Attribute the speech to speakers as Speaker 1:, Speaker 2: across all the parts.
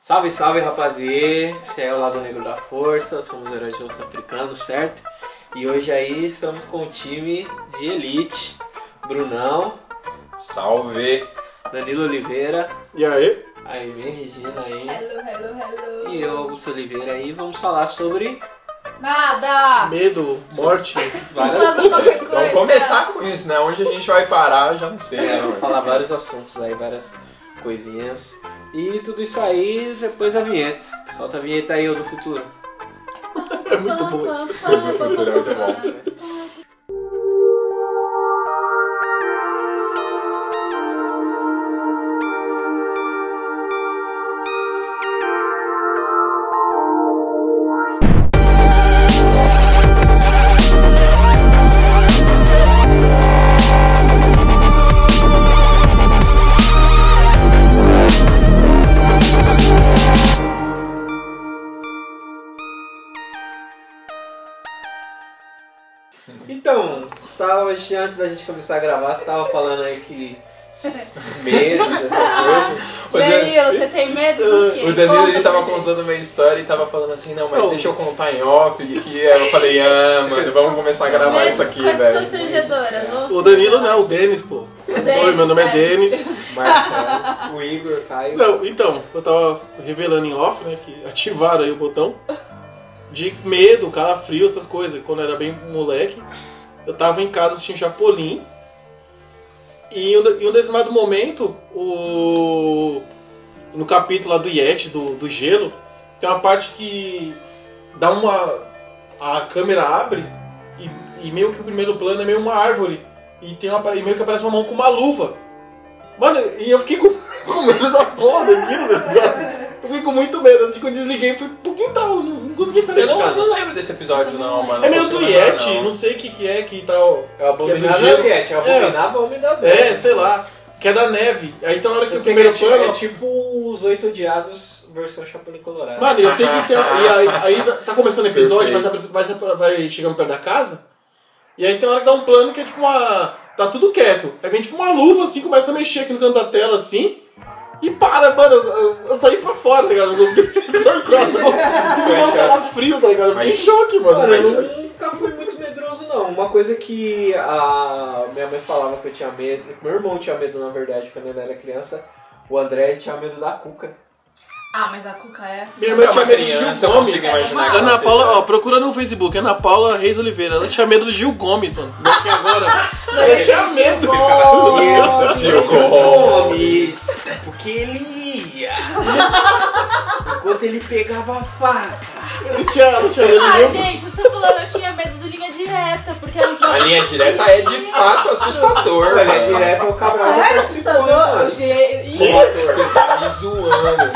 Speaker 1: Salve, salve rapaziê! Esse é o Lado Negro da Força, somos heróis de osso africano, certo? E hoje aí estamos com o time de elite: Brunão,
Speaker 2: Salve!
Speaker 1: Danilo Oliveira,
Speaker 3: E aí?
Speaker 1: Aimee Regina aí,
Speaker 4: Hello, hello, hello.
Speaker 1: e eu, Augusto Oliveira aí. Vamos falar sobre
Speaker 4: Nada!
Speaker 3: Medo, morte,
Speaker 4: Ah.
Speaker 1: várias
Speaker 4: Faça qualquer coisa.
Speaker 2: Vamos começar com isso, né? Onde a gente vai parar, eu já não sei.
Speaker 1: É,
Speaker 2: Né,
Speaker 1: vou
Speaker 2: mano?
Speaker 1: falar vários assuntos aí, várias coisinhas. E tudo isso aí depois da vinheta. Solta a vinheta aí, ô do futuro.
Speaker 3: é muito bom isso.
Speaker 2: O futuro é muito bom.
Speaker 1: Então, estava antes da gente começar a gravar, você estava falando aí que meses, essas coisas.
Speaker 2: O Dan-
Speaker 4: Danilo, você tem medo do quê?
Speaker 2: O Danilo
Speaker 4: Conta
Speaker 2: ele tava
Speaker 4: pra gente.
Speaker 2: contando uma história e tava falando assim, não, mas
Speaker 3: Não.
Speaker 2: deixa eu contar em off que eu falei, ah, mano, vamos começar a gravar
Speaker 4: Medos,
Speaker 2: isso aqui,
Speaker 4: coisas
Speaker 2: velho.
Speaker 4: constrangedoras. vamos
Speaker 3: O Danilo
Speaker 4: falar.
Speaker 3: não, o Denis, pô. Oi,
Speaker 4: Denis,
Speaker 3: meu nome é
Speaker 4: né?
Speaker 3: Denis.
Speaker 1: Marcelo, o Igor, Caio.
Speaker 3: Não, então, eu tava revelando em off, né, que ativaram aí o botão de medo, calafrio, essas coisas. Quando eu era bem moleque, eu tava em casa assistindo Chapolin. E em um de- em um determinado momento, o no capítulo lá do Yeti, do, do gelo, tem uma parte que dá uma. A câmera abre e, e meio que o primeiro plano é meio uma árvore. E, tem uma, e meio que aparece uma mão com uma luva. Mano, e eu fiquei com, com medo da porra daquilo, tá ligado? Eu fiquei com muito medo, assim, quando eu desliguei, fui pro quintal, não, não consegui ficar
Speaker 2: Eu
Speaker 3: dentro de
Speaker 2: não, eu
Speaker 3: casa.
Speaker 2: não lembro desse episódio, não, mano.
Speaker 3: É
Speaker 2: não
Speaker 3: meio do
Speaker 2: consigo lembrar,
Speaker 3: Yeti, não.
Speaker 2: não.
Speaker 3: sei o que, que é que tal.
Speaker 1: É o abominável
Speaker 3: Que é do gelo.
Speaker 1: Ariete, é o abominável homem das
Speaker 3: É,
Speaker 1: neves.
Speaker 3: sei lá, que é da neve. Aí tem uma hora que
Speaker 1: Eu
Speaker 3: o
Speaker 1: sei que é
Speaker 3: primeiro
Speaker 1: tipo,
Speaker 3: plano.
Speaker 1: é tipo os Oito Odiados, versão Chapolin Colorado.
Speaker 3: Mano, eu sei que tem. um- E aí, aí tá começando o episódio, vai, se apre- vai, se apre- vai chegando perto da casa. E aí tem hora que dá um plano que é tipo uma. Tá tudo quieto. Aí vem tipo uma luva assim, começa a mexer aqui no canto da tela assim. E para, mano, eu, eu- eu saí pra fora, tá ligado? Eu consegui ficar em casa. Eu tava frio, tá ligado? Eu fiquei em
Speaker 2: Mas-
Speaker 3: choque, mano.
Speaker 1: Mano,
Speaker 3: Mas,
Speaker 1: eu nunca fui muito medroso, não. Uma coisa que a minha mãe falava que eu tinha medo, que meu irmão tinha medo, na verdade, quando ele era criança, o André tinha medo da cuca.
Speaker 4: Ah, mas a cuca é assim.
Speaker 2: Pra
Speaker 3: Minha mãe
Speaker 2: uma
Speaker 3: tinha medo de Gil
Speaker 2: criança, eu
Speaker 3: Gomes.
Speaker 2: consigo imaginar. que
Speaker 3: Ana
Speaker 2: ela
Speaker 3: Paula,
Speaker 2: seja-
Speaker 3: ó, procura no Facebook, Ana Paula Reis Oliveira. Ela tinha medo do Gil Gomes, mano. Daqui agora. Ela tinha medo,
Speaker 1: Oh,
Speaker 2: Gil
Speaker 4: É
Speaker 1: Gomes! Porque ele ia! Enquanto ele pegava a faca.
Speaker 3: Ela tinha, ela tinha medo do
Speaker 4: Ah,
Speaker 3: Gil
Speaker 4: gente, você falando, eu tinha medo do linha direta, porque elas
Speaker 2: A linha direta é de fato assustador,
Speaker 1: Olha, é
Speaker 2: mano.
Speaker 1: direto ao Cabral. já tá
Speaker 4: Era
Speaker 1: participou,
Speaker 4: assustador.
Speaker 1: mano.
Speaker 4: Gente,
Speaker 2: Você tá me zoando.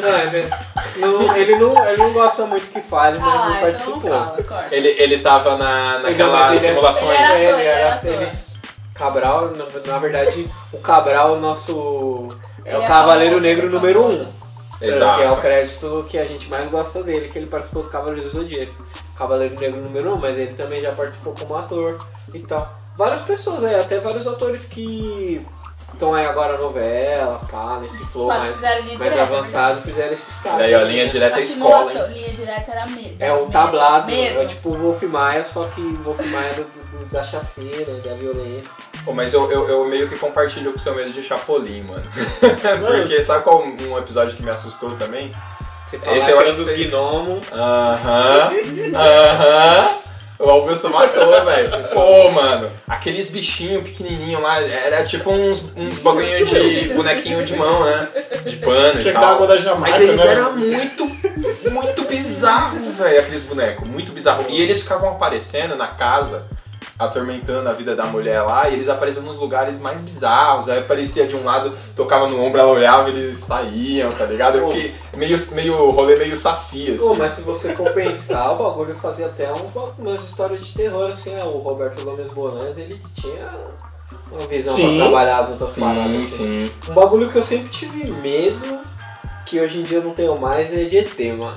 Speaker 1: Não, é mesmo. Não, ele, não, ele não gosta muito que fale, mas
Speaker 4: Ah,
Speaker 1: não
Speaker 4: então não
Speaker 1: participou.
Speaker 4: fala, corta.
Speaker 2: Ele, ele tava na,
Speaker 1: Mas
Speaker 2: naquela
Speaker 1: ele é-
Speaker 2: simulações.
Speaker 4: Ele era-
Speaker 1: É,
Speaker 4: ator,
Speaker 1: ele
Speaker 4: ele
Speaker 1: era
Speaker 4: era
Speaker 1: ator.
Speaker 4: ator.
Speaker 1: Eles- Cabral, na, na verdade, o Cabral, o nosso. É
Speaker 4: Ele
Speaker 1: o
Speaker 4: é
Speaker 1: Cavaleiro
Speaker 4: famoso,
Speaker 1: Negro
Speaker 4: ele é
Speaker 1: número 1.
Speaker 4: famoso.
Speaker 1: Um, que é o
Speaker 2: Exato.
Speaker 1: crédito que a gente mais gosta dele, que ele participou do Cavaleiro do Zodíaco. Cavaleiro Negro número 1, um, mas ele também já participou como ator e tal. Várias pessoas aí, até vários atores que estão aí agora na novela, pá, nesse flow
Speaker 4: Mas
Speaker 1: mais,
Speaker 4: fizeram linha né?
Speaker 1: mais
Speaker 4: direta,
Speaker 1: avançado, fizeram esse estágio.
Speaker 2: Daí, ó, linha direta
Speaker 4: A
Speaker 2: é escola, hein?
Speaker 4: simulação, linha direta era medo.
Speaker 1: É um
Speaker 4: medo,
Speaker 1: tablado,
Speaker 4: Medo.
Speaker 1: é tipo o Wolf Maia, só que o Wolf Maia é do, do- da chacina, da violência.
Speaker 2: Pô, mas eu, eu, eu meio que compartilho com o seu medo de Chapolin, mano. Porque sabe qual um episódio que me assustou também?
Speaker 1: Você
Speaker 2: Esse eu
Speaker 1: que
Speaker 2: acho
Speaker 1: é
Speaker 2: que
Speaker 1: dos
Speaker 2: vocês-
Speaker 1: gnomos.
Speaker 2: Aham, aham. O Augusto matou, velho. Pô, mano, aqueles bichinhos pequenininhos lá, era tipo uns, uns bagulho de bonequinho de mão, né? De pano
Speaker 3: Tinha
Speaker 2: e
Speaker 3: que
Speaker 2: tal.
Speaker 3: dar água da Jamaica,
Speaker 2: Mas eles
Speaker 3: né?
Speaker 2: eram muito, muito bizarro, velho, aqueles bonecos. Muito bizarro. E eles ficavam aparecendo na casa, atormentando a vida da mulher lá, e eles apareciam nos lugares mais bizarros. Aí aparecia de um lado, tocava no ombro, ela olhava e eles saíam, tá ligado? Eu fiquei meio, meio rolê meio saci, assim.
Speaker 1: Pô, mas se você for pensar, o bagulho fazia até uns, ba- umas histórias de terror, assim, né? O Roberto Gomes Bonanza, ele tinha uma visão
Speaker 3: Sim.
Speaker 1: pra trabalhar as outras paradas.
Speaker 2: Sim,
Speaker 1: assim.
Speaker 2: sim.
Speaker 1: Um bagulho que eu sempre tive medo, que hoje em dia eu não tenho mais, é de ET, mano.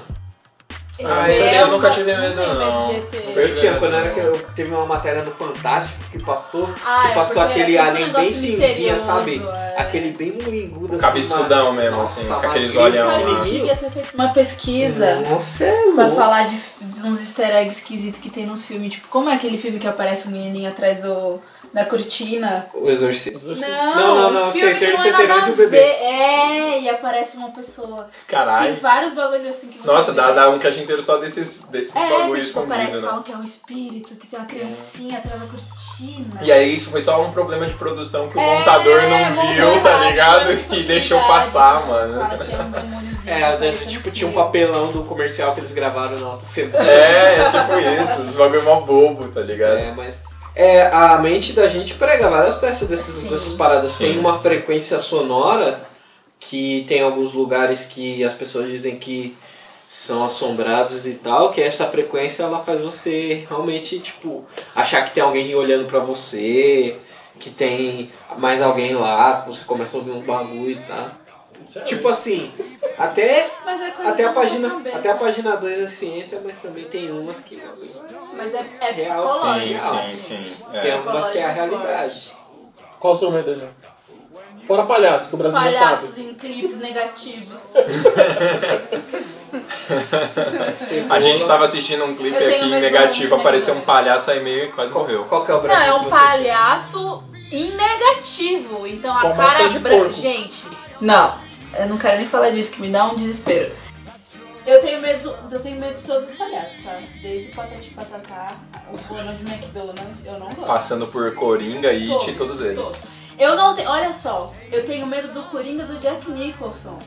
Speaker 2: Ah, eu
Speaker 5: É,
Speaker 2: também, eu nunca tive
Speaker 5: não
Speaker 2: medo,
Speaker 5: tenho
Speaker 2: não.
Speaker 5: medo de ET.
Speaker 2: Nunca
Speaker 1: Eu
Speaker 2: tive
Speaker 1: tinha,
Speaker 2: medo,
Speaker 1: quando eu era
Speaker 2: não.
Speaker 1: que eu teve uma matéria no Fantástico que passou,
Speaker 5: Ah, é,
Speaker 1: que passou
Speaker 5: porque
Speaker 1: aquele
Speaker 5: é sempre um
Speaker 1: alien bem
Speaker 5: negócio
Speaker 1: cinzinha,
Speaker 5: misterioso,
Speaker 1: sabe?
Speaker 5: é.
Speaker 1: Aquele bem molingudo assim.
Speaker 2: Cabeçudão mesmo,
Speaker 1: Nossa,
Speaker 2: assim, com aqueles
Speaker 1: magrinho,
Speaker 2: olhão né?
Speaker 5: Sabe
Speaker 2: lá.
Speaker 5: que
Speaker 1: pequenininho.
Speaker 5: devia ter feito
Speaker 4: Uma pesquisa
Speaker 1: Nossa, é louco.
Speaker 4: pra falar de, f- de uns easter eggs esquisitos que tem nos filmes. Tipo, como é aquele filme que aparece um menininho atrás do, da cortina?
Speaker 1: O exorcismo.
Speaker 4: Não,
Speaker 1: Não, não, não,
Speaker 4: um filme
Speaker 1: sei,
Speaker 4: que
Speaker 1: tem
Speaker 4: não
Speaker 1: que
Speaker 4: é
Speaker 1: ser
Speaker 4: nada
Speaker 1: Teresa e
Speaker 4: a
Speaker 1: o bebê.
Speaker 4: ver. É, e aparece uma pessoa. Tem
Speaker 2: Caralho.
Speaker 4: vários bagulhos assim que você
Speaker 2: Nossa,
Speaker 4: vê.
Speaker 2: dá, dá um cachê inteiro só desses, desses
Speaker 4: É, tem,
Speaker 2: bagulhos
Speaker 4: tipo, aparece,
Speaker 2: escondidos, né?
Speaker 4: falam que é um espírito, que tem uma criancinha atrás da cortina.
Speaker 2: E aí isso foi só um problema de produção que o
Speaker 4: É,
Speaker 2: montador não
Speaker 4: montagem,
Speaker 2: viu, tá ligado?
Speaker 4: problema de
Speaker 2: E deixou
Speaker 4: continuidade,
Speaker 2: passar,
Speaker 4: né?
Speaker 2: mano.
Speaker 4: Fala que é um demôniozinho.
Speaker 1: É, às
Speaker 4: aparece
Speaker 1: vezes,
Speaker 4: no
Speaker 1: tipo,
Speaker 4: filme.
Speaker 1: tinha um papelão do comercial que eles gravaram na outra semana.
Speaker 2: É, é tipo isso, os bagulho mó bobo, tá ligado?
Speaker 1: É, mas é, a mente da gente prega várias peças desses,
Speaker 4: Sim.
Speaker 1: dessas paradas.
Speaker 2: Sim.
Speaker 1: Tem uma frequência sonora que tem alguns lugares que as pessoas dizem que são assombrados e tal, que essa frequência ela faz você realmente, tipo, achar que tem alguém olhando pra você, que tem mais alguém lá, que você começa a ouvir um bagulho e tal.
Speaker 3: Sério?
Speaker 1: Tipo assim, até
Speaker 5: Mas é coisa
Speaker 1: um até
Speaker 5: da
Speaker 1: a
Speaker 5: nossa
Speaker 1: página,
Speaker 5: cabeça.
Speaker 1: até a página 2 é ciência, mas também tem umas que
Speaker 5: Mas é, é
Speaker 1: Real,
Speaker 5: psicológico.
Speaker 2: Sim,
Speaker 1: Real,
Speaker 2: sim, sim.
Speaker 1: tem
Speaker 2: É.
Speaker 1: algumas que é a
Speaker 5: Psicológico
Speaker 1: realidade.
Speaker 3: Qual o seu medo, Daniel? Fora palhaço, que o Brasil
Speaker 1: é
Speaker 3: já
Speaker 4: Palhaços
Speaker 3: sabe.
Speaker 4: em clipes negativos.
Speaker 2: A gente tava assistindo um clipe
Speaker 4: Eu tenho
Speaker 2: aqui
Speaker 4: medo
Speaker 2: negativo,
Speaker 4: muito,
Speaker 2: apareceu um
Speaker 4: né,
Speaker 2: palhaço aí meio e quase morreu.
Speaker 1: Qual que é o
Speaker 4: Não,
Speaker 1: Brasil?
Speaker 4: é
Speaker 1: que
Speaker 4: um
Speaker 1: você-
Speaker 4: palhaço em negativo. Então
Speaker 3: Com
Speaker 4: a
Speaker 3: a máscara
Speaker 4: cara
Speaker 3: de
Speaker 4: branca.
Speaker 3: porco.
Speaker 4: Gente, não, eu não quero nem falar disso, que me dá um desespero. Eu tenho medo, eu tenho medo de todos os palhaços, tá? Desde o Patati Patatá, o Ronald McDonald, eu não gosto.
Speaker 2: Passando por Coringa, It e todos eles.
Speaker 4: Eu não tenho. Olha só, eu tenho medo do Coringa do Jack Nicholson.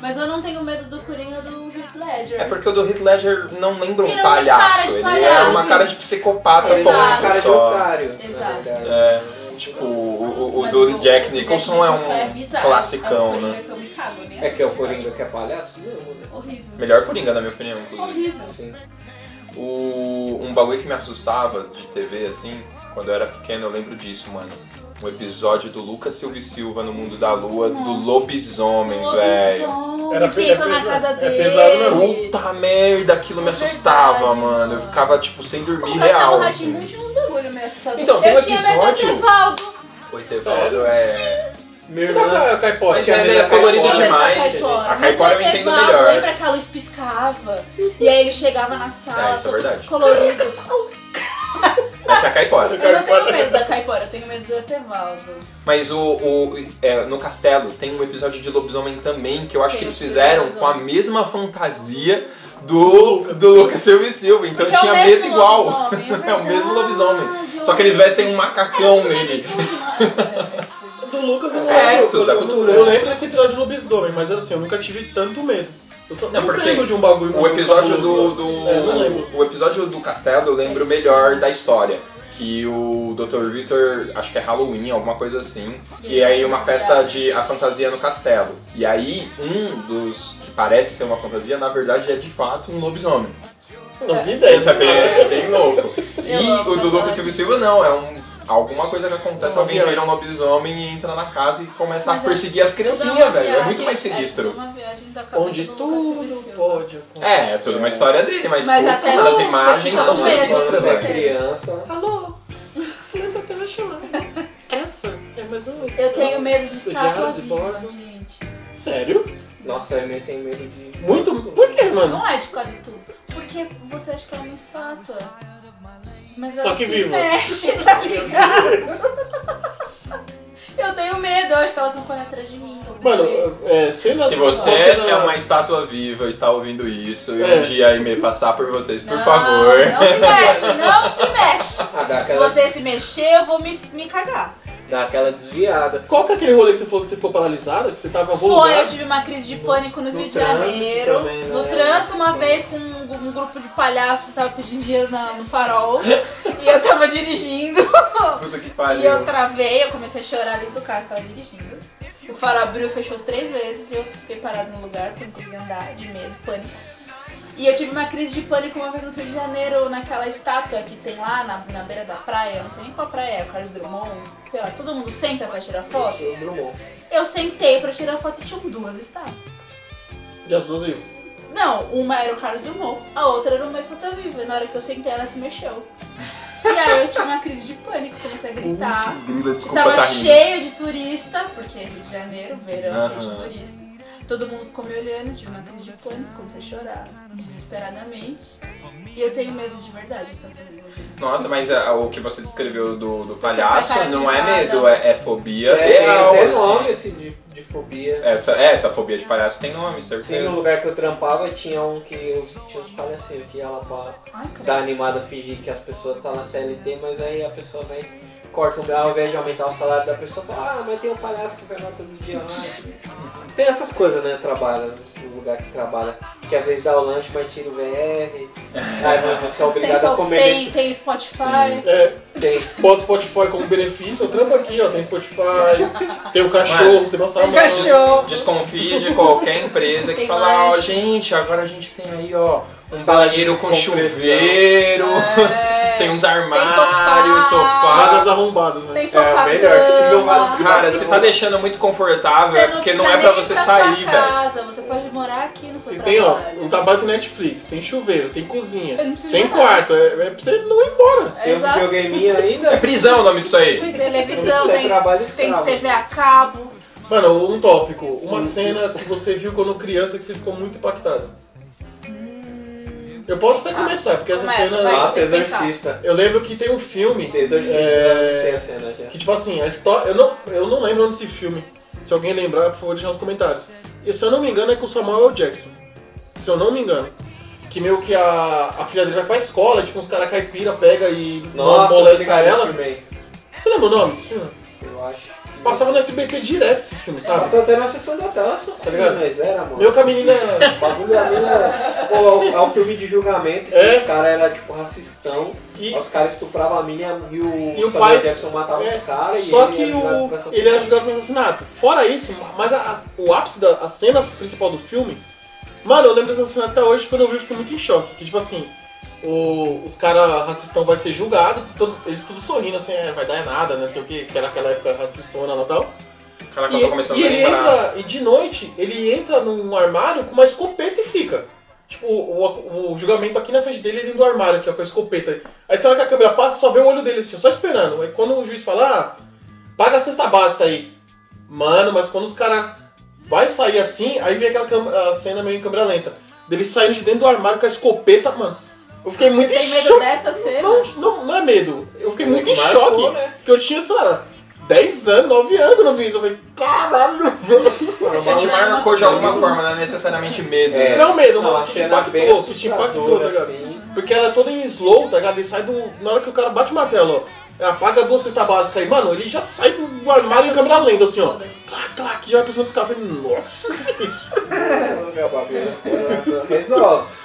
Speaker 4: Mas eu não tenho medo do Coringa do Heath Ledger.
Speaker 2: É porque o do Heath Ledger não lembra
Speaker 4: Ele
Speaker 2: um
Speaker 4: não tem cara
Speaker 2: palhaço,
Speaker 4: de
Speaker 2: ele é
Speaker 4: palhaço.
Speaker 2: uma cara de psicopata
Speaker 1: Ele
Speaker 2: com
Speaker 1: é uma
Speaker 4: Exato.
Speaker 1: cara de
Speaker 2: só.
Speaker 1: otário. na
Speaker 4: Exato.
Speaker 1: verdade.
Speaker 2: É, tipo, o, o- o
Speaker 4: Mas
Speaker 2: do Jack
Speaker 4: o
Speaker 2: Nicholson é
Speaker 4: Nicholson
Speaker 2: um
Speaker 4: bizarro, é um
Speaker 2: classicão,
Speaker 4: Coringa
Speaker 2: né?
Speaker 4: que eu me cago, nem
Speaker 1: É que é o
Speaker 4: assisto esse
Speaker 1: Coringa que é palhaço? Não, né?
Speaker 4: filme. Horrível.
Speaker 2: Melhor Coringa, na minha opinião, inclusive.
Speaker 4: Horrível.
Speaker 1: Sim.
Speaker 2: O, um bagulho que me assustava de TV, assim, quando eu era pequeno, eu lembro disso, mano. Um episódio do Lucas Silva e Silva no Mundo da Lua, do lobisomem, velho.
Speaker 4: Lobisomem
Speaker 3: Era
Speaker 4: que
Speaker 3: pe- é
Speaker 4: entra na
Speaker 3: pesado.
Speaker 4: casa
Speaker 3: É
Speaker 4: dele.
Speaker 3: pesado mesmo.
Speaker 2: né? Puta merda, aquilo me
Speaker 4: É
Speaker 2: assustava,
Speaker 4: verdade,
Speaker 2: mano. Eu
Speaker 4: mano.
Speaker 2: ficava, tipo, sem dormir
Speaker 4: O
Speaker 2: real.
Speaker 4: Castelo Rá-Tim-Bum
Speaker 2: assim.
Speaker 4: tinha uns um bagulho meio assustador.
Speaker 2: Então, tem um
Speaker 4: eu tinha medo do
Speaker 2: episódio-
Speaker 4: Etevaldo.
Speaker 2: Oi, velho, é.
Speaker 1: Minha
Speaker 3: Tudo
Speaker 1: irmã.
Speaker 3: é caipora.
Speaker 2: Mas
Speaker 1: Tinha
Speaker 2: ela
Speaker 1: medo
Speaker 2: é
Speaker 1: da
Speaker 2: colorida
Speaker 1: Caipora.
Speaker 2: demais. A Caipora eu entendo melhor.
Speaker 4: é Lembra que a luz piscava? E aí ele chegava na sala,
Speaker 2: É, isso é
Speaker 4: todo
Speaker 2: verdade.
Speaker 4: colorido.
Speaker 2: Essa é a Caipora.
Speaker 4: Eu não tenho medo da Caipora, eu tenho medo do Etevaldo.
Speaker 2: Mas o, o- é, no Castelo tem um episódio de lobisomem também que eu acho
Speaker 4: Tem
Speaker 2: que eles
Speaker 4: o filme
Speaker 2: fizeram
Speaker 4: do
Speaker 2: com a
Speaker 4: lobisomem.
Speaker 2: mesma fantasia do, do Lucas Silva e Silva. Então
Speaker 4: Porque é o
Speaker 2: tinha
Speaker 4: mesmo
Speaker 2: medo igual.
Speaker 4: lobisomem, é
Speaker 2: É o mesmo
Speaker 4: verdade, Ah,
Speaker 2: lobisomem. Só
Speaker 4: olha.
Speaker 2: que eles vestem um macacão nele.
Speaker 4: Ele
Speaker 3: Do Lucas eu não
Speaker 2: É,
Speaker 3: lembro.
Speaker 2: tudo da
Speaker 3: eu,
Speaker 2: cultura.
Speaker 3: Eu lembro desse episódio do lobisomem, mas assim, eu nunca tive tanto medo. Eu só
Speaker 2: Não,
Speaker 3: não,
Speaker 2: porque
Speaker 3: lembro de um bagulho
Speaker 2: O episódio do.
Speaker 3: cabuloso.
Speaker 2: do-
Speaker 3: É, eu não lembro.
Speaker 2: o episódio do Castelo eu lembro melhor da história. Que o Dr. Victor, acho que é Halloween, alguma coisa assim.
Speaker 4: E
Speaker 2: E aí
Speaker 4: ele
Speaker 2: uma
Speaker 4: faz
Speaker 2: festa
Speaker 4: fantasia.
Speaker 2: de a fantasia no castelo. E aí, um dos que parece ser uma fantasia, na verdade é de fato um lobisomem.
Speaker 3: As ideias.
Speaker 2: Isso é bem, é bem louco.
Speaker 4: Eu
Speaker 2: E
Speaker 4: amo
Speaker 2: o do
Speaker 4: essa
Speaker 2: Lucas Silva
Speaker 4: parte.
Speaker 2: Silva não, é um. Alguma coisa que acontece,
Speaker 3: Uma
Speaker 2: alguém
Speaker 3: viagem.
Speaker 2: vira um lobisomem e entra na casa e começa
Speaker 4: Mas
Speaker 2: a
Speaker 4: é
Speaker 2: perseguir as criancinhas, velho. É muito mais sinistro.
Speaker 3: Onde
Speaker 4: é
Speaker 3: tudo pode acontecer.
Speaker 2: É, é toda uma história dele, mas,
Speaker 4: Mas
Speaker 2: puta,
Speaker 4: até
Speaker 2: mano, as
Speaker 4: você
Speaker 2: imagens
Speaker 4: fica
Speaker 2: são
Speaker 4: com medo.
Speaker 2: sinistras,
Speaker 1: Quando você é
Speaker 2: velho.
Speaker 1: criança.
Speaker 5: Alô?
Speaker 3: Essa é mais ou menos.
Speaker 4: Eu tenho medo de
Speaker 3: Do
Speaker 4: estátua
Speaker 3: Diário de
Speaker 4: viva,
Speaker 3: Bordo.
Speaker 4: gente.
Speaker 3: Sério?
Speaker 1: Nossa, eu meio tenho medo de.
Speaker 3: Muito? Por que, mano?
Speaker 4: Não é de quase tudo. Porque você acha que é uma estátua. Mas
Speaker 3: Só
Speaker 4: ela
Speaker 3: que
Speaker 4: se
Speaker 3: viva.
Speaker 4: mexe, tá ligado? eu tenho medo, eu acho que elas vão correr atrás de mim. que eu vou
Speaker 3: Mano,
Speaker 4: morrer.
Speaker 3: é, sei lá
Speaker 2: Se você
Speaker 3: não-
Speaker 2: é uma estátua viva, está ouvindo isso, e um
Speaker 3: É.
Speaker 2: dia a Aimee passar por vocês, por
Speaker 4: Não,
Speaker 2: favor.
Speaker 4: Não se mexe, não se mexe.
Speaker 1: Ah, dá
Speaker 4: Se
Speaker 1: aquela,
Speaker 4: você se mexer, eu vou me, me cagar.
Speaker 1: dá aquela desviada.
Speaker 3: Qual que é aquele rolê que você falou que você ficou paralisada? Que você tava
Speaker 4: Foi,
Speaker 3: vulgar?
Speaker 4: eu tive uma crise de pânico no,
Speaker 1: No
Speaker 4: Rio de
Speaker 1: trânsito
Speaker 4: Janeiro.
Speaker 1: também, né?
Speaker 4: No trânsito, uma vez, com um, um grupo de palhaços, estava pedindo dinheiro na- no farol. e eu tava dirigindo.
Speaker 2: Puta que
Speaker 4: E eu travei, eu comecei a chorar dentro do carro, tava dirigindo. O farol abriu, fechou três vezes e eu fiquei parado no lugar, porque eu não conseguia andar, de medo, pânico. E eu tive uma crise de pânico uma vez no Rio de Janeiro, naquela estátua que tem lá na, na beira da praia, eu não sei nem qual praia é, o Carlos Drummond, sei lá, todo mundo senta pra tirar foto.
Speaker 1: Sobre o bom.
Speaker 4: Eu sentei pra tirar foto e tinham duas estátuas.
Speaker 3: De as duas vivas.
Speaker 4: Não, uma era o Carlos Dumont, a outra era o Mãe Escuta Viva. E na hora que eu sentei, ela se mexeu. E aí eu tive uma crise de pânico, comecei a gritar.
Speaker 2: Putz, grila, desculpa,
Speaker 4: Tava
Speaker 2: tá rindo.
Speaker 4: cheio de turista, porque é Rio de Janeiro, verão, cheio de
Speaker 2: Aham.
Speaker 4: turista. Todo mundo ficou me olhando, tive uma crise de pânico, comecei a chorar desesperadamente. E eu tenho medo de verdade, essa tecnologia.
Speaker 2: Nossa, mas ah, o que você descreveu do, do
Speaker 4: Vocês
Speaker 2: palhaço
Speaker 4: ficaram
Speaker 2: não é
Speaker 4: animada.
Speaker 2: medo, é, é fobia
Speaker 1: É, tem
Speaker 2: real.
Speaker 1: até
Speaker 2: assim.
Speaker 1: nome esse de, de fobia.
Speaker 2: Essa, é, essa fobia de palhaço tem nome,
Speaker 1: Sim, no
Speaker 2: certeza.
Speaker 1: lugar que eu trampava tinha um que eu tinha uns palhacinhos que ia lá pra
Speaker 4: Ai, credo.
Speaker 2: Tá,
Speaker 1: dar animada fingir que as pessoas tá na CLT, mas aí a pessoa vai corta um grau, ao invés de aumentar o salário da pessoa, fala, ah, mas tem um palhaço que vai lá todo dia lá. tem essas coisas, né? Trabalha, os lugares que trabalha. Que às vezes dá o lanche, mas tira o VR. aí mas você é
Speaker 4: Tem,
Speaker 1: obrigado a
Speaker 4: sal-
Speaker 1: comer.
Speaker 4: tem, tem Spotify.
Speaker 2: Sim.
Speaker 3: É,
Speaker 1: Tem.
Speaker 3: bota o Spotify como benefício, eu trampo aqui, ó. Tem Spotify, tem o cachorro, você passa a mão.
Speaker 2: Desconfie de qualquer empresa que
Speaker 4: Tem
Speaker 2: fala, ó,
Speaker 4: lanche.
Speaker 2: gente, agora a gente tem aí, ó, um
Speaker 1: Sala de
Speaker 2: banheiro com
Speaker 1: descompressão.
Speaker 2: chuveiro,
Speaker 4: É,
Speaker 2: tem um uns
Speaker 4: sofá.
Speaker 2: armários, sofá.
Speaker 3: Vagas arrombadas, né?
Speaker 4: Tem sofá
Speaker 1: É, melhor, se deu
Speaker 4: cama.
Speaker 1: uma-
Speaker 2: Cara,
Speaker 3: um
Speaker 2: você tá deixando muito confortável,
Speaker 4: Você não
Speaker 2: porque
Speaker 4: precisa
Speaker 2: não é
Speaker 4: nem
Speaker 2: pra você
Speaker 4: ir pra
Speaker 2: sair,
Speaker 4: sua
Speaker 2: velho.
Speaker 4: casa, Você pode morar aqui no seu
Speaker 3: Se tem, ó,
Speaker 4: trabalho.
Speaker 3: um trabalho do Netflix, tem chuveiro, tem cozinha,
Speaker 4: Eu não preciso
Speaker 3: tem
Speaker 4: de nada.
Speaker 3: quarto, é, é pra você não ir embora.
Speaker 4: É,
Speaker 1: Tem um
Speaker 4: Exato.
Speaker 1: videogaminho
Speaker 2: É
Speaker 1: ainda?
Speaker 2: prisão o nome disso aí.
Speaker 4: Tem televisão,
Speaker 1: Isso é
Speaker 4: tem,
Speaker 1: trabalho escravo.
Speaker 4: tem TV a cabo.
Speaker 3: Mano, um tópico, uma cena que você viu quando criança que você ficou muito impactado. Eu posso até
Speaker 4: Sabe.
Speaker 3: começar, porque essa
Speaker 4: Hum. Ah, Começa,
Speaker 3: cena.
Speaker 4: vai.
Speaker 1: Nossa,
Speaker 4: tem que pensar.
Speaker 1: exorcista.
Speaker 3: Eu lembro que tem um filme.
Speaker 1: Exorcista, né?
Speaker 3: é,
Speaker 1: sem a cena já.
Speaker 3: Que tipo assim, a história. Eu não, eu não lembro onde esse filme. Se alguém lembrar, por favor, deixa nos comentários. E se eu não me engano, é com o Samuel L. Jackson. Se eu não me engano. Que meio que a, a filha dele vai pra escola, tipo, uns caras caipira, pega e
Speaker 1: Nossa,
Speaker 3: molesta
Speaker 1: obrigado,
Speaker 3: ela.
Speaker 1: Superman,
Speaker 3: Você lembra o nome desse filme?
Speaker 1: Eu acho.
Speaker 3: Passava no SBT direto esse filme, sabe?
Speaker 1: Passou até na sessão da taça, tá
Speaker 3: ligado?
Speaker 1: ligado? Nós era, mano.
Speaker 3: Meio que a menina.
Speaker 1: O bagulho da mina. Pô, é um- é um filme de julgamento que
Speaker 3: É.
Speaker 1: os caras eram tipo racistão.
Speaker 3: E-
Speaker 1: Os caras estupravam a mina e o,
Speaker 3: E o
Speaker 1: Samuel
Speaker 3: pai-
Speaker 1: Jackson matava
Speaker 3: É,
Speaker 1: os caras.
Speaker 3: Só
Speaker 1: e
Speaker 3: que
Speaker 1: ele era julgado por
Speaker 3: o,
Speaker 1: essas
Speaker 3: ele era
Speaker 1: coisas.
Speaker 3: julgado por assassinato. Fora isso, mas a- a- o ápice da a cena principal do filme. Mano, eu lembro dessa cena até hoje quando eu vi, eu fiquei muito em choque. Que tipo assim, o- os caras racistão vai ser julgado, todo- eles tudo sorrindo assim, "É, vai dar é nada, né? Sei o que, que era aquela época racistona lá e tal.
Speaker 2: Caraca, eu tô começando
Speaker 3: E, e
Speaker 2: a
Speaker 3: ele
Speaker 2: lembrar.
Speaker 3: entra, e de noite, ele entra num armário com uma escopeta e fica. Tipo, o, o- o julgamento aqui na frente dele, ele dentro do armário aqui, ó, com a escopeta. Aí tem hora que a câmera passa, só vê o olho dele assim, só esperando. Aí quando o juiz fala, ah, paga a cesta básica aí. Mano, mas quando os caras vai sair assim, aí vem aquela cam- a cena meio em câmera lenta. Dele saindo de dentro do armário com a escopeta, mano. Eu fiquei
Speaker 4: Você
Speaker 3: muito
Speaker 4: tem
Speaker 3: em
Speaker 4: medo
Speaker 3: choque.
Speaker 4: dessa cena?
Speaker 3: Não, não, não é medo. Eu fiquei
Speaker 1: Ele
Speaker 3: muito em
Speaker 1: marcou,
Speaker 3: choque.
Speaker 1: né?
Speaker 3: Que eu tinha, sei lá, 10 anos, 9 anos quando eu vi isso. Eu falei, caralho.
Speaker 2: Ele te marcou de alguma forma, não é necessariamente medo.
Speaker 1: É.
Speaker 2: né?
Speaker 3: Não medo,
Speaker 1: Não,
Speaker 3: mano.
Speaker 1: a
Speaker 3: Que te
Speaker 1: cena bem
Speaker 3: impactou, que te impactou, tá
Speaker 1: assustadora,
Speaker 3: ligado?
Speaker 1: assim.
Speaker 3: Porque ela é toda em slow, tá ligado? Ele sai do. Na hora que o cara bate o martelo, ó. Apaga duas cestas básicas aí, mano. Ele já sai do armário em câmera lenta, assim, ó.
Speaker 4: Todas.
Speaker 3: Clac, clac, já a pessoa descava. Nossa senhora.
Speaker 1: Meu
Speaker 3: é né?
Speaker 1: bagulho. Resolve.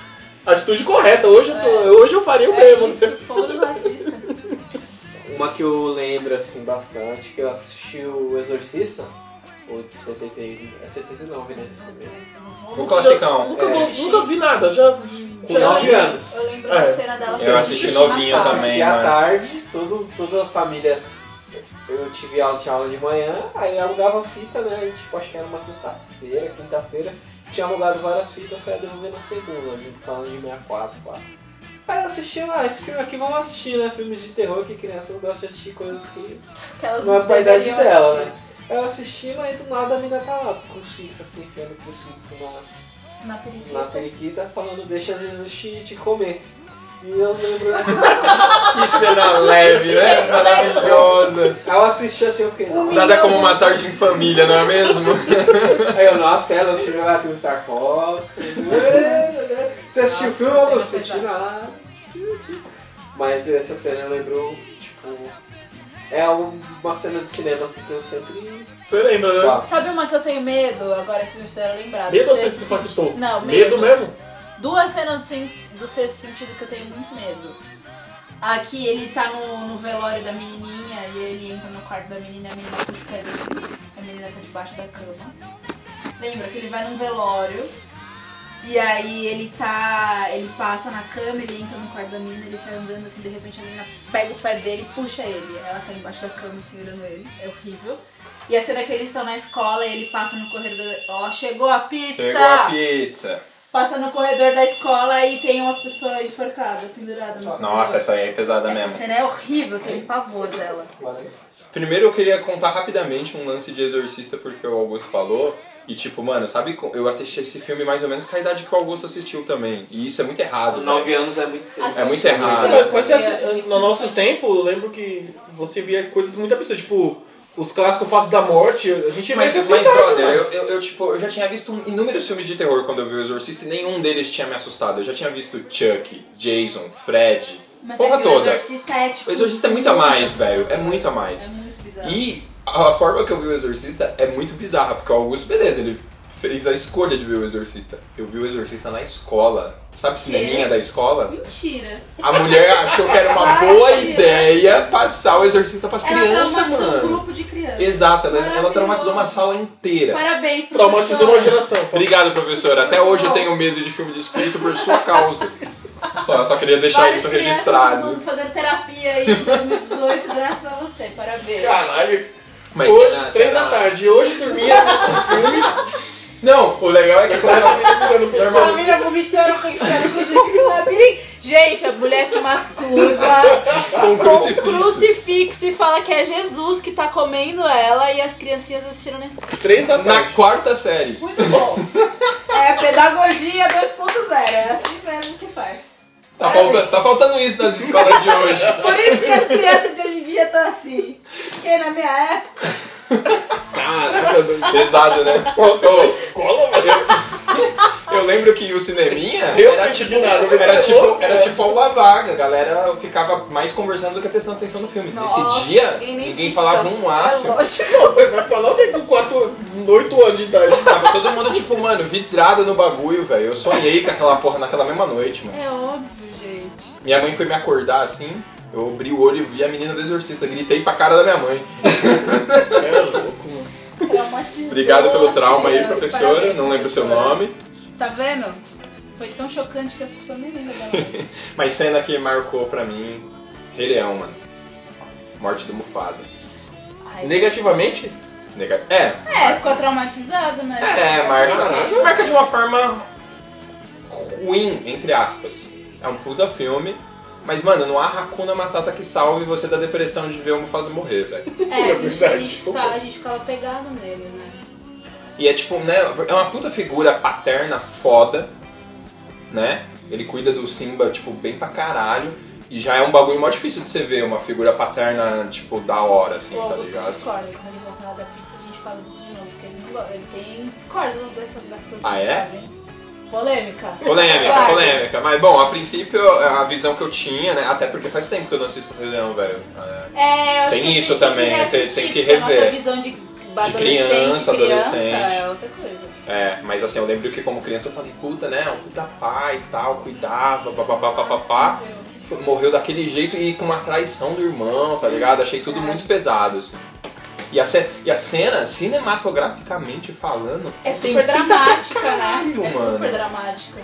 Speaker 3: Atitude correta. Hoje, eu, tô- hoje eu faria o
Speaker 4: É
Speaker 3: mesmo. né?
Speaker 4: isso, foda racista.
Speaker 1: Uma que eu lembro assim bastante, que eu assisti o Exorcista, o de 79, é 79, né? Esse filme.
Speaker 2: O classicão.
Speaker 3: Nunca,
Speaker 1: É.
Speaker 3: nunca, nunca vi nada. Já.
Speaker 1: Com
Speaker 3: já-
Speaker 1: nove
Speaker 4: lembro.
Speaker 1: anos.
Speaker 4: Eu lembro
Speaker 3: É.
Speaker 4: da cena dela.
Speaker 2: Eu
Speaker 4: sendo
Speaker 2: assisti
Speaker 4: xixi na
Speaker 2: novinho
Speaker 4: sala.
Speaker 2: também.
Speaker 1: Assisti à
Speaker 2: mano.
Speaker 1: tarde, todo, toda a família. Eu tive aula de aula de manhã, aí eu alugava fita, né? E, tipo, acho que era uma sexta-feira, quinta-feira. Tinha alugado várias fitas, só ia devolver na segunda, junto com a aula de 64, pá. Aí eu assisti, ah, esse filme aqui vamos assistir, né? Filmes de terror que criança não gosta de assistir coisas que
Speaker 4: Que elas
Speaker 1: não é pra idade
Speaker 4: deveriam
Speaker 1: dela,
Speaker 4: assistir
Speaker 1: né? Eu assisti, mas do nada a mina tá lá, com os filhos assim, enfiando com os filhos na,
Speaker 4: Na
Speaker 1: na
Speaker 4: periquita.
Speaker 1: periquita, falando, deixa Jesus te, te comer. E eu lembro dessa
Speaker 2: Que cena leve, né? Maravilhosa.
Speaker 1: Aí eu assisti assim, eu fiquei, nossa.
Speaker 2: Nada como uma tarde em família, não é mesmo?
Speaker 1: Aí eu, nossa, ela, deixa eu jogar aqui o Star Fox. Você assistiu o
Speaker 4: Nossa, é
Speaker 1: filme? Eu não
Speaker 4: cena
Speaker 1: assisti nada. Mas essa cena lembrou, tipo. É uma cena de cinema assim que eu sempre.
Speaker 3: Você lembra, né?
Speaker 1: Tá.
Speaker 4: Sabe uma que eu tenho medo? Agora se me fizeram lembrar. do
Speaker 3: Medo ou você
Speaker 4: sexto
Speaker 3: se impactou?
Speaker 4: sentido. Não,
Speaker 3: Medo
Speaker 4: medo.
Speaker 3: mesmo?
Speaker 4: Duas cenas do, sen- do sexto sentido que eu tenho muito medo. Aqui ele tá no, no velório da menininha e ele entra no quarto da menina, a menina puxa o pé dele, a menina tá debaixo da cama. Lembra que ele vai num velório e aí ele tá. ele passa na cama, ele entra no quarto da menina, ele tá andando assim, de repente a menina pega o pé dele e puxa ele. Ela tá embaixo da cama segurando ele, é horrível. E a cena que eles estão na escola e ele passa no corredor, ó, chegou a pizza!
Speaker 2: Pegou a pizza.
Speaker 4: passa no corredor da escola e tem umas pessoas enforcadas, penduradas. no
Speaker 2: Nossa,
Speaker 4: corredor.
Speaker 2: essa aí é pesada
Speaker 4: essa
Speaker 2: mesmo.
Speaker 4: cena é horrível, eu tenho pavor dela.
Speaker 1: Valeu.
Speaker 2: Primeiro eu queria contar rapidamente um lance de Exorcista, porque o Augusto falou. E tipo, mano, sabe, co- eu assisti esse filme mais ou menos com a idade que o Augusto assistiu também. E isso é muito errado.
Speaker 1: Nove
Speaker 2: velho.
Speaker 1: anos é muito cedo.
Speaker 4: Assim,
Speaker 2: É muito errado.
Speaker 3: Mas, assim, mas você
Speaker 4: É,
Speaker 3: assi-
Speaker 4: tipo,
Speaker 3: no nosso tempo, eu lembro que você via coisas muito absurdas, tipo, os clássicos Faces da Morte, a gente vê assim,
Speaker 2: Mas,
Speaker 3: essa
Speaker 2: mas
Speaker 3: idade,
Speaker 2: brother,
Speaker 3: mano.
Speaker 2: eu, eu, eu, tipo, eu já tinha visto inúmeros filmes de terror quando eu vi o Exorcista e nenhum deles tinha me assustado. Eu já tinha visto Chuck, Jason, Fred,
Speaker 4: Mas
Speaker 2: porra
Speaker 4: é que
Speaker 2: toda.
Speaker 4: o exorcista é tipo.
Speaker 2: O Exorcista é muito a mais, velho. É muito a mais.
Speaker 4: É muito bizarro.
Speaker 2: E a forma que eu vi o Exorcista é muito bizarra, porque o Augusto, beleza, ele fez a escolha de ver o Exorcista. Eu vi o Exorcista na escola. Sabe
Speaker 4: é?
Speaker 2: cineminha da escola?
Speaker 4: Mentira.
Speaker 2: A mulher achou que era uma boa
Speaker 4: Ai,
Speaker 2: ideia passar o Exorcista pras
Speaker 4: Ela
Speaker 2: crianças,
Speaker 4: traumatizou um
Speaker 2: mano.
Speaker 4: grupo de crianças.
Speaker 2: Exato, ela, ela
Speaker 4: Maravilhoso.
Speaker 2: traumatizou uma sala inteira.
Speaker 4: Parabéns,
Speaker 3: Traumatizou uma
Speaker 4: professora.
Speaker 3: geração.
Speaker 2: Obrigado, professor. Até hoje eu tenho medo de filme de espírito por sua causa. Só, só queria deixar
Speaker 4: Várias
Speaker 2: isso
Speaker 4: crianças no
Speaker 2: registrado.
Speaker 4: mundo Fazendo terapia aí em 2018, graças a você, parabéns.
Speaker 3: Caralho,
Speaker 2: Mas
Speaker 3: hoje,
Speaker 2: será-
Speaker 3: três
Speaker 2: será-
Speaker 3: da tarde, hoje dormia, assistia filme,
Speaker 2: Não, o legal é que começa
Speaker 3: essa menina pegando o pescoço.
Speaker 4: A menina vomitando com enfiando crucifixo na pirinha. Gente, a mulher se masturba
Speaker 2: com um
Speaker 4: com
Speaker 2: crucifixo.
Speaker 4: crucifixo e fala que é Jesus que tá comendo ela e as criancinhas assistiram nesse.
Speaker 3: Três da
Speaker 2: Na
Speaker 3: tarde.
Speaker 2: quarta série.
Speaker 4: Muito bom. É pedagogia 2.0, é assim mesmo que faz.
Speaker 2: Tá, falta, tá faltando isso nas escolas de hoje.
Speaker 4: Por isso que as crianças de hoje em dia estão assim. Porque na minha época.
Speaker 2: Cara, pesado, né? Ô,
Speaker 3: Cola, mano.
Speaker 2: eu lembro que o cineminha
Speaker 3: Eu
Speaker 2: era
Speaker 3: tô
Speaker 2: tipo,
Speaker 3: indignado, mas
Speaker 2: era
Speaker 3: tá
Speaker 2: tipo,
Speaker 3: louco,
Speaker 2: era
Speaker 3: cara.
Speaker 2: tipo aula vaga. A galera ficava mais conversando do que prestando atenção no filme.
Speaker 4: Nossa,
Speaker 2: Nesse dia,
Speaker 4: ninguém nem
Speaker 2: ninguém,
Speaker 4: pisca.
Speaker 2: falava um
Speaker 4: É
Speaker 2: A. filho.
Speaker 4: lógico.
Speaker 3: Vai falar o quê com quatro, oito anos de idade?
Speaker 2: Tava todo mundo, tipo, mano, vidrado no bagulho, velho. Eu sonhei com aquela porra naquela mesma noite, mano.
Speaker 4: É óbvio, gente.
Speaker 2: Minha mãe foi me acordar assim. Eu abri o olho e vi a menina do exorcista. Gritei pra cara da minha mãe.
Speaker 3: Você é louco, mano.
Speaker 4: Traumatizou
Speaker 2: Obrigado pelo
Speaker 4: as
Speaker 2: trauma aí,
Speaker 4: crianças.
Speaker 2: professora.
Speaker 4: Parabéns,
Speaker 2: Não lembro o seu
Speaker 4: professora.
Speaker 2: nome.
Speaker 4: Tá vendo? Foi tão chocante que as pessoas nem lembram dela.
Speaker 2: Mas cena que marcou pra mim, Rei Leão, mano. Morte do Mufasa.
Speaker 4: Ai,
Speaker 3: Negativamente?
Speaker 2: Nega... É,
Speaker 4: É, ficou traumatizado, né?
Speaker 2: é, marca.
Speaker 3: Caralho.
Speaker 2: Marca de uma forma ruim, entre aspas. É um puta filme. Mas, mano, não há Hakuna Matata que salve você da depressão de ver o Mufasa morrer, velho.
Speaker 4: É, a gente, a,
Speaker 3: Verdade,
Speaker 4: gente
Speaker 3: desculpa.
Speaker 4: tá, a gente ficava pegado nele, né?
Speaker 2: E é tipo, né, é uma puta figura paterna foda, né? Ele cuida do Simba, tipo, bem pra caralho. E já é um bagulho mó difícil de você ver uma figura paterna, tipo, da hora, assim,
Speaker 4: o
Speaker 2: tá
Speaker 4: Augusto
Speaker 2: ligado?
Speaker 4: discorda. Quando ele voltar lá da pizza, a gente fala disso de novo. Porque ele, não go- ele tem discorda dessa, das coisas
Speaker 2: Ah,
Speaker 4: que
Speaker 2: é?
Speaker 4: fazem. Polêmica.
Speaker 2: Polêmica,
Speaker 4: Vai.
Speaker 2: polêmica. Mas bom, a princípio a visão que eu tinha, né? Até porque faz tempo que eu não assisto Rei Leão, velho. É.
Speaker 4: É, eu acho
Speaker 2: Tem
Speaker 4: que a gente
Speaker 2: isso
Speaker 4: tem
Speaker 2: também,
Speaker 4: que
Speaker 2: tem-
Speaker 4: reassistir,
Speaker 2: tem que
Speaker 4: porque A nossa
Speaker 2: rever.
Speaker 4: visão de, adolescente,
Speaker 2: criança, adolescente.
Speaker 4: é outra coisa.
Speaker 2: É, mas assim, eu lembro que como criança eu falei, puta, né? Um puta pai e tal, cuidava, papapá, papapá. Foi- Morreu daquele jeito e com uma traição do irmão, tá ligado? Achei tudo muito pesado, assim. E a, ce- e a cena, cinematograficamente falando,
Speaker 4: É
Speaker 2: tem
Speaker 4: super
Speaker 2: fita pra
Speaker 4: dramática,
Speaker 2: caralho,
Speaker 4: né? É
Speaker 2: mano.
Speaker 4: super dramática.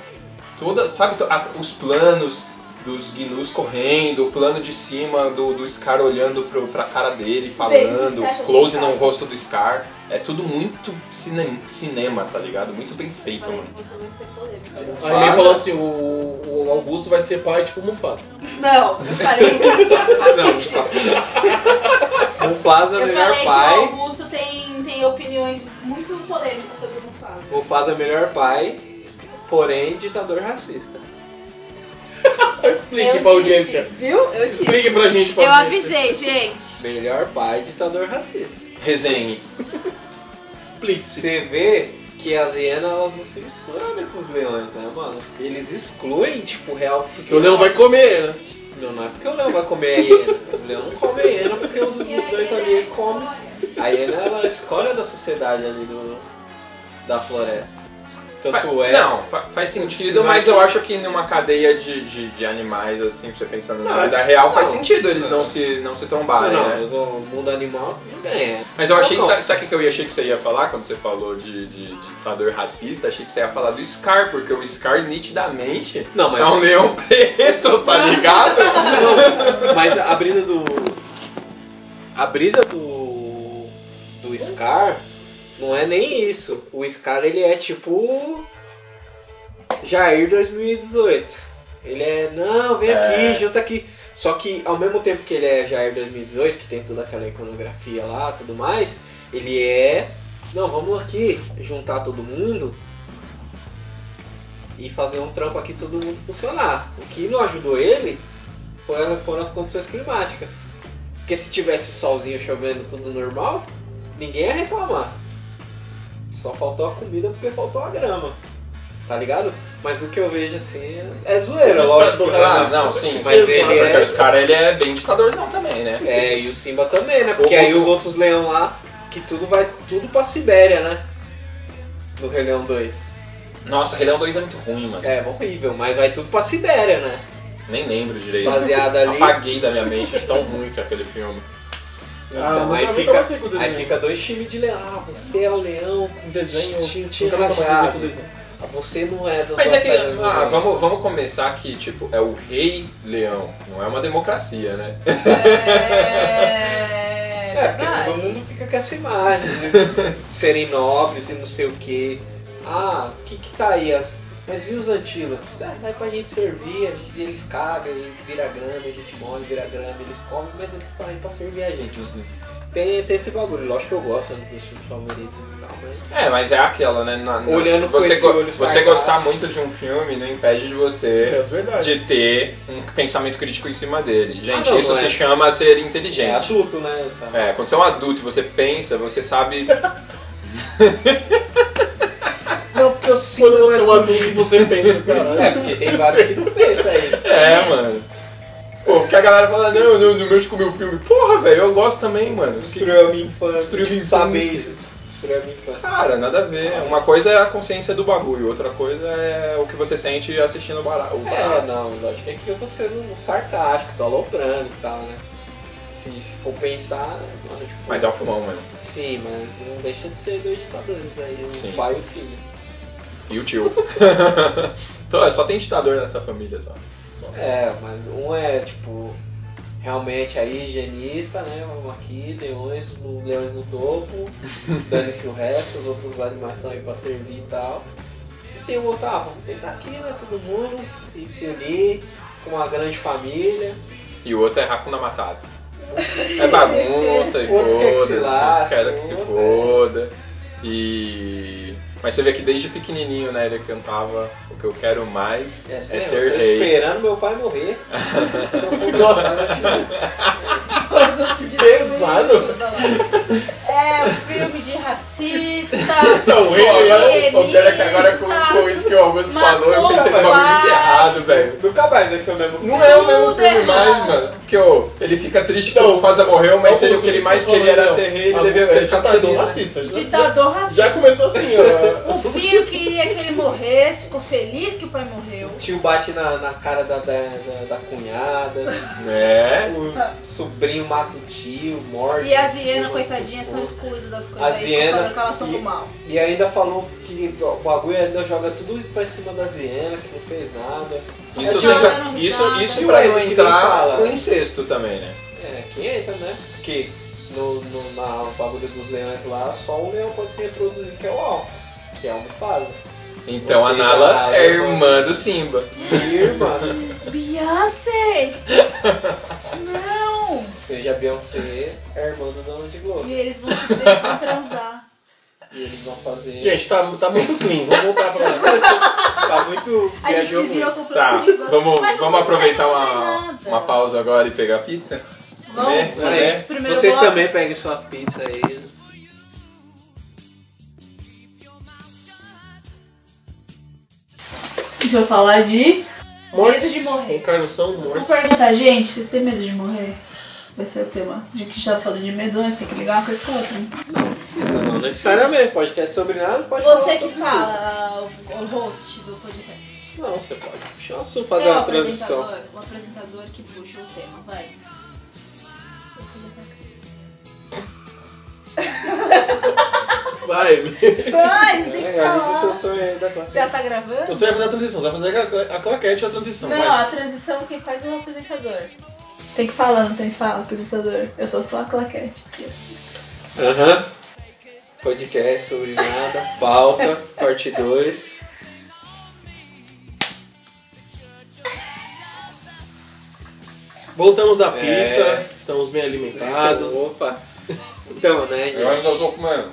Speaker 2: toda, sabe, to- a- os planos dos gnus correndo, o plano de cima do, do Scar olhando pro, pra cara dele,
Speaker 4: Baby, o que você acha
Speaker 2: falando,
Speaker 4: do
Speaker 2: close no
Speaker 4: Scar?
Speaker 2: rosto do Scar. É tudo muito cine- cinema, tá ligado? Muito bem feito,
Speaker 4: Falei
Speaker 2: mano.
Speaker 4: que você vai ser polêmica.
Speaker 3: Aí ele falou assim, o, o Augusto vai ser pai tipo Mufasa.
Speaker 4: Não, eu falei.
Speaker 1: Não, só. Mufasa é o
Speaker 4: Eu
Speaker 1: melhor
Speaker 4: falei que o
Speaker 1: pai.
Speaker 4: Augusto tem, tem opiniões muito polêmicas sobre o Mufasa.
Speaker 1: Mufasa é o melhor pai, porém ditador racista.
Speaker 3: Explique
Speaker 4: Eu
Speaker 3: pra
Speaker 4: disse,
Speaker 3: audiência.
Speaker 4: Viu? Eu disse.
Speaker 3: Explique pra gente, pra
Speaker 4: Eu
Speaker 3: audiência.
Speaker 4: avisei, gente.
Speaker 1: Melhor pai, ditador racista.
Speaker 2: Resenhe.
Speaker 3: Explique-se.
Speaker 1: Você vê que as hienas elas não se misturam né, com os leões, né, mano? Eles excluem, tipo, real
Speaker 3: Que o leão vai comer, né?
Speaker 1: Não, não é porque o leão vai comer a hiena. O leão não come a hiena porque os outros dois
Speaker 4: é
Speaker 1: ali comem. A hiena ela escolhe da sociedade ali do, da floresta. Tanto
Speaker 2: Fa-
Speaker 1: é.
Speaker 2: Não, fa- faz sentido,
Speaker 1: Sinais-
Speaker 2: mas eu acho que numa cadeia de, de, de animais, assim, pra você pensando
Speaker 3: Não,
Speaker 2: na vida real, faz
Speaker 1: não.
Speaker 2: sentido eles não, se, não se trombarem,
Speaker 1: não,
Speaker 2: né?
Speaker 1: no mundo animal tudo bem. é.
Speaker 2: Mas eu achei,
Speaker 1: Não, não.
Speaker 2: sabe, sabe o que eu achei que você ia falar quando você falou de, de, de ditador racista? Achei que você ia falar do Scar, porque o Scar nitidamente
Speaker 1: Não, mas-
Speaker 2: é um leão preto, tá ligado?
Speaker 1: Não, mas a brisa do. A brisa do. Do Scar não é nem isso. O Scar ele é tipo. Jair 2018. Ele é, não, vem aqui, janta aqui. Só que ao mesmo tempo que ele é Jair 2018, que tem toda aquela iconografia lá tudo mais, ele é. Não, vamos aqui juntar todo mundo e fazer um trampo aqui todo mundo funcionar. O que não ajudou ele foi- foram as condições climáticas. Porque se tivesse solzinho chovendo tudo normal, ninguém ia reclamar. Só faltou a comida porque faltou a grama. Tá ligado? Mas o que eu vejo assim é, é zoeira, lógico.
Speaker 2: Ah, não, sim.
Speaker 1: Mas
Speaker 2: Mas
Speaker 1: ele
Speaker 2: porque
Speaker 1: é-
Speaker 2: os caras, ele é bem ditadorzão também, né?
Speaker 1: É, e o Simba também, né? Porque aí os outros leão lá, que tudo vai tudo pra Sibéria, né? No Rei Leão 2.
Speaker 2: Nossa, Rei Leão 2 é muito ruim, mano.
Speaker 1: É, horrível, mas vai tudo pra Sibéria, né?
Speaker 2: Nem lembro direito.
Speaker 1: Baseado ali.
Speaker 2: Apaguei da minha mente de tão ruim que é aquele filme.
Speaker 1: Então
Speaker 3: Ah, mas
Speaker 1: aí
Speaker 3: eu nunca
Speaker 1: fica,
Speaker 3: mais sei com o desenho.
Speaker 1: aí fica dois times de leão. Ah, você é o leão,
Speaker 3: Um desenho.
Speaker 1: Tinha- tinha
Speaker 3: nunca mais
Speaker 1: rajado.
Speaker 3: aconteceu com o desenho.
Speaker 1: ah, você não é do
Speaker 2: Mas é que,
Speaker 1: Tartaruga Ninja.
Speaker 2: ah, vamos, vamos começar que, tipo, é o Rei Leão. Não é uma democracia, né?
Speaker 4: É,
Speaker 1: É, porque
Speaker 4: verdade.
Speaker 1: todo mundo fica com essa imagem, né? De Serem nobres e não sei o quê. Ah, o que que tá aí? As... Mas e os antílopes? Ah, vai pra gente servir, a gente- eles cagam, e vira grama, a gente morre, vira grama, eles comem, mas eles estão aí pra servir a gente. Tem, tem esse bagulho, lógico que eu gosto, é um dos meus filmes favoritos e tal, mas...
Speaker 2: É, mas é aquela, né? Na- na-
Speaker 1: Olhando com
Speaker 2: você
Speaker 1: esse olho
Speaker 2: Você
Speaker 1: sarcástico.
Speaker 2: gostar muito de um filme não impede de
Speaker 3: É
Speaker 2: você
Speaker 3: verdade. É
Speaker 2: de ter um pensamento crítico em cima dele. Gente,
Speaker 1: não,
Speaker 2: isso
Speaker 1: não
Speaker 2: se
Speaker 1: é.
Speaker 2: chama ser
Speaker 1: É
Speaker 2: inteligente.
Speaker 1: adulto, né? sabe?
Speaker 2: É, quando você é um adulto e você pensa, você sabe.
Speaker 1: Não, porque eu
Speaker 3: Quando
Speaker 1: sinto
Speaker 3: você é
Speaker 1: mais
Speaker 3: um adulto que você pensa,
Speaker 1: É,
Speaker 3: caralho.
Speaker 1: porque tem vários que não pensam aí.
Speaker 2: É, mano. Pô, porque a galera fala, não, não, não mexe com o meu filme. Porra, velho, eu gosto também, mano.
Speaker 1: Destruiu a minha infância.
Speaker 2: Destruiu a minha
Speaker 1: Saber
Speaker 2: infância.
Speaker 1: isso, destruiu a minha infância.
Speaker 2: Cara, nada a ver. Uma coisa é a consciência do bagulho, outra coisa é o que você sente assistindo o barato.
Speaker 1: É, não, lógico é que eu tô sendo sarcástico, tô aloprando e tal, né? Se, se for pensar, mano, tipo,
Speaker 2: Mas é o filmão, mano.
Speaker 1: sim, mas não deixa de ser dois ditadores aí, o
Speaker 2: Sim.
Speaker 1: pai e o filho.
Speaker 2: E o tio. então, só tem ditador nessa família, só.
Speaker 1: É, mas um é, tipo, realmente aí higienista, né? Vamos aqui, leões, no- leões no topo, dane-se o resto, os outros animais são aí pra servir e tal. E tem o outro, ah, vamos tentar aqui, né? Todo mundo se, se unir com uma grande família.
Speaker 2: E o outro é Hakuna Matata. É bagunça e
Speaker 1: O outro quer que se
Speaker 2: foda-se.
Speaker 1: lasque,
Speaker 2: Quero
Speaker 1: o
Speaker 2: que se
Speaker 1: outro é.
Speaker 2: foda. E. Mas você vê que desde pequenininho, né, ele cantava O que eu quero mais é,
Speaker 1: eu
Speaker 2: ser
Speaker 1: tô
Speaker 2: rei.
Speaker 1: esperando meu pai morrer.
Speaker 3: Nossa,
Speaker 4: Orgulho de
Speaker 3: Pesado.
Speaker 4: ser bonito. É um filme de racista.
Speaker 2: Então, ele,
Speaker 4: higienista,
Speaker 2: o pior é que agora com, com isso que o Augusto falou, eu
Speaker 4: matou
Speaker 2: pensei no
Speaker 4: o
Speaker 2: bagulho muito
Speaker 4: pai.
Speaker 2: errado, velho.
Speaker 1: Nunca mais vai ser o mesmo
Speaker 2: Não é o mesmo
Speaker 4: Tudo
Speaker 2: filme
Speaker 4: errado.
Speaker 2: mais, mano. Porque ô, ele fica triste que o Mufasa morreu, mas se ele, o que ele mais queria era ser rei, ele devia
Speaker 1: é
Speaker 2: ter ficado feliz. né?
Speaker 3: ditador né? Tá, racista. Já,
Speaker 4: Ditador racista.
Speaker 3: já começou assim, ó.
Speaker 4: O filho queria que ele morresse, ficou feliz que o pai morreu.
Speaker 1: O tio bate na, na cara da, da, da- da cunhada,
Speaker 2: É.
Speaker 1: o sobrinho mata o tio, morre.
Speaker 4: E as hienas, coitadinhas, são excluídas das coisas
Speaker 1: As
Speaker 4: aí,
Speaker 1: hienas
Speaker 4: falando que elas são
Speaker 1: e-
Speaker 4: do mal.
Speaker 1: E ainda falou que o bagulho ainda joga tudo pra cima da Ziena, que não fez nada.
Speaker 2: Isso,
Speaker 4: Eu
Speaker 2: sem,
Speaker 4: tô dando
Speaker 2: isso,
Speaker 4: risada.
Speaker 2: isso
Speaker 1: E o
Speaker 2: pra
Speaker 1: Ed
Speaker 2: não
Speaker 1: que nem
Speaker 2: entrar
Speaker 1: fala?
Speaker 2: no incesto também, né?
Speaker 1: É, que entra, né? Porque no, no, na o bagulho dos leões lá, só um leão pode se reproduzir, que é o alfa, que é o Mufasa.
Speaker 2: Então a
Speaker 1: Você
Speaker 2: Nala
Speaker 1: já
Speaker 2: é
Speaker 1: era,
Speaker 2: irmã do Simba.
Speaker 1: E irmã,
Speaker 4: Beyoncé! Não!
Speaker 1: ou seja, a Beyoncé é irmã do Donald Globo.
Speaker 4: E eles vão se ver, vão transar.
Speaker 1: E eles vão fazer...
Speaker 3: Gente, tá, tá muito clean. Vamos voltar pra lá.
Speaker 1: tá muito...
Speaker 4: A gente
Speaker 1: viajou muito.
Speaker 4: desviou
Speaker 2: Tá,
Speaker 4: completamente. do-
Speaker 2: vamos,
Speaker 4: assim, Mas não
Speaker 2: vamos
Speaker 4: vou fazer
Speaker 2: aproveitar uma,
Speaker 4: nada.
Speaker 2: uma pausa agora e pegar pizza?
Speaker 4: Vamos,
Speaker 2: né?
Speaker 1: É.
Speaker 4: primeiro
Speaker 1: Vocês
Speaker 4: bloco.
Speaker 1: também peguem sua pizza aí.
Speaker 4: A gente vai falar de medo de morrer.
Speaker 3: Encarnação,
Speaker 4: Vamos
Speaker 3: mortes.
Speaker 4: perguntar, gente, vocês têm medo de morrer? Vai ser o tema. Já que a gente tá falando de medo, antes tem que ligar uma coisa com a outra. né?
Speaker 1: Precisa não necessariamente, podcast sobre nada, pode
Speaker 4: Você
Speaker 1: falar
Speaker 4: que
Speaker 1: sobre
Speaker 4: fala, ah, o- o host do podcast.
Speaker 1: tudo. Não, você pode puxar o assunto,
Speaker 4: Você
Speaker 1: fazer
Speaker 4: é o
Speaker 1: uma transição.
Speaker 4: apresentador, o apresentador que puxa o tema, vai. Eu fui atacar. então, tá
Speaker 3: Vai,
Speaker 4: Vai, tem que
Speaker 1: É, realize seu
Speaker 4: falar.
Speaker 1: sonho aí da classe.
Speaker 4: Já tá gravando?
Speaker 3: Você vai fazer a transição, você vai fazer a, a, a claquete e a transição.
Speaker 4: Não,
Speaker 3: vai.
Speaker 4: a transição quem faz é o apresentador. Tem que falar, não tem que falar, apresentador. Eu sou só a claquete aqui, assim.
Speaker 1: Aham. Podcast sobre nada, pauta, parte 2.
Speaker 3: Voltamos da
Speaker 1: É.
Speaker 3: pizza, estamos bem alimentados. É.
Speaker 1: Opa. Então, né,
Speaker 2: Eu
Speaker 1: gente?
Speaker 2: ainda tô comendo.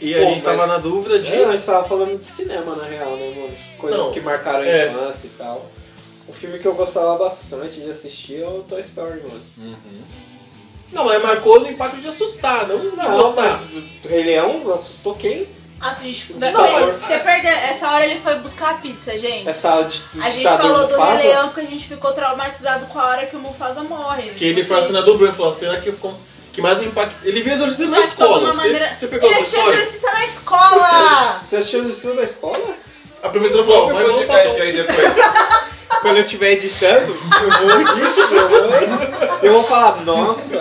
Speaker 3: E a
Speaker 1: Bom,
Speaker 3: gente tava
Speaker 1: mas-
Speaker 3: na dúvida de.
Speaker 1: É, nós tava falando de cinema, na real, né, mano? Coisas
Speaker 3: Não,
Speaker 1: que marcaram a
Speaker 3: é.
Speaker 1: infância e tal. O filme que eu gostava bastante de assistir é o Toy Story, mano.
Speaker 3: Não, mas marcou no impacto de assustar, não de
Speaker 1: Não,
Speaker 3: gostar.
Speaker 1: mas ele é um, assustou quem?
Speaker 4: Nossa, gente,
Speaker 1: Não,
Speaker 4: depois-
Speaker 1: mas-
Speaker 4: você perdeu. Essa hora ele foi buscar a pizza, gente.
Speaker 1: Essa aula de,
Speaker 4: A gente
Speaker 1: ditador
Speaker 4: falou do
Speaker 1: Mufasa?
Speaker 4: Rei Leão porque a gente ficou traumatizado com a hora que o Mufasa morre.
Speaker 3: Que ele foi a cena do Bruno e falou: será que ficou. Que mais um impacto. Ele viu exorcismo na
Speaker 4: Mas de
Speaker 3: escola.
Speaker 4: alguma
Speaker 3: Você,
Speaker 4: maneira.
Speaker 3: você pegou
Speaker 4: ele
Speaker 3: essa
Speaker 4: assistiu
Speaker 3: história?
Speaker 4: exorcista na escola!
Speaker 1: Você assistiu o Justiça na escola?
Speaker 3: A professora falou:
Speaker 2: Ouve
Speaker 3: vai
Speaker 2: o
Speaker 3: vamos
Speaker 2: um podcast
Speaker 3: passar.
Speaker 1: um
Speaker 2: aí depois.
Speaker 1: Quando eu estiver editando, eu vou aqui, eu vou, eu vou falar, nossa,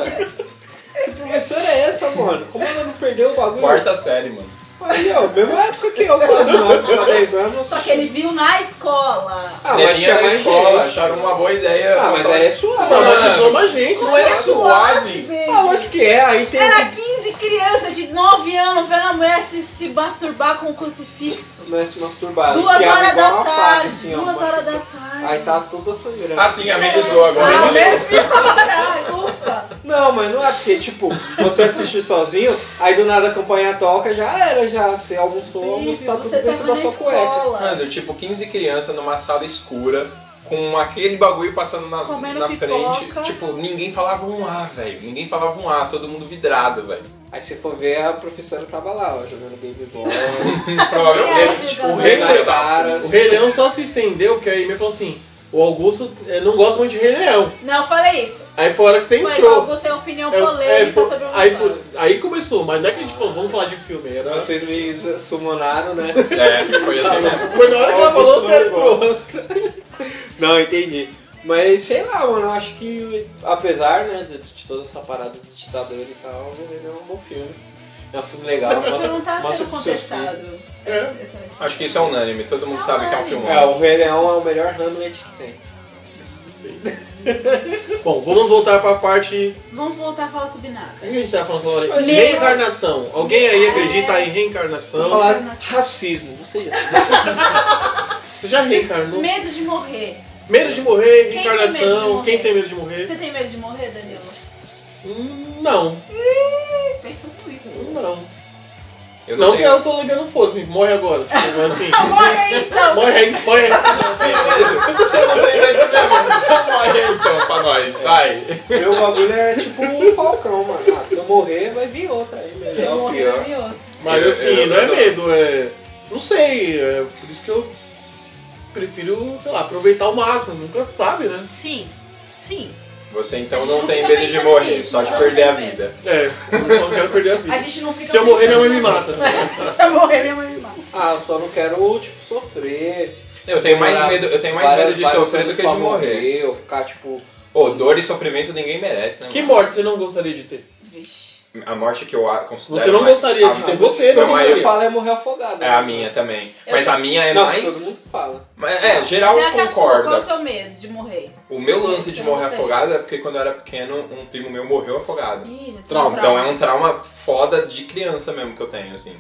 Speaker 1: que professora é essa, mano? Como ela não perdeu o bagulho?
Speaker 2: Quarta série, mano.
Speaker 1: Aí, ó, mesma época que eu, quase 9 pra 10 anos.
Speaker 4: Só que ele viu na escola.
Speaker 1: Ah, mas
Speaker 2: Cineminha
Speaker 1: tinha
Speaker 2: da
Speaker 1: mais
Speaker 2: escola,
Speaker 1: gente.
Speaker 2: acharam uma boa ideia.
Speaker 1: Ah, mas
Speaker 2: passar-
Speaker 1: aí é suave.
Speaker 2: Não,
Speaker 1: né?
Speaker 3: Traumatizou mais gente.
Speaker 2: Não é suave.
Speaker 4: baby.
Speaker 1: Ah, lógico que é, aí tem...
Speaker 4: Era 15 crianças de 9 anos vendo a mulher se, se masturbar com um crucifixo.
Speaker 1: Não é se masturbar.
Speaker 4: Duas
Speaker 1: enfiava
Speaker 4: horas
Speaker 1: igual
Speaker 4: da
Speaker 1: uma
Speaker 4: tarde.
Speaker 1: faca, assim, ó,
Speaker 4: duas horas da
Speaker 1: machucou. Aí
Speaker 4: tarde.
Speaker 1: tá toda sangrando.
Speaker 2: Ah, sim, amenizou agora.
Speaker 4: Ah,
Speaker 2: amenizou.
Speaker 4: mesmo hora. Ufa.
Speaker 1: Não, mas não é porque, tipo, você assistiu sozinho, aí do nada a campanha toca, já era, já. Você almoçou, almoço tá tudo
Speaker 4: Você
Speaker 1: dentro da
Speaker 4: tava
Speaker 1: sua
Speaker 4: na
Speaker 1: cueca.
Speaker 4: escola.
Speaker 2: Mano, tipo, 15 crianças numa sala escura, com aquele bagulho passando na,
Speaker 4: Comendo
Speaker 2: na
Speaker 4: pipoca.
Speaker 2: frente. Tipo, ninguém falava um A, velho. Ninguém falava um A, todo mundo vidrado, velho.
Speaker 1: Aí você for ver, a professora tava lá, ó, jogando Game Boy.
Speaker 2: Provavelmente. tipo,
Speaker 4: O
Speaker 3: rei
Speaker 1: na
Speaker 2: Leão.
Speaker 1: cara.
Speaker 3: O Rei Leão só se estendeu, que aí me falou assim: o Augusto eh, não gosta muito de Rei Leão.
Speaker 4: Não, eu falei isso.
Speaker 3: Aí foi a hora que você
Speaker 4: Mas o
Speaker 3: entrou.
Speaker 4: Augusto tem uma opinião
Speaker 3: É, é,
Speaker 4: polêmica
Speaker 3: pô,
Speaker 4: sobre o
Speaker 3: aí,
Speaker 4: Mufasa.
Speaker 3: pô, aí começou, mas não é que a gente falou, vamos falar de filme. Era... assim.
Speaker 1: Vocês me sumonaram, né?
Speaker 2: É, foi assim mesmo.
Speaker 3: Foi na hora que ela falou,
Speaker 1: Augusto não
Speaker 2: é
Speaker 3: você entrou.
Speaker 1: gosta. Não, entendi. Mas sei lá, mano, eu acho que apesar, né, de, de toda essa parada de ditador e tal, ele é um bom filme. É um filme legal.
Speaker 4: Isso
Speaker 1: mostra-
Speaker 4: não tá
Speaker 1: mostra
Speaker 4: sendo
Speaker 1: pros seus
Speaker 4: contestado.
Speaker 3: É.
Speaker 4: Essa- essa- essa-
Speaker 2: Acho que isso é unânime, todo mundo sabe que é um filme.
Speaker 1: filhos. É, o Rei Leão é o melhor Hamlet que tem.
Speaker 3: Bom, vamos voltar pra parte.
Speaker 4: Vamos voltar a falar sobre nada.
Speaker 3: O que a gente tava falando agora?
Speaker 1: Mas-
Speaker 3: Reencarnação. Alguém aí acredita em reencarnação?
Speaker 1: Vou falar
Speaker 4: Reencarnação.
Speaker 1: racismo, você já.
Speaker 3: Você já reencarnou?
Speaker 4: Medo de morrer.
Speaker 3: Medo de morrer,
Speaker 4: Quem tem medo de
Speaker 3: reencarnação.
Speaker 4: morrer?
Speaker 3: Quem tem medo de morrer?
Speaker 4: Você tem medo de morrer, Danilo?
Speaker 3: Hum, Não,
Speaker 4: Pensa comigo.
Speaker 3: não.
Speaker 2: Eu não,
Speaker 3: Não que
Speaker 2: tenho.
Speaker 3: eu tô ligando fosse, morre agora. Tipo assim.
Speaker 4: Morre aí, então!
Speaker 3: Morre aí, morre aí.
Speaker 2: Você não tem medo mesmo. Morre então pra nós, vai.
Speaker 1: Meu bagulho é tipo um falcão, mano. Ah, se eu morrer, vai vir outra aí
Speaker 4: Se
Speaker 1: mesmo.
Speaker 2: é o
Speaker 4: morrer,
Speaker 2: pior.
Speaker 4: vai vir outro.
Speaker 3: Mas
Speaker 2: Eu-
Speaker 3: assim,
Speaker 2: eu-
Speaker 3: não é
Speaker 2: eu-
Speaker 3: medo, é. Não sei, é por isso que eu prefiro, sei lá, aproveitar o máximo, nunca sabe, né?
Speaker 4: Sim, sim.
Speaker 2: Você
Speaker 4: A
Speaker 2: então
Speaker 4: gente
Speaker 2: não
Speaker 4: não
Speaker 2: tem
Speaker 4: fica
Speaker 2: medo de
Speaker 4: pensando
Speaker 2: morrer,
Speaker 4: nisso,
Speaker 2: só de
Speaker 4: não.
Speaker 2: perder a vida.
Speaker 3: É, eu só não quero perder a vida.
Speaker 4: A gente não fica.
Speaker 3: Se eu morrer, minha
Speaker 4: pensando-
Speaker 3: mãe me mata.
Speaker 4: Se eu morrer, minha mãe me mata.
Speaker 1: Ah, eu só não quero, tipo, sofrer.
Speaker 2: Eu tenho mais medo, eu tenho mais medo de
Speaker 1: Vários-
Speaker 2: sofrer do
Speaker 1: vários
Speaker 2: que de
Speaker 1: pra
Speaker 2: morrer.
Speaker 1: Ou ficar, tipo.
Speaker 2: Ô, dor e sofrimento ninguém merece, né?
Speaker 3: Que
Speaker 2: mano?
Speaker 3: morte você não gostaria de ter?
Speaker 4: Vixe.
Speaker 2: A morte que eu a- considero.
Speaker 3: Você não
Speaker 2: mais-
Speaker 3: gostaria
Speaker 2: a-
Speaker 3: de ter, você
Speaker 2: foi
Speaker 3: não
Speaker 2: mais-
Speaker 1: Eu
Speaker 3: gostaria.
Speaker 1: falo é morrer afogado.
Speaker 2: É a minha também.
Speaker 4: Eu-
Speaker 2: Mas a minha é
Speaker 1: Não, todo
Speaker 2: mais.
Speaker 1: mundo fala.
Speaker 2: mas- É, geral
Speaker 4: Mas é que a sua, é Qual é o
Speaker 2: concorda.
Speaker 4: seu medo de morrer?
Speaker 2: O meu lance de
Speaker 4: Você
Speaker 2: morrer
Speaker 4: não tem?
Speaker 2: afogado é porque quando eu era pequeno, um primo meu morreu afogado.
Speaker 4: Ih, já tem
Speaker 3: Trauma.
Speaker 4: um
Speaker 2: Então é um trauma foda de criança mesmo que eu tenho, assim.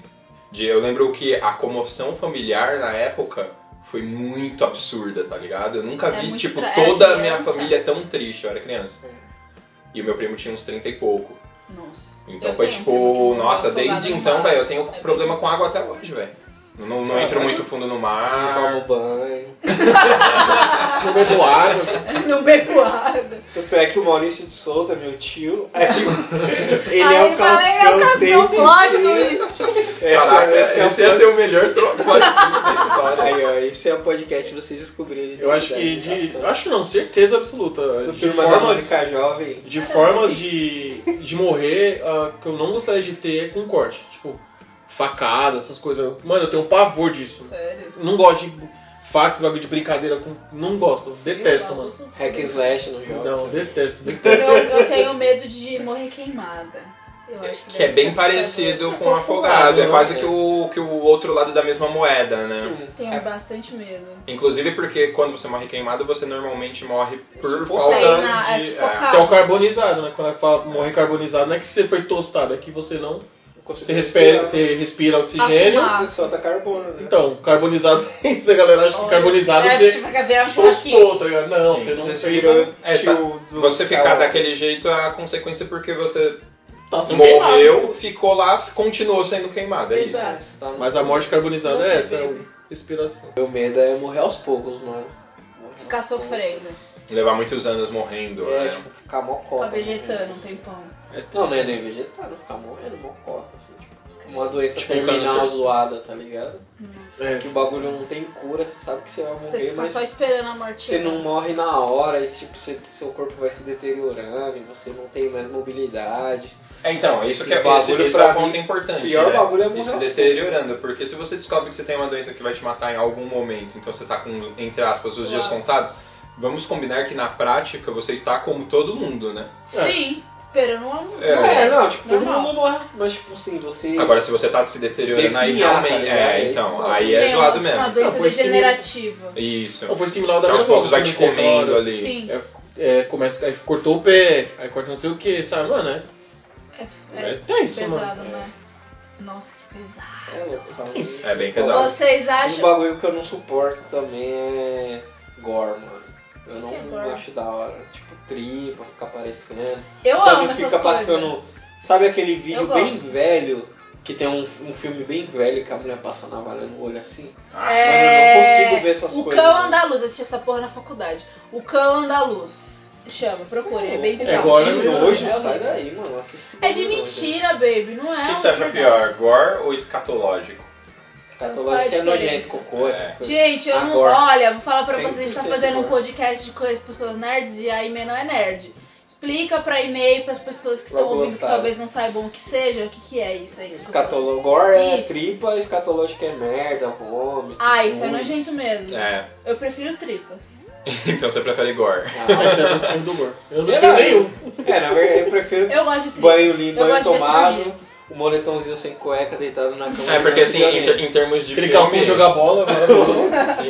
Speaker 2: De, eu lembro que a comoção familiar na época foi muito absurda, tá ligado? Eu nunca
Speaker 4: É
Speaker 2: vi,
Speaker 4: muito
Speaker 2: tipo,
Speaker 4: tra- é
Speaker 2: toda a minha
Speaker 4: criança.
Speaker 2: família é tão triste, eu era criança. E o meu primo tinha uns 30 e pouco.
Speaker 4: Nossa.
Speaker 2: Então
Speaker 4: Eu
Speaker 2: foi
Speaker 4: tenho um primo que
Speaker 2: tipo,
Speaker 4: morreu
Speaker 2: nossa,
Speaker 4: afogado
Speaker 2: desde
Speaker 4: no
Speaker 2: então,
Speaker 4: mar.
Speaker 2: velho, eu tenho
Speaker 4: É
Speaker 2: problema
Speaker 4: bem
Speaker 2: com água até hoje, velho. Não, não
Speaker 1: Ah,
Speaker 2: entro
Speaker 1: é?
Speaker 2: muito fundo no
Speaker 1: Eu tomo
Speaker 2: mar.
Speaker 1: banho.
Speaker 3: Não bebo água.
Speaker 4: isso. Não bebo água.
Speaker 1: Tanto é que o Maurício de Souza, meu tio, aí o- ele
Speaker 4: Aí
Speaker 1: é o
Speaker 4: fala, ele é
Speaker 1: Cascão.
Speaker 4: o Cascão,
Speaker 1: tem
Speaker 4: plot
Speaker 1: piscina.
Speaker 4: twist.
Speaker 2: Caraca,
Speaker 1: Esse é-
Speaker 2: esse ia
Speaker 1: esse
Speaker 2: ser o melhor troço da
Speaker 1: é o
Speaker 2: história.
Speaker 1: Aí, ó, esse é o podcast pra vocês descobrirem. é
Speaker 3: Eu acho que de. Acho não, certeza absoluta.
Speaker 1: No
Speaker 3: De
Speaker 1: Turma da
Speaker 3: formas,
Speaker 1: Mônica Jovem.
Speaker 3: de, formas de, de morrer ah, que eu não gostaria de ter é com corte. Tipo, facada, essas coisas. Mano, eu tenho um pavor disso.
Speaker 4: Sério.
Speaker 3: Não gosto de fax, bagulho de brincadeira com. Não gosto, detesto, mano.
Speaker 1: Hack and slash no
Speaker 4: Então,
Speaker 1: jogo.
Speaker 3: Não, Então, detesto,
Speaker 4: Eu,
Speaker 3: detesto.
Speaker 4: eu tenho medo de morrer queimada. Eu acho que
Speaker 2: Que é
Speaker 4: deve
Speaker 2: bem
Speaker 4: ser
Speaker 2: parecido
Speaker 4: assustador.
Speaker 2: com afogado. É
Speaker 3: né?
Speaker 2: quase que o, que o outro lado da mesma moeda, né?
Speaker 1: Sim.
Speaker 4: Tenho bastante medo.
Speaker 2: Inclusive porque quando você morre queimado, você normalmente morre por
Speaker 1: Sufocado.
Speaker 2: falta
Speaker 4: Sei, na- é
Speaker 2: de...
Speaker 3: Então,
Speaker 4: sufocado.
Speaker 3: Que é o carbonizado, né? Quando fala morrer carbonizado, não é que você foi tostado, é que você não
Speaker 1: conseguir
Speaker 3: Você respira,
Speaker 1: respirar.
Speaker 3: você
Speaker 4: Tá
Speaker 3: respira oxigênio.
Speaker 4: Afumar.
Speaker 1: E solta Ah, carbono, né?
Speaker 3: Então, carbonizado, isso a galera acha que carbonizado
Speaker 4: é,
Speaker 3: você
Speaker 4: vai virar um
Speaker 3: tostou, tá
Speaker 4: churrasquinho.
Speaker 3: ligado? Não,
Speaker 2: Sim,
Speaker 3: você não
Speaker 1: Você
Speaker 3: fez
Speaker 1: virou
Speaker 3: nada.
Speaker 2: É,
Speaker 1: tio
Speaker 2: tá-
Speaker 1: dos-
Speaker 2: Você
Speaker 1: dos
Speaker 2: ficar
Speaker 1: caras.
Speaker 2: daquele jeito é a consequência porque você
Speaker 3: Tá, você não fez nada.
Speaker 2: morreu, ficou lá, continuou sendo queimado. É isso.
Speaker 4: Exato.
Speaker 1: Você tá no-
Speaker 3: Mas a morte carbonizada
Speaker 4: Você
Speaker 3: é essa,
Speaker 4: vive.
Speaker 3: é a respiração.
Speaker 1: Meu medo é morrer aos poucos, mano.
Speaker 4: Ficar sofrendo.
Speaker 2: Levar muitos anos morrendo.
Speaker 1: É,
Speaker 2: né?
Speaker 1: tipo, ficar mocota.
Speaker 4: Ficar vegetando um
Speaker 2: Tá
Speaker 4: tempão.
Speaker 1: Não, não é nem vegetando, ficar morrendo mocota, assim. Tipo, uma doença
Speaker 2: Tipo um
Speaker 1: terminal
Speaker 2: câncer.
Speaker 1: zoada, tá ligado?
Speaker 3: É.
Speaker 1: Que o bagulho não tem cura, você sabe que você vai
Speaker 4: Hum. Você
Speaker 1: morrer,
Speaker 4: fica
Speaker 1: mas
Speaker 4: só esperando a morte.
Speaker 1: você não
Speaker 4: chegar.
Speaker 1: morre na hora, e, tipo, você- seu corpo vai se deteriorando, e você não tem mais mobilidade.
Speaker 2: É, então, isso
Speaker 1: Esse
Speaker 2: que é, esse,
Speaker 1: bagulho
Speaker 2: esse
Speaker 1: pra
Speaker 2: é o
Speaker 1: mim,
Speaker 2: ponto importante.
Speaker 1: pior
Speaker 2: né?
Speaker 1: bagulho é morrer
Speaker 2: E se
Speaker 1: aos
Speaker 2: deteriorando, porque se você descobre que você tem uma doença que vai te matar em algum momento, então você tá com, entre aspas, os dias
Speaker 4: Suave.
Speaker 2: contados, vamos combinar que na prática você está como todo mundo, né?
Speaker 4: Sim, esperando uma.
Speaker 2: É.
Speaker 1: É, não, tipo, todo
Speaker 4: Normal.
Speaker 1: mundo morre, mas tipo assim, você.
Speaker 2: Agora, se você tá se deteriorando aí
Speaker 1: Definhar, tá
Speaker 2: realmente.
Speaker 1: ligado?
Speaker 2: é,
Speaker 1: É isso,
Speaker 2: então,
Speaker 1: mano.
Speaker 2: aí é
Speaker 4: Tem
Speaker 2: zoado
Speaker 4: uma- Uma
Speaker 2: mesmo.
Speaker 4: doença
Speaker 3: Não, foi esse-
Speaker 4: degenerativa.
Speaker 2: Isso.
Speaker 3: Ou Então, foi similar da
Speaker 2: Aos
Speaker 3: minha
Speaker 2: poucos
Speaker 3: avó,
Speaker 2: vai
Speaker 3: que
Speaker 2: te
Speaker 3: me contaram.
Speaker 2: comendo ali.
Speaker 4: Sim.
Speaker 3: É, é, começa, aí cortou o pé, aí corta não sei o que, sabe, mano? É,
Speaker 4: É,
Speaker 3: É
Speaker 4: é
Speaker 3: tenso,
Speaker 4: pesado,
Speaker 3: mano.
Speaker 4: né? Nossa, que pesado.
Speaker 1: É louco, fala isso.
Speaker 2: É bem pesado.
Speaker 4: Vocês
Speaker 1: Um
Speaker 4: acham.
Speaker 1: bagulho que eu não suporto também é gore, mano. Eu não,
Speaker 4: que é
Speaker 1: não
Speaker 4: gore?
Speaker 1: acho da hora. Tipo, tripa, ficar aparecendo.
Speaker 4: Eu amo
Speaker 1: Quando
Speaker 4: essas
Speaker 1: fica
Speaker 4: coisas.
Speaker 1: passando. Sabe aquele vídeo
Speaker 4: Eu
Speaker 1: bem
Speaker 4: gosto.
Speaker 1: velho? Que tem um, um filme bem velho que a mulher passa na navalha no olho assim?
Speaker 2: Ah,
Speaker 1: mano, eu não consigo ver essas
Speaker 4: É, o
Speaker 1: coisas,
Speaker 4: Cão
Speaker 1: né?
Speaker 4: Andaluz, assisti essa porra na faculdade. O Cão Andaluz. Chama, procure, é
Speaker 1: É
Speaker 4: bem bizarro.
Speaker 3: gore,
Speaker 4: Juro,
Speaker 3: né?
Speaker 4: é
Speaker 1: Hoje
Speaker 4: horrível.
Speaker 1: sai daí, mano. Assiste esse
Speaker 4: É de
Speaker 1: bagulho,
Speaker 4: mentira, baby, não é?
Speaker 2: O que, que você acha pior, gore ou escatológico?
Speaker 1: não. Escatológico
Speaker 4: Qual
Speaker 1: é
Speaker 4: a
Speaker 1: nojento,
Speaker 4: diferença?
Speaker 1: cocô, essas coisas.
Speaker 4: É. Gente, eu não.
Speaker 1: Agora.
Speaker 4: Olha, vou falar pra vocês, a gente tá
Speaker 1: 100%
Speaker 4: fazendo um
Speaker 1: agora.
Speaker 4: podcast de coisas para pessoas nerds e a e não é nerd. Explica pra e-mail pras pessoas que
Speaker 1: Vai
Speaker 4: estão ouvindo que
Speaker 1: gostar.
Speaker 4: talvez não saibam o que seja, o que, que é isso aí.
Speaker 1: Escatolo- Gore é
Speaker 4: Isso.
Speaker 1: tripa, escatológico é merda, vômito.
Speaker 4: Ah, isso é
Speaker 1: pus.
Speaker 4: nojento mesmo.
Speaker 2: É.
Speaker 4: Eu prefiro tripas.
Speaker 2: Então você prefere gore.
Speaker 1: Ah,
Speaker 3: Esse é o time do gordo. Eu não
Speaker 1: sei
Speaker 3: tenho
Speaker 1: lá, eu-
Speaker 3: nenhum.
Speaker 1: É, na verdade, eu prefiro
Speaker 4: Eu gosto de tripas.
Speaker 1: banho limpo,
Speaker 4: eu
Speaker 1: banho
Speaker 4: gosto de
Speaker 1: tomado,
Speaker 4: vespertino.
Speaker 1: o moletomzinho sem cueca deitado na cama.
Speaker 2: É, porque assim, em, ter- em termos de
Speaker 3: Aquele
Speaker 2: filme...
Speaker 3: calcinho de jogar bola, maravilhoso.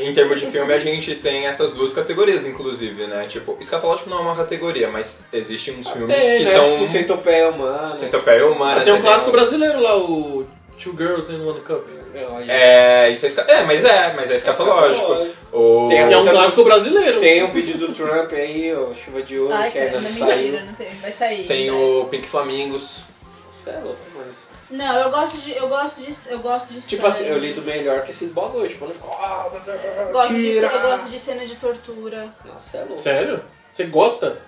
Speaker 2: Em termos de filme, a gente tem essas duas categorias, inclusive, né? Tipo, escatológico não é uma categoria, mas existem uns filmes
Speaker 1: Tem,
Speaker 2: que
Speaker 1: né?
Speaker 2: são
Speaker 1: Tipo, centopeia humana.
Speaker 2: centopeia humana.
Speaker 3: Tem um
Speaker 2: você
Speaker 3: clássico brasileiro lá, o Two Girls in One Cup.
Speaker 1: tipo,
Speaker 2: É, isso é, esca- é, mas é, mas é escatológico. Ou...
Speaker 1: Tem
Speaker 3: Que é um
Speaker 1: Então,
Speaker 3: clássico brasileiro.
Speaker 1: Tem o um vídeo do Trump aí, ó, chuva de ouro,
Speaker 4: Ai,
Speaker 1: que ainda
Speaker 4: cara,
Speaker 1: não
Speaker 4: não é
Speaker 1: saiu.
Speaker 4: mentira, não tem. Vai sair.
Speaker 2: Tem
Speaker 4: né?
Speaker 2: o Pink Flamingos.
Speaker 1: Isso é louco, mas...
Speaker 4: Não, eu gosto de. Eu gosto de. Eu gosto de
Speaker 1: Tipo assim,
Speaker 4: sangue.
Speaker 1: eu lido melhor que esses bagulhos. Tipo, eu não fico... "Ah, meu Deus,
Speaker 4: Gosto de,
Speaker 1: tira!"
Speaker 4: eu gosto de cena de tortura.
Speaker 1: Nossa, é louco.
Speaker 3: Sério? Você gosta?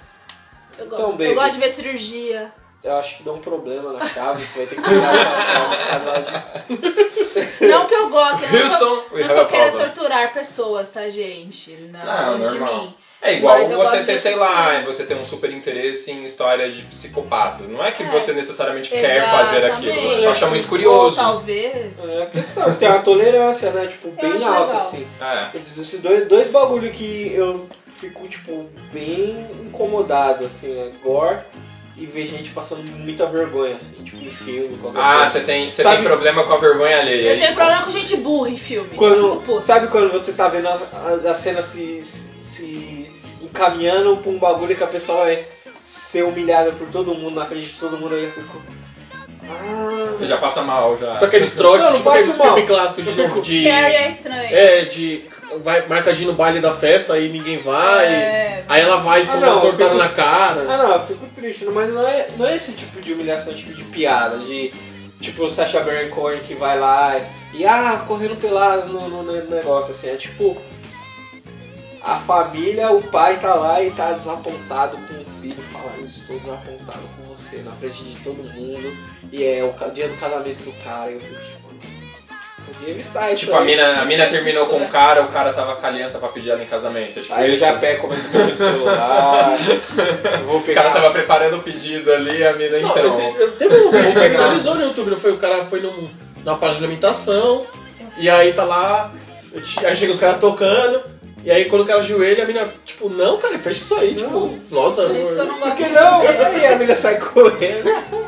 Speaker 4: Eu
Speaker 1: Então,
Speaker 4: gosto.
Speaker 1: baby.
Speaker 4: eu gosto de ver cirurgia.
Speaker 1: Eu acho que dá um problema na chave, você vai ter que tirar a chave.
Speaker 4: Não que eu gosto, não, que eu-
Speaker 2: Houston, we
Speaker 4: não que
Speaker 2: have a
Speaker 4: eu queira
Speaker 2: problem.
Speaker 4: torturar pessoas, tá, gente? Não,
Speaker 2: Ah,
Speaker 4: longe de
Speaker 2: normal.
Speaker 4: mim.
Speaker 2: É igual
Speaker 4: Mas eu
Speaker 2: você
Speaker 4: gosto
Speaker 2: ter,
Speaker 4: de
Speaker 2: sei
Speaker 4: assistir.
Speaker 2: lá, você ter um super interesse em história de psicopatas. Não é que
Speaker 4: É.
Speaker 2: você necessariamente quer fazer aquilo, você só
Speaker 1: Exatamente.
Speaker 2: acha muito
Speaker 4: Ou
Speaker 2: curioso.
Speaker 4: talvez.
Speaker 1: É a questão, você tem uma tolerância, né? Tipo, bem
Speaker 4: acho
Speaker 1: alta,
Speaker 4: legal.
Speaker 1: assim.
Speaker 2: É.
Speaker 1: Esses esses dois, dois bagulho que eu fico, tipo, bem incomodado, assim, é gore e ver gente passando muita vergonha, assim, tipo, em filme, qualquer
Speaker 2: Ah,
Speaker 1: coisa.
Speaker 2: você tem, você
Speaker 1: Sabe-
Speaker 2: tem problema com a vergonha alheia. é
Speaker 4: Eu tenho
Speaker 2: isso.
Speaker 4: problema com gente burra em filme. Eu fico
Speaker 1: Quando,
Speaker 4: puto.
Speaker 1: sabe quando você tá vendo a, a- a cena se, se encaminhando pra um bagulho que a pessoa vai ser humilhada por todo mundo, na frente de todo mundo, aí eu fico...
Speaker 2: Você
Speaker 1: Ah,
Speaker 2: já passa mal, já.
Speaker 3: Só aqueles trotes,
Speaker 1: Não, não
Speaker 3: tipo
Speaker 1: passo
Speaker 3: aqueles
Speaker 1: mal.
Speaker 3: filme clássico de...
Speaker 1: Eu fico-
Speaker 3: de
Speaker 4: Carrie é estranho.
Speaker 3: é, de... Vai, marca a gente no baile da festa, aí ninguém vai.
Speaker 4: É.
Speaker 3: Aí ela vai e
Speaker 1: Ah,
Speaker 3: toma
Speaker 1: não,
Speaker 3: uma tortada
Speaker 1: eu fico-
Speaker 3: na cara.
Speaker 1: ah, não, eu fico triste, mas não é, não é esse tipo de humilhação, tipo de piada, de... Tipo o Sacha Baron Cohen que vai lá e, ah, correndo pelado no, no- no negócio, assim, é tipo... A família, o pai tá lá e tá desapontado com o filho, fala, eu estou desapontado com você, na frente de todo mundo, e é o ca- dia do casamento do cara, e eu fico tipo, podia evitar isso
Speaker 2: Tipo, a
Speaker 1: aí.
Speaker 2: mina, a mina terminou com o cara, o cara tava com a aliança pra pedir ela em casamento. É tipo
Speaker 1: Aí eu
Speaker 2: isso.
Speaker 1: já pego, começa a mexer no celular, eu vou
Speaker 2: O
Speaker 1: pegar...
Speaker 2: cara tava preparando o pedido ali, a mina
Speaker 3: Não,
Speaker 2: então.
Speaker 3: esse- eu- teve um vídeo que
Speaker 1: pegar.
Speaker 3: viralizou no YouTube, não foi? O cara foi num, numa página de alimentação, e aí tá lá, aí chega os caras tocando, e aí quando o cara ajoelha, a menina, tipo, não, cara, fecha isso aí, tipo, nossa,
Speaker 4: Por É isso que eu não gosto
Speaker 1: Por que
Speaker 4: de
Speaker 1: não? Assim, é
Speaker 4: surpresa.
Speaker 1: Aí a mina sai correndo.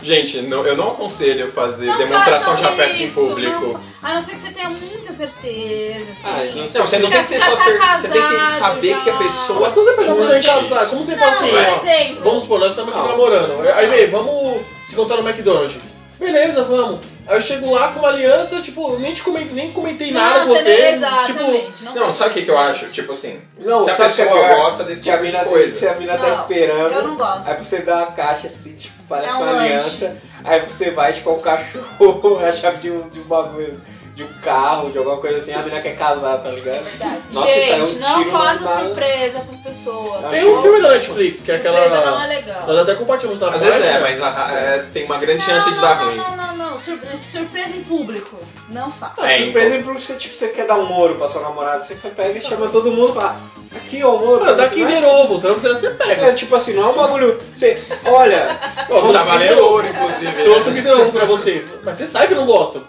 Speaker 2: Gente, não- eu não aconselho fazer
Speaker 4: Não
Speaker 2: demonstração de
Speaker 4: façam
Speaker 2: afeto
Speaker 4: isso,
Speaker 2: em público.
Speaker 4: não fa- a não ser que você tenha muita certeza, assim.
Speaker 1: Ah, gente,
Speaker 2: Não, você não tem que ter
Speaker 4: Já
Speaker 2: só
Speaker 4: tá
Speaker 2: ser. Você tem que
Speaker 4: casado,
Speaker 2: saber
Speaker 4: já.
Speaker 2: que a pessoa.
Speaker 3: Mas como você pergunta
Speaker 2: curte
Speaker 3: se vai casar?
Speaker 2: isso.
Speaker 3: Como você
Speaker 4: Não,
Speaker 3: fala assim,
Speaker 4: por
Speaker 3: ó,
Speaker 4: exemplo.
Speaker 3: vamos supor, nós estamos aqui
Speaker 1: Não.
Speaker 3: namorando, aí, babe, vamos se encontrar no McDonald's. Beleza, vamos. Aí eu chego lá com uma aliança, tipo, nem, te comentei, nem comentei
Speaker 4: Não,
Speaker 3: nada com
Speaker 4: você
Speaker 3: você.
Speaker 4: não-
Speaker 3: tipo,
Speaker 4: exatamente. não,
Speaker 2: Não,
Speaker 4: faz
Speaker 2: sabe o que,
Speaker 4: isso.
Speaker 2: que eu acho? Tipo assim,
Speaker 1: Não,
Speaker 2: se a
Speaker 1: sabe o que é
Speaker 2: pessoa
Speaker 1: pior?
Speaker 2: gosta desse
Speaker 1: que a
Speaker 2: tipo de
Speaker 1: mina,
Speaker 2: coisa.
Speaker 1: Se a mina tá
Speaker 5: Não,
Speaker 1: esperando.
Speaker 5: eu não gosto.
Speaker 1: Aí você dá uma caixa assim, tipo, parece
Speaker 5: É um
Speaker 1: uma
Speaker 5: lanche.
Speaker 1: aliança. Aí você vai, tipo, é um cachorro, a chave de um, de um bagulho, de um carro, de alguma coisa assim. A mina quer casar, tá ligado?
Speaker 5: É Verdade.
Speaker 1: Nossa,
Speaker 2: é
Speaker 1: saiu um
Speaker 4: É Gente, não
Speaker 1: tiro
Speaker 4: faça
Speaker 1: na-
Speaker 4: surpresa pras pessoas.
Speaker 1: Tem
Speaker 3: Tem um filme da Netflix, que é aquela.
Speaker 4: Surpresa não é legal.
Speaker 3: Nós até compartilhamos na
Speaker 2: Às vezes é,
Speaker 3: página.
Speaker 2: mas a- é, tem uma grande chance
Speaker 4: não,
Speaker 2: de dar
Speaker 4: não,
Speaker 2: ruim.
Speaker 4: Não, não, não. Surpre- Surpresa em público. Não faça.
Speaker 2: É,
Speaker 1: Por exemplo, você, tipo, você quer dar um moro pra sua namorada, você pega e chama todo mundo e fala, aqui, ó, um o moro.
Speaker 3: Mano, dá
Speaker 1: aqui
Speaker 3: Kinder Ovo, você não precisa ser pega.
Speaker 1: É, tipo assim, não é um bagulho. Você, olha,
Speaker 3: Ó,
Speaker 2: Tá valendo ouro, inclusive. né?
Speaker 3: Trouxe o Kinder Ovo pra você. Mas você sabe que não gosta.
Speaker 2: É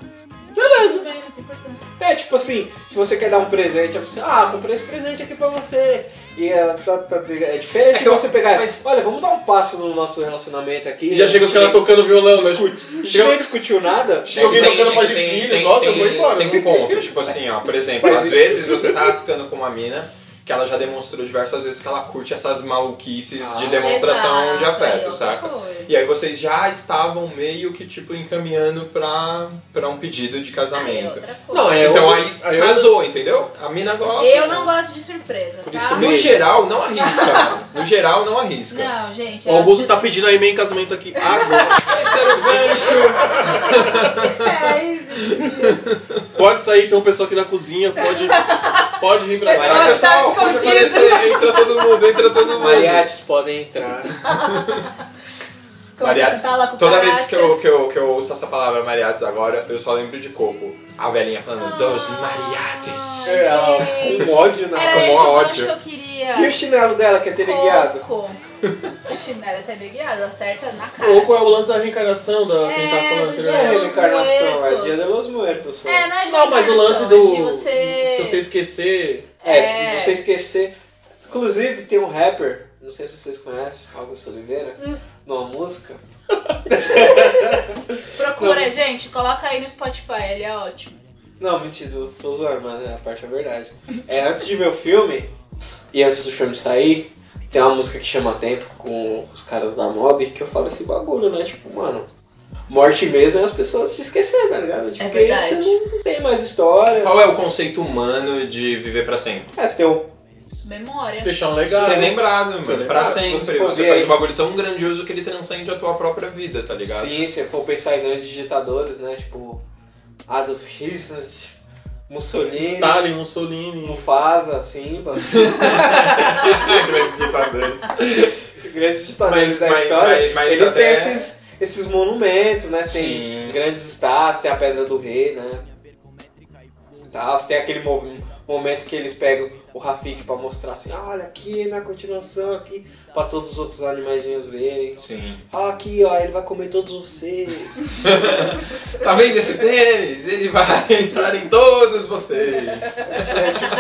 Speaker 3: Beleza.
Speaker 4: Tudo bem, não tem Tá importância.
Speaker 1: É tipo assim, se você quer dar um presente, aí você, ah, comprei esse presente aqui pra você. E é, tá- tá- é diferente
Speaker 2: É que
Speaker 1: de você
Speaker 2: eu-
Speaker 1: pegar.
Speaker 2: mas-
Speaker 1: Olha, vamos dar um passo no nosso relacionamento aqui.
Speaker 3: E já chega os caras tocando violão, né?
Speaker 1: A gente não
Speaker 3: Chega,
Speaker 1: discutiu nada.
Speaker 3: chega alguém
Speaker 2: Tem-
Speaker 3: tocando mais de
Speaker 2: tem-
Speaker 3: filhos,
Speaker 2: tem-
Speaker 3: nossa, eu
Speaker 2: tem-
Speaker 3: vou embora.
Speaker 2: Tem um ponto, tipo assim, ó, por exemplo, às vezes você tá ficando com uma mina que ela já demonstrou diversas vezes que ela curte essas maluquices
Speaker 3: Ah,
Speaker 2: de demonstração
Speaker 4: Exato,
Speaker 2: de
Speaker 4: é
Speaker 2: afeto,
Speaker 4: outra
Speaker 2: saca?
Speaker 4: coisa.
Speaker 2: E aí vocês já estavam meio que, tipo, encaminhando pra, pra um pedido de
Speaker 4: É
Speaker 2: casamento.
Speaker 4: outra coisa.
Speaker 3: Não, é
Speaker 2: então
Speaker 3: outros-
Speaker 2: aí,
Speaker 3: aí outros-
Speaker 2: casou, entendeu? A mina gosta.
Speaker 4: Eu não gosto de surpresa,
Speaker 2: Por isso,
Speaker 4: tá?
Speaker 2: no geral, não arrisca, mano. No geral, não arrisca.
Speaker 4: Não, gente.
Speaker 3: O
Speaker 4: é assim, eu
Speaker 3: Augusto
Speaker 4: acho
Speaker 3: tá
Speaker 4: que-
Speaker 3: pedindo aí meio em casamento aqui agora.
Speaker 2: Esse era o gancho.
Speaker 4: É, aí, bicho.
Speaker 3: pode sair, tem um pessoal aqui na cozinha, pode, pode vir
Speaker 2: Vai
Speaker 3: pra
Speaker 4: Pessoal,
Speaker 2: lá,
Speaker 3: cá.
Speaker 4: tá
Speaker 2: pessoal, pode
Speaker 4: escondido.
Speaker 2: aparecer. Entra todo mundo, entra todo mundo.
Speaker 1: Mariates podem entrar.
Speaker 4: Como
Speaker 2: Mariates.
Speaker 4: você fala com
Speaker 2: Toda
Speaker 4: Tati,
Speaker 2: vez que eu, que, eu, que eu ouço essa palavra mariates agora, eu só lembro de coco. A velhinha
Speaker 4: Ah.
Speaker 2: falando, dos mariates.
Speaker 1: É, ela-
Speaker 4: Gente.
Speaker 1: um ódio na.
Speaker 4: Era
Speaker 2: Tomou
Speaker 4: esse o gancho
Speaker 2: ódio.
Speaker 4: que eu queria.
Speaker 1: E o chinelo dela que é teleguiado?
Speaker 4: Coco. O chinelo é teleguiado, acerta na cara.
Speaker 3: Ou qual é o lance da reencarnação da que a gente
Speaker 4: É,
Speaker 3: tá falando
Speaker 4: do
Speaker 1: Não
Speaker 3: anteriormente?
Speaker 1: é
Speaker 4: Dia dos
Speaker 1: reencarnação, é
Speaker 4: Muertos.
Speaker 1: dia de los muertos. Só.
Speaker 4: É, não é de
Speaker 3: Não, mas o lance
Speaker 4: reencarnação,
Speaker 3: do.
Speaker 4: é de você...
Speaker 3: Se você esquecer.
Speaker 1: É,
Speaker 4: É.
Speaker 1: se você esquecer. Inclusive, tem um rapper, não sei se vocês conhecem, Augusto Oliveira,
Speaker 4: Hum.
Speaker 1: numa música.
Speaker 4: Procura, gente, coloca aí no Spotify, ele é ótimo.
Speaker 1: Não, mentira, eu tô zoando, mas a parte é verdade. É, antes de ver o filme, e antes do filme sair, tem uma música que chama Tempo com os caras da Mob, que eu falo esse bagulho, né? Tipo, mano, morte mesmo é as pessoas se esquecerem, tá ligado? Tipo,
Speaker 4: É
Speaker 1: porque
Speaker 4: verdade.
Speaker 1: isso não tem mais história.
Speaker 2: Qual é o conceito humano de viver pra sempre?
Speaker 1: É, você tem um
Speaker 4: Memória.
Speaker 3: Deixar um legado.
Speaker 2: Ser lembrado, mano. Pra
Speaker 1: lembrado.
Speaker 2: sempre.
Speaker 1: Se você for
Speaker 2: Você
Speaker 1: ver
Speaker 2: faz
Speaker 1: aí-
Speaker 2: um bagulho tão grandioso que ele transcende a tua própria vida, tá ligado?
Speaker 1: Sim, se for pensar em grandes ditadores, né? Tipo, Adolf Hitler, Mussolini,
Speaker 3: Stalin, Mussolini.
Speaker 1: Mufasa, Simba,
Speaker 2: Grandes ditadores.
Speaker 1: grandes ditadores
Speaker 2: Mas-
Speaker 1: da
Speaker 2: mas-
Speaker 1: história.
Speaker 2: mas- mas
Speaker 1: eles têm
Speaker 2: até-
Speaker 1: esses, esses monumentos, né? Tem
Speaker 2: Sim.
Speaker 1: grandes estátuas, tem a Pedra do Rei, né? E tal, tem aquele mo- momento que eles pegam o Rafik pra mostrar assim, "Ah, olha aqui, na continuação aqui, pra todos os outros animaizinhos verem.
Speaker 2: Sim.
Speaker 1: Ah, aqui, ó, ele vai comer todos vocês.
Speaker 2: Tá vendo esse pênis? Ele vai entrar em todos vocês.
Speaker 1: É tipo,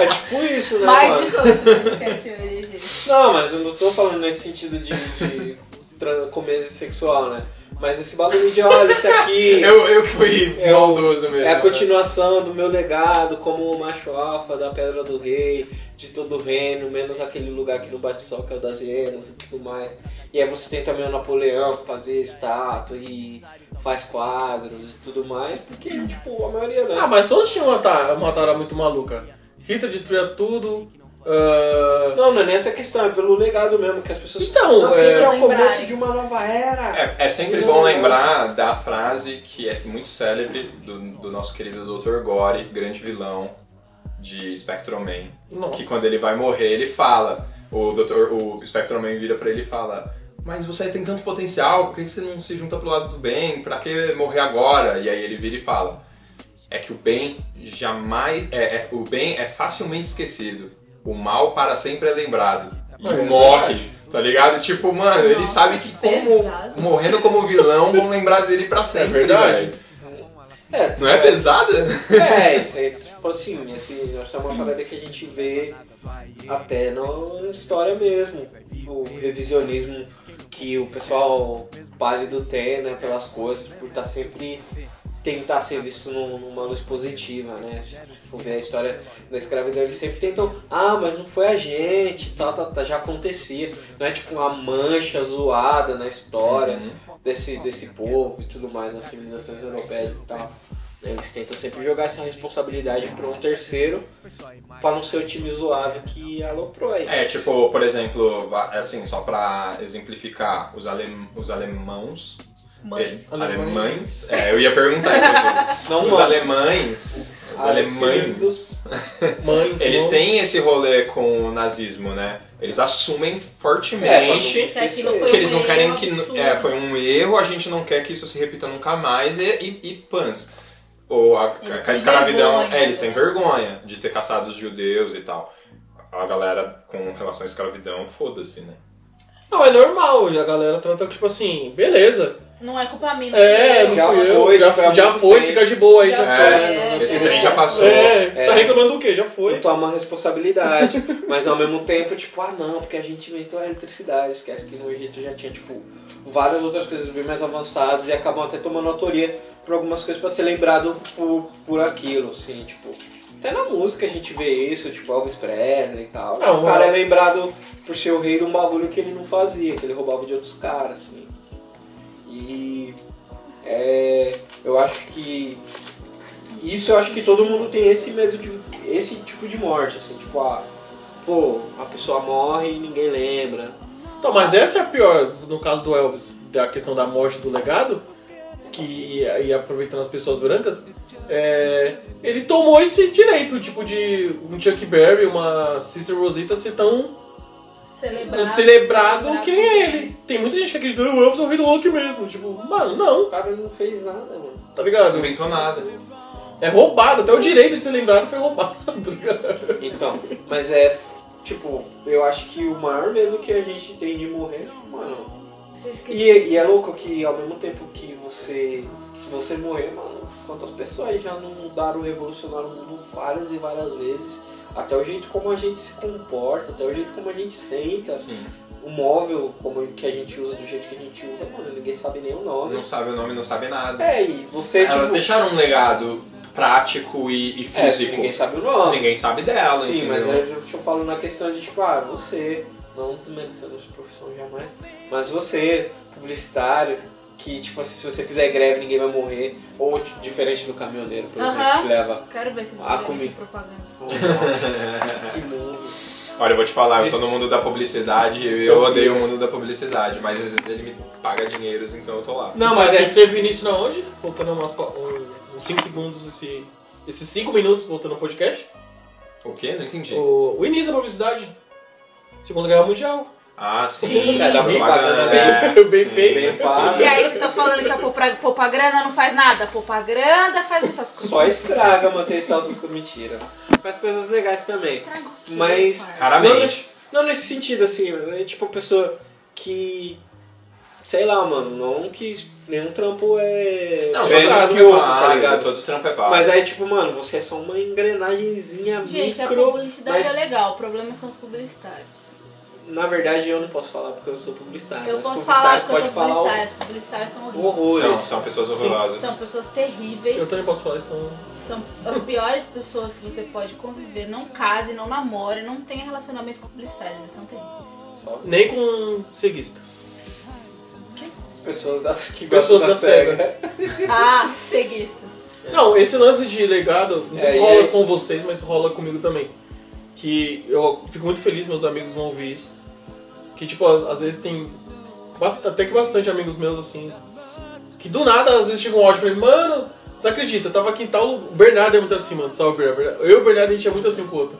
Speaker 1: é tipo isso, né?
Speaker 4: Mais
Speaker 1: mano?
Speaker 4: 18 podcast hoje, gente.
Speaker 1: Não, mas eu não tô falando nesse sentido de, de tran- começo sexual, né? Mas esse bagulho de olha, isso aqui
Speaker 2: Eu, eu que fui
Speaker 1: É o-
Speaker 2: maldoso mesmo.
Speaker 1: é a
Speaker 2: né?
Speaker 1: continuação do meu legado como o macho alfa da Pedra do Rei, de todo o reino, menos aquele lugar que não bate sol, que é o das hienas e tudo mais. E aí você tem também o Napoleão que fazia estátua e faz quadros e tudo mais, porque, tipo, a maioria,
Speaker 3: Ah,
Speaker 1: né?
Speaker 3: mas todos tinham uma, ta- uma tara muito maluca. Hitler destruía tudo. ah,
Speaker 1: Não, não é nessa questão, é pelo legado mesmo que as pessoas...
Speaker 3: Então,
Speaker 1: Nossa, esse é o
Speaker 4: Lembrarem.
Speaker 1: começo de uma nova era.
Speaker 2: É, é sempre bom lembrar da frase que é muito célebre do, do nosso querido Dr. Gore, grande vilão de Spectrum Man.
Speaker 3: Nossa.
Speaker 2: Que quando ele vai morrer, ele fala. O, Dr., o Spectrum Man vira pra ele e fala. Mas você tem tanto potencial, por que você não se junta pro lado do bem? Pra que morrer agora? E aí ele vira e fala. É que o bem jamais. É, é- o bem é facilmente esquecido. O mal para sempre é lembrado. E
Speaker 3: É verdade.
Speaker 2: morre, tá ligado? Tipo, mano, ele
Speaker 4: Nossa,
Speaker 2: sabe que como
Speaker 4: pesado.
Speaker 2: morrendo como vilão, vão lembrar dele pra sempre.
Speaker 3: É verdade.
Speaker 2: velho.
Speaker 1: É,
Speaker 2: Não é pesada?
Speaker 1: É, isso é tipo assim, assim, essa é uma parada que a gente vê até na história mesmo. O revisionismo que o pessoal pálido tem, né, pelas coisas, por estar sempre tentar ser visto num- numa luz positiva, né? Se for ver a história da escravidão, eles sempre tentam, ah, mas não foi a gente, tal, tal, tal, já acontecia. Não é tipo uma mancha zoada na história. desse, desse povo e tudo mais, nas civilizações europeias e tal. Eles tentam sempre jogar essa responsabilidade pra um terceiro, pra não ser o time zoado que aloprou aí.
Speaker 2: É, tipo, por exemplo, va- assim, só pra exemplificar, os, alem, os alemãos.
Speaker 4: Mães.
Speaker 2: eh, alemães? É, eu ia perguntar, inclusive.
Speaker 3: Não,
Speaker 2: os
Speaker 3: mãos.
Speaker 2: alemães.
Speaker 1: Ah,
Speaker 2: Os alemães.
Speaker 3: Mães,
Speaker 2: Eles
Speaker 3: mãos.
Speaker 2: têm esse rolê com o nazismo, né? Eles assumem fortemente
Speaker 1: É,
Speaker 4: Que aquilo
Speaker 1: Isso,
Speaker 4: foi
Speaker 2: que eles não
Speaker 4: um
Speaker 2: querem
Speaker 4: erro
Speaker 2: que.
Speaker 4: absurdo.
Speaker 2: É, foi um erro, a gente não quer que isso se repita nunca mais e, e, e pans. Ou a,
Speaker 4: Eles
Speaker 2: a
Speaker 4: têm
Speaker 2: escravidão.
Speaker 4: vergonha,
Speaker 2: é, eles têm
Speaker 4: né?
Speaker 2: vergonha de ter caçado os judeus e tal. A galera com relação à escravidão, foda-se, né?
Speaker 3: Não, é normal. A galera trata que, tipo assim, beleza.
Speaker 4: Não é culpa minha.
Speaker 3: É, não
Speaker 4: não
Speaker 1: Já
Speaker 3: fui eu.
Speaker 1: foi,
Speaker 3: já
Speaker 1: tipo, é
Speaker 3: já
Speaker 1: muito
Speaker 3: foi,
Speaker 1: bem.
Speaker 3: fica de boa aí, já,
Speaker 4: Já
Speaker 3: foi.
Speaker 4: foi, é.
Speaker 2: Esse
Speaker 4: É.
Speaker 2: trem já passou.
Speaker 3: É, você tá
Speaker 1: É.
Speaker 3: reclamando do quê? Já foi.
Speaker 1: Não toma responsabilidade, mas ao mesmo tempo, tipo, ah não, porque a gente inventou a eletricidade, esquece que no Egito já tinha, tipo, várias outras coisas bem mais avançadas e acabam até tomando autoria por algumas coisas pra ser lembrado por, por aquilo, assim, tipo. Até na música a gente vê isso, tipo Elvis Presley e tal.
Speaker 3: Não,
Speaker 1: o cara
Speaker 3: não.
Speaker 1: é lembrado por ser o rei de um bagulho que ele não fazia, que ele roubava de outros caras, assim. E é, eu acho que isso eu acho que todo mundo tem esse medo de esse tipo de morte, assim, tipo a pô, a pessoa morre e ninguém lembra.
Speaker 3: Então, mas essa é a pior, no caso do Elvis, da questão da morte do legado, que e aproveitando as pessoas brancas, é, ele tomou esse direito, tipo, de um Chuck Berry, uma Sister Rosita ser tão
Speaker 4: Celebrar.
Speaker 3: celebrado que nem ele. Tem muita gente que acredita que o Elvis é o rei do rock mesmo. Tipo, mano, não,
Speaker 1: O cara não fez nada, mano.
Speaker 3: tá
Speaker 2: Não
Speaker 3: ligado?
Speaker 2: inventou nada.
Speaker 3: É roubado, até o direito de ser lembrado foi roubado, tá ligado?
Speaker 1: Então, mas é tipo, eu acho que o maior medo que a gente tem de morrer, tipo, mano.
Speaker 4: Você esqueceu.
Speaker 1: E, e é louco que ao mesmo tempo que você. Se você morrer, mano, quantas pessoas aí já não mudaram, revolucionaram o mundo várias e várias vezes. Até o jeito como a gente se comporta, até o jeito como a gente senta,
Speaker 2: Assim,
Speaker 1: o móvel como que a gente usa do jeito que a gente usa, mano, ninguém sabe nem o nome.
Speaker 2: não sabe o nome, não sabe nada.
Speaker 1: É, e você,
Speaker 2: Elas
Speaker 1: tipo,
Speaker 2: deixaram um legado prático e, e
Speaker 1: é, se
Speaker 2: físico.
Speaker 1: ninguém
Speaker 2: ninguém...
Speaker 1: sabe o nome.
Speaker 2: sabe dela,
Speaker 1: Sim, mas é-
Speaker 2: entendeu?
Speaker 1: eu, eu falo na questão de, tipo, ah, você, não desmerecendo sua profissão jamais, mas você, publicitário, que, tipo, assim, se você fizer greve ninguém vai morrer, ou tipo, diferente do caminhoneiro, por exemplo,
Speaker 4: Aham.
Speaker 1: que leva...
Speaker 4: Quero ver se vocês
Speaker 1: Ah,
Speaker 4: ah,
Speaker 1: comi.
Speaker 4: essa propaganda.
Speaker 1: Oh, nossa, que mundo.
Speaker 2: Olha, eu vou te falar, eu
Speaker 1: Dis-
Speaker 2: tô no mundo da publicidade, eu
Speaker 1: Distopias.
Speaker 2: odeio o mundo da publicidade, mas às vezes ele me paga dinheiros, então eu tô lá.
Speaker 1: Não, mas
Speaker 3: a
Speaker 1: é...
Speaker 3: gente teve início na onde? Voltando umas, pa- um- uns 5 segundos, esse, esses 5 minutos voltando ao podcast.
Speaker 2: O quê? Não entendi.
Speaker 3: O, o início da publicidade. Segunda Guerra Mundial.
Speaker 2: Ah, sim.
Speaker 4: Sim.
Speaker 1: É, da propaganda
Speaker 2: né?
Speaker 3: bem- bem
Speaker 2: Sim,
Speaker 3: feita.
Speaker 2: bem
Speaker 3: Tá
Speaker 1: paga.
Speaker 4: E aí vocês estão falando que a popa- propaganda não faz nada. Propaganda faz essas coisas.
Speaker 1: Só estraga manter saltos com mentira. Faz coisas legais também.
Speaker 4: Estraga o quê,
Speaker 1: Mas.
Speaker 4: parça?
Speaker 2: Raramente.
Speaker 1: Não, não nesse sentido, assim, é tipo uma pessoa que. Sei lá, mano, não que nenhum trampo é.
Speaker 2: Não, todo
Speaker 1: menos
Speaker 2: trampo
Speaker 1: que
Speaker 2: é
Speaker 1: outro,
Speaker 2: válido,
Speaker 1: tá ligado?
Speaker 2: todo trampo é válido.
Speaker 1: Mas aí, tipo, mano, você é só uma engrenagemzinha
Speaker 4: Gente, a
Speaker 1: micro.
Speaker 4: publicidade
Speaker 1: mas,
Speaker 4: é legal. O problema são os publicitários.
Speaker 1: Na verdade, eu não posso falar porque eu sou publicitário. Ah,
Speaker 4: Eu
Speaker 1: mas
Speaker 4: posso
Speaker 1: publicitário
Speaker 4: falar porque eu sou
Speaker 1: pode falar né?
Speaker 4: publicitária. Os publicitários são
Speaker 1: o-
Speaker 4: horríveis.
Speaker 1: horrores.
Speaker 2: São, são pessoas horrorosas.
Speaker 4: São pessoas terríveis.
Speaker 3: Eu também posso falar isso. então, não-
Speaker 4: São as piores pessoas que você pode conviver. Não case, não namore, não tenha relacionamento com publicitários. Eles são terríveis.
Speaker 1: Só
Speaker 3: Nem com ceguistas.
Speaker 1: pessoas das, que
Speaker 3: Pessoas
Speaker 1: gostam da
Speaker 3: da
Speaker 1: cega.
Speaker 4: Ah, ceguistas.
Speaker 3: Não, esse lance de legado, não sei
Speaker 1: É,
Speaker 3: se
Speaker 1: e
Speaker 3: rola
Speaker 1: aí-
Speaker 3: com vocês, mas rola comigo também. Que eu fico muito feliz, meus amigos vão ouvir isso. Que, tipo, às, às vezes tem bast- até que bastante amigos meus, assim, que do nada, às vezes chegam um áudio pra mim, mano, você não acredita, eu tava aqui em tal... lu- O Bernardo é muito assim, mano, salve, Bernardo. Eu e o Bernardo, a gente é muito assim com o outro.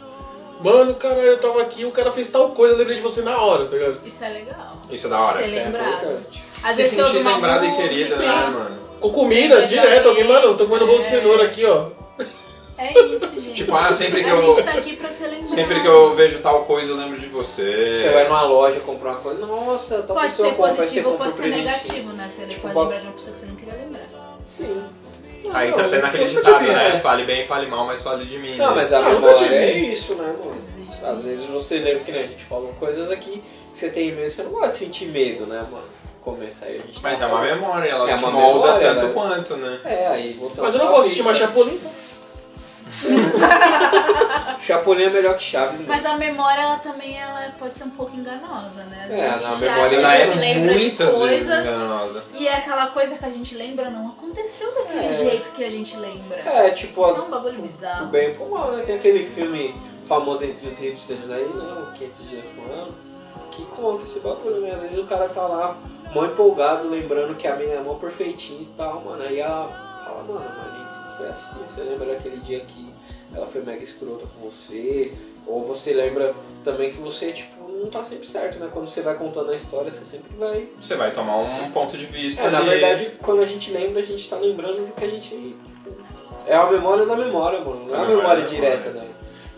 Speaker 3: Mano, cara, eu tava aqui, o cara fez tal coisa, eu lembrei de você na hora, tá ligado?
Speaker 4: Isso é legal.
Speaker 2: Isso é da hora.
Speaker 4: Ser
Speaker 2: isso é
Speaker 4: lembrado.
Speaker 1: importante.
Speaker 4: Às
Speaker 2: Se
Speaker 4: vezes você ouve
Speaker 2: sentir
Speaker 4: uma
Speaker 2: lembrado e
Speaker 4: música,
Speaker 2: querido, né, mano?
Speaker 3: Com comida,
Speaker 4: Verdade.
Speaker 3: direto, alguém, mano, eu tô comendo bolo de
Speaker 4: É.
Speaker 3: cenoura aqui, ó.
Speaker 4: É isso, gente.
Speaker 2: Tipo, ah, sempre que
Speaker 4: a
Speaker 2: eu-
Speaker 4: gente tá aqui pra ser lembrado.
Speaker 2: Sempre que eu vejo tal coisa, eu lembro de você.
Speaker 1: Você vai numa loja comprar uma coisa, nossa, tal
Speaker 4: Pode
Speaker 1: pessoa
Speaker 4: ser
Speaker 1: compra, aí você
Speaker 4: positivo ou
Speaker 1: compra um
Speaker 4: pode ser
Speaker 1: presentinho.
Speaker 4: negativo, né? Você
Speaker 1: Tipo,
Speaker 4: pode
Speaker 1: pode-
Speaker 4: lembrar de uma pessoa que você não queria lembrar.
Speaker 1: Sim.
Speaker 2: Aí
Speaker 3: Não,
Speaker 2: tá até
Speaker 3: eu
Speaker 2: naquele
Speaker 3: nunca
Speaker 2: ditado,
Speaker 3: tive isso,
Speaker 2: né?
Speaker 3: né?
Speaker 2: Fale bem, fale mal, mas fale de mim.
Speaker 1: Não,
Speaker 2: né?
Speaker 1: mas a
Speaker 3: Ah, nunca
Speaker 1: memória
Speaker 3: tive
Speaker 1: é
Speaker 3: isso.
Speaker 1: isso, né, mano?
Speaker 4: Às vezes.
Speaker 1: Às vezes você lembra que né, a gente falou coisas aqui que você tem medo, você não gosta de sentir medo, né, mano? Começa aí, a gente
Speaker 2: Mas é
Speaker 1: tá
Speaker 2: uma
Speaker 1: falando.
Speaker 2: memória, ela
Speaker 1: É
Speaker 2: te
Speaker 1: uma
Speaker 2: molda
Speaker 1: memória,
Speaker 2: tanto
Speaker 1: né?
Speaker 2: quanto, né?
Speaker 1: É, aí voltamos
Speaker 3: Mas eu
Speaker 1: pra
Speaker 3: não então. gosto de assistir
Speaker 1: pista.
Speaker 3: mais Chapolin, então.
Speaker 1: Chapolin é melhor que Chaves, mano.
Speaker 4: Mas a memória, ela também ela pode ser um pouco enganosa, né? Às vezes
Speaker 1: É,
Speaker 4: a
Speaker 1: na
Speaker 4: gente acha
Speaker 1: memória
Speaker 4: que
Speaker 2: Ela
Speaker 4: a
Speaker 2: é
Speaker 4: gente lembra de
Speaker 2: muitas vezes
Speaker 4: coisas
Speaker 2: enganosa.
Speaker 4: e é aquela coisa que a gente lembra não aconteceu daquele
Speaker 1: É.
Speaker 4: jeito que a gente lembra.
Speaker 1: É, tipo,
Speaker 4: Isso é
Speaker 1: as,
Speaker 4: um bagulho
Speaker 1: o
Speaker 4: bizarro.
Speaker 1: bem e pro mal, né? Tem aquele filme famoso entre os hipsters aí, né? o 500 dias com ela, que conta esse bagulho, né? Às vezes o cara tá lá, mó empolgado, lembrando que a mina é mó perfeitinha e tal, mano. Aí ela fala, mano, mas foi assim, você lembra daquele dia que ela foi mega escrota com você? Ou você lembra também que você, tipo, não tá sempre certo, né? Quando você vai contando a história, você sempre vai
Speaker 2: Você vai tomar um ponto de vista
Speaker 1: É, na
Speaker 2: ali.
Speaker 1: verdade, quando a gente lembra, a gente tá lembrando do que a gente. É a memória da memória, mano. Não é a memória direta, né?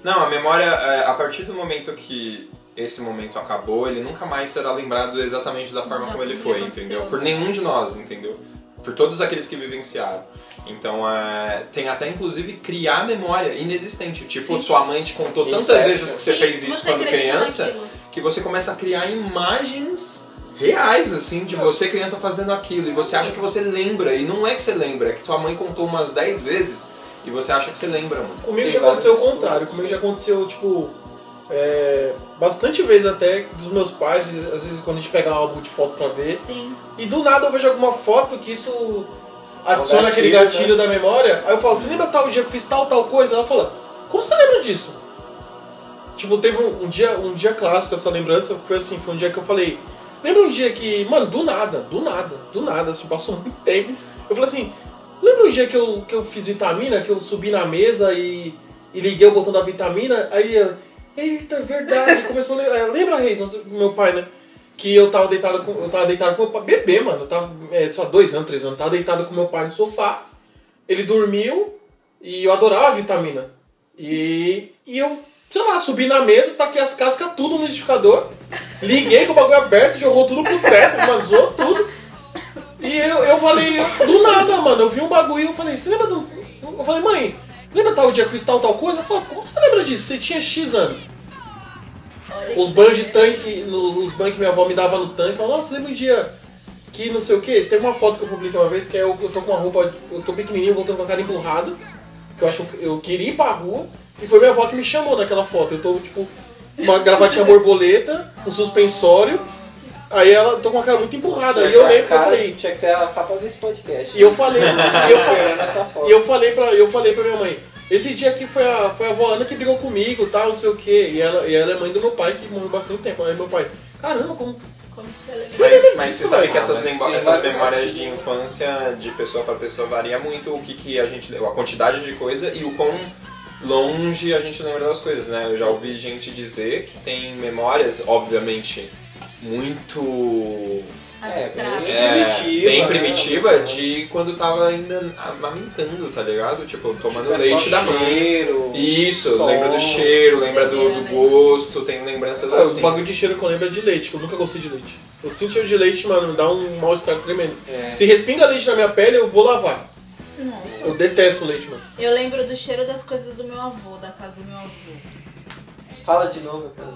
Speaker 2: Não, a memória, é, a partir do momento que esse momento acabou, ele nunca mais será lembrado exatamente da forma
Speaker 4: Da
Speaker 2: como ele
Speaker 4: como
Speaker 2: foi,
Speaker 4: ele aconteceu,
Speaker 2: entendeu? Por
Speaker 4: né?
Speaker 2: nenhum de nós, entendeu? Por todos aqueles que vivenciaram. Então, é, tem até inclusive criar memória inexistente. Tipo,
Speaker 4: Sim.
Speaker 2: sua mãe te contou tantas
Speaker 1: Inception.
Speaker 2: vezes que você
Speaker 4: Sim,
Speaker 2: fez isso
Speaker 4: você
Speaker 2: quando
Speaker 4: acredita
Speaker 2: criança
Speaker 4: naquilo.
Speaker 2: que você começa a criar imagens reais, assim, de você criança fazendo aquilo. E você acha que você lembra. E não é que você lembra, é que tua mãe contou umas 10 vezes e você acha que você lembra, mano.
Speaker 1: Tem
Speaker 3: Comigo já aconteceu o
Speaker 1: vários
Speaker 3: contrário,
Speaker 1: estudos.
Speaker 3: comigo já aconteceu, tipo, é, bastante vezes até dos meus pais, às vezes quando a gente pega um álbum de foto pra ver,
Speaker 4: Sim.
Speaker 3: e do nada eu vejo alguma foto que isso
Speaker 1: gatilho,
Speaker 3: adiciona aquele gatilho da memória, aí eu falo, você lembra tal dia que eu fiz tal, tal coisa? Ela fala, como você lembra disso? Tipo, teve um, um dia, um dia clássico essa lembrança, foi assim, foi um dia que eu falei, lembra um dia que, mano, do nada, do nada, do nada, assim, passou muito tempo, eu falei assim, lembra um dia que eu, que eu fiz vitamina, que eu subi na mesa e, e liguei o botão da vitamina, aí ela, eita, é verdade, começou a lembrar, lembra, Reis, nosso- meu pai, né? que eu tava deitado com. Eu tava deitado com meu pai. Bebê, mano. Eu tava, é, sei lá, dois anos, três anos. Eu tava deitado com meu pai no sofá. Ele dormiu e eu adorava a vitamina. E. E eu, sei lá, subi na mesa, taquei as cascas tudo no liquidificador. Liguei com o bagulho aberto, jogou tudo pro teto, mano, zoou tudo. E eu, eu falei, eu- do nada, mano, eu vi um bagulho e eu falei, você lembra do. Eu falei, mãe, lembra tal dia que eu fiz tal, tal coisa? Ela falou, como você lembra disso? Você tinha X anos.
Speaker 4: Olha
Speaker 3: Os
Speaker 4: que-
Speaker 3: banhos de tanque, no- os banhos que minha avó me dava no tanque, falava, nossa, lembra um dia que não sei o que? Tem uma foto que eu publiquei uma vez que é eu, eu tô com uma roupa, eu tô pequenininho, voltando com a cara emburrada, que eu acho que eu queria ir pra rua, e foi minha avó que me chamou naquela foto. Eu tô, tipo, com uma gravatinha borboleta, um suspensório, aí ela, tô com uma cara muito emburrada, aí eu
Speaker 1: Essa
Speaker 3: lembro que eu
Speaker 1: cara
Speaker 3: falei.
Speaker 1: Tinha que ser a capa desse podcast.
Speaker 3: E eu falei, e eu falei,
Speaker 1: Olhando essa foto.
Speaker 3: e eu falei pra, eu falei pra minha mãe, esse dia aqui foi a, foi a avó Ana que brigou comigo, tal, não sei o quê. E ela, e ela é mãe do meu pai, que morreu bastante tempo. Aí meu pai, caramba, como...
Speaker 4: Como que você lembra?
Speaker 2: Mas,
Speaker 3: lembra
Speaker 2: mas
Speaker 3: disso,
Speaker 2: você sabe
Speaker 3: velho?
Speaker 2: que essas,
Speaker 1: Ah, mas
Speaker 2: lemba-
Speaker 1: tem
Speaker 2: essas
Speaker 1: vários
Speaker 2: memórias de
Speaker 1: gatilhos, né?
Speaker 2: infância de pessoa pra pessoa varia muito o que, que a gente a quantidade de coisa e o quão longe a gente lembra das coisas, né? Eu já ouvi gente dizer que tem memórias, obviamente, muito
Speaker 4: Abstrato.
Speaker 1: bem-
Speaker 2: é,
Speaker 1: Primitiva,
Speaker 2: bem
Speaker 1: né?
Speaker 2: primitiva de quando tava ainda amamentando, tá ligado? Tipo, tomando
Speaker 1: Tipo, é
Speaker 2: leite
Speaker 1: só
Speaker 2: da mãe.
Speaker 1: cheiro,
Speaker 2: Isso,
Speaker 1: som.
Speaker 2: lembra do cheiro, lembra do, do
Speaker 4: Doideira, né?
Speaker 2: gosto, tem
Speaker 1: É,
Speaker 2: lembranças
Speaker 3: Ah,
Speaker 2: assim.
Speaker 3: O bagulho de cheiro que eu lembro é de leite, que eu nunca gostei de leite. Eu sinto cheiro de leite, mano, me dá um mal-estar tremendo.
Speaker 1: É.
Speaker 3: Se respinga leite na minha pele, eu vou lavar.
Speaker 4: Nossa.
Speaker 3: Eu detesto leite, mano.
Speaker 4: Eu lembro do cheiro das coisas do meu avô, da casa do meu avô.
Speaker 1: Fala de novo, cara.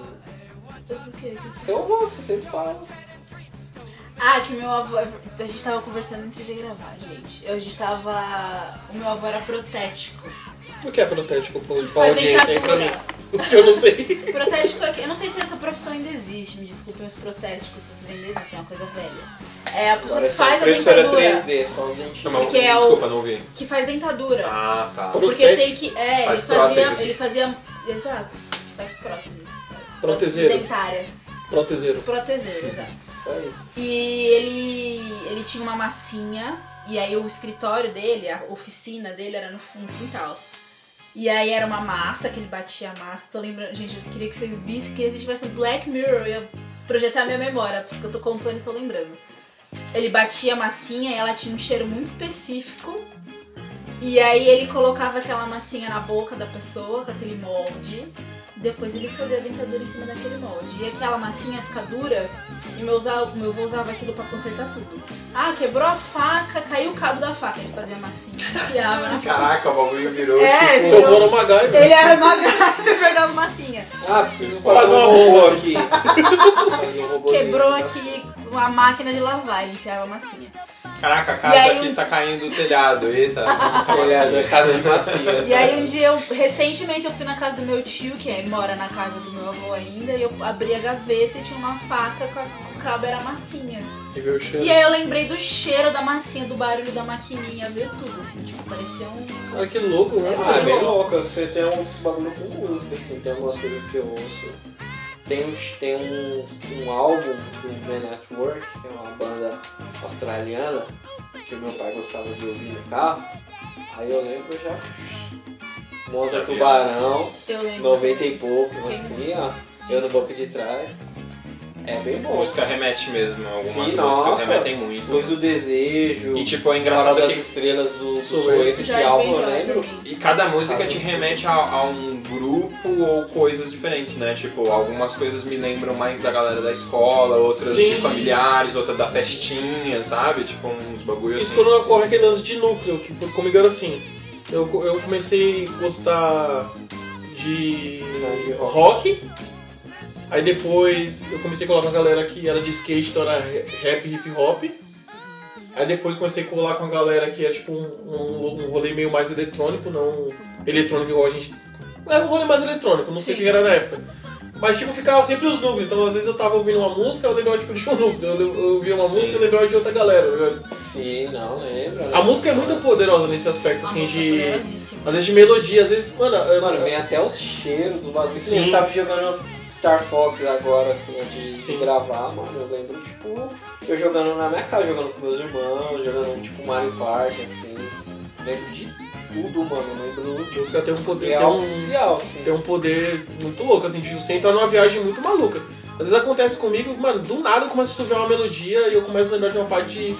Speaker 4: Tudo que-
Speaker 1: Seu avô, você sempre fala.
Speaker 4: Ah, que meu avô. A gente tava conversando antes de gravar, gente. Eu- A gente tava. O meu avô era protético.
Speaker 3: O que é protético pra
Speaker 4: Que
Speaker 3: pra
Speaker 4: faz
Speaker 3: audiência aí pra mim?
Speaker 4: dentadura.
Speaker 3: O que eu não sei.
Speaker 4: Protético é que. Eu não sei se essa profissão ainda existe, me desculpem os protéticos se vocês ainda existem, é uma coisa velha. É a pessoa
Speaker 1: Agora
Speaker 4: que faz a
Speaker 1: impressora
Speaker 4: dentadura.
Speaker 1: 3D, só a gente.
Speaker 2: Não,
Speaker 4: Porque é o-
Speaker 2: Desculpa, não ouvi.
Speaker 4: Que faz dentadura.
Speaker 2: Ah, tá.
Speaker 4: Porque tem que. É,
Speaker 2: Faz
Speaker 4: ele fazia.
Speaker 2: próteses.
Speaker 4: Ele fazia. Exato. Faz próteses. Próteses
Speaker 3: Proteseiro.
Speaker 4: dentárias.
Speaker 3: Proteseiro.
Speaker 4: Proteseiro, exato.
Speaker 1: Isso aí.
Speaker 4: E ele, ele tinha uma massinha, e aí o escritório dele, a oficina dele era no fundo do quintal. E aí era uma massa, que ele batia a massa. Tô lembrando, gente, eu queria que vocês vissem que se tivesse Black Mirror, eu ia projetar a minha memória, por isso que eu tô contando e tô lembrando. Ele batia a massinha e ela tinha um cheiro muito específico. E aí ele colocava aquela massinha na boca da pessoa, com aquele molde. Depois ele fazia a dentadura em cima daquele molde. E aquela massinha fica dura e meu, usa- meu avô usava aquilo pra consertar tudo. Ah, quebrou a faca, caiu o cabo da faca. Ele fazia massinha, enfiava na faca.
Speaker 2: Caraca, o bagulho virou.
Speaker 4: É,
Speaker 2: tipo,
Speaker 3: Seu avô era uma gaiva.
Speaker 4: Ele é era magro e pegava massinha.
Speaker 1: Ah, preciso
Speaker 3: Vou
Speaker 1: fazer
Speaker 3: fazer
Speaker 1: um
Speaker 3: uma
Speaker 1: robô aqui. Fazer um robô
Speaker 4: Quebrou
Speaker 1: aqui.
Speaker 4: aqui uma máquina de lavar, ele enfiava a massinha.
Speaker 2: Caraca, a
Speaker 4: E
Speaker 2: casa
Speaker 4: aí
Speaker 2: aqui
Speaker 4: um
Speaker 2: tá caindo do telhado. Eita, vamos acabar
Speaker 1: Olhada,
Speaker 2: assim.
Speaker 1: é casa de massinha.
Speaker 4: E aí um dia eu, recentemente eu fui na casa do meu tio, que é- mora na casa do meu avô ainda, e eu abri a gaveta e tinha uma faca com a, o cabo era massinha.
Speaker 3: E é- ver o cheiro.
Speaker 4: E aí eu lembrei do cheiro da massinha, do barulho da maquininha, veio tudo, assim, tipo, parecia um.
Speaker 3: Olha que louco, né?
Speaker 1: Ah, é bem louco, você tem alguns bagulho com música, assim, tem algumas coisas que eu ouço. Tem, uns, tem um, um álbum do Man at Work, que é uma banda australiana, que o meu pai gostava de ouvir no carro. Aí eu lembro já. Monza Tubarão,
Speaker 4: Eu lembro.
Speaker 1: 90 e poucos,
Speaker 4: Tem
Speaker 1: assim, ó.
Speaker 4: músicas
Speaker 1: Eu no
Speaker 4: difíceis.
Speaker 1: banco de trás. É bem
Speaker 2: A
Speaker 1: bom.
Speaker 2: música remete mesmo. Algumas
Speaker 1: Sim,
Speaker 2: músicas
Speaker 1: nossa.
Speaker 2: remetem muito.
Speaker 1: Luz do Desejo.
Speaker 2: E tipo, é
Speaker 1: Engraçado
Speaker 2: engraçado
Speaker 1: das
Speaker 2: que
Speaker 1: estrelas do, do
Speaker 3: Soweto.
Speaker 1: Soweto, esse
Speaker 4: Jorge
Speaker 1: álbum,
Speaker 4: Ben
Speaker 1: eu
Speaker 4: Jorge pra
Speaker 1: lembro.
Speaker 4: mim.
Speaker 2: E cada música te remete a, a um grupo ou coisas diferentes, né? Tipo, algumas coisas me lembram mais da galera da escola, outras de
Speaker 3: Sim.
Speaker 2: familiares, outra da festinha, sabe? Tipo, uns bagulho
Speaker 3: Isso é
Speaker 2: assim.
Speaker 3: quando ocorre aquele lance de núcleo, que comigo era assim. Eu, eu comecei a gostar de
Speaker 1: De
Speaker 3: rock, aí depois eu comecei a colar com a galera que era de skate, então era rap hip hop. Aí depois comecei a colar com a galera que era tipo um, um, um rolê meio mais eletrônico, não eletrônico igual a gente. Era um rolê mais eletrônico, não sei o
Speaker 4: Sim.
Speaker 3: que era na época. Mas tipo, ficava sempre os núcleos, então às vezes eu tava ouvindo uma música, eu lembrava tipo, de um núcleo, eu, eu ouvia uma música e lembrava de outra galera. eu lembrava-
Speaker 1: Sim, não, lembro.
Speaker 3: a música é muito
Speaker 1: poderosa.
Speaker 3: poderosa nesse aspecto,
Speaker 4: A
Speaker 3: assim,
Speaker 4: música é
Speaker 3: de.
Speaker 4: poderosíssima.
Speaker 3: Às vezes de melodia, às vezes. Mano, eu-
Speaker 1: Mano, vem até os cheiros, o bagulho.
Speaker 3: Sim.
Speaker 1: Sim. Eu tava jogando Star Fox agora, assim, antes de
Speaker 3: Sim.
Speaker 1: gravar, mano. Eu lembro, tipo, eu jogando na minha casa, jogando com meus irmãos, jogando, tipo, Mario Party, assim. Lembro de tudo, mano. Lembro
Speaker 3: a música tem um
Speaker 1: de
Speaker 3: poder. Tem
Speaker 1: real
Speaker 3: um,
Speaker 1: oficial, assim.
Speaker 3: tem um poder muito louco, assim, de você entrar numa viagem muito maluca. Às vezes acontece comigo, mano, do nada eu começo a ouvir uma melodia e eu começo a lembrar de uma parte.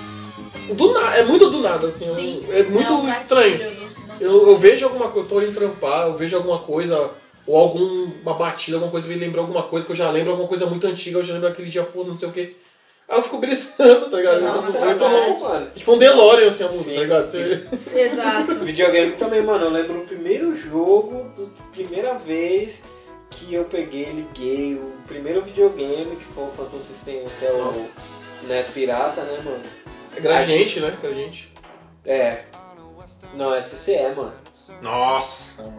Speaker 3: Do nada, é muito do nada, assim.
Speaker 4: Sim.
Speaker 3: é muito
Speaker 4: É um
Speaker 3: estranho.
Speaker 4: gatilho assim, dos- dos-
Speaker 3: Eu, eu vejo alguma coisa, eu tô indo trampar, eu vejo alguma coisa, ou alguma batida, alguma coisa, me lembra alguma coisa que eu já lembro, alguma coisa muito antiga, eu já lembro aquele dia, pô, não sei o quê. Aí eu fico brisando, tá ligado?
Speaker 4: Nossa,
Speaker 3: eu tô
Speaker 1: é
Speaker 3: muito louco.
Speaker 1: bom, mano.
Speaker 3: Tipo um DeLorean, assim, a música,
Speaker 1: Sim,
Speaker 3: tá ligado?
Speaker 1: sim.
Speaker 3: Você-
Speaker 4: é. Exato.
Speaker 1: Videogame também, mano. Eu lembro o primeiro jogo, do- primeira vez que eu peguei, liguei o primeiro videogame, que foi o Phantom System até o NES Pirata, né, mano?
Speaker 3: É gradiente, né? Gradiente.
Speaker 1: É. Não, é CCE, mano.
Speaker 2: Nossa!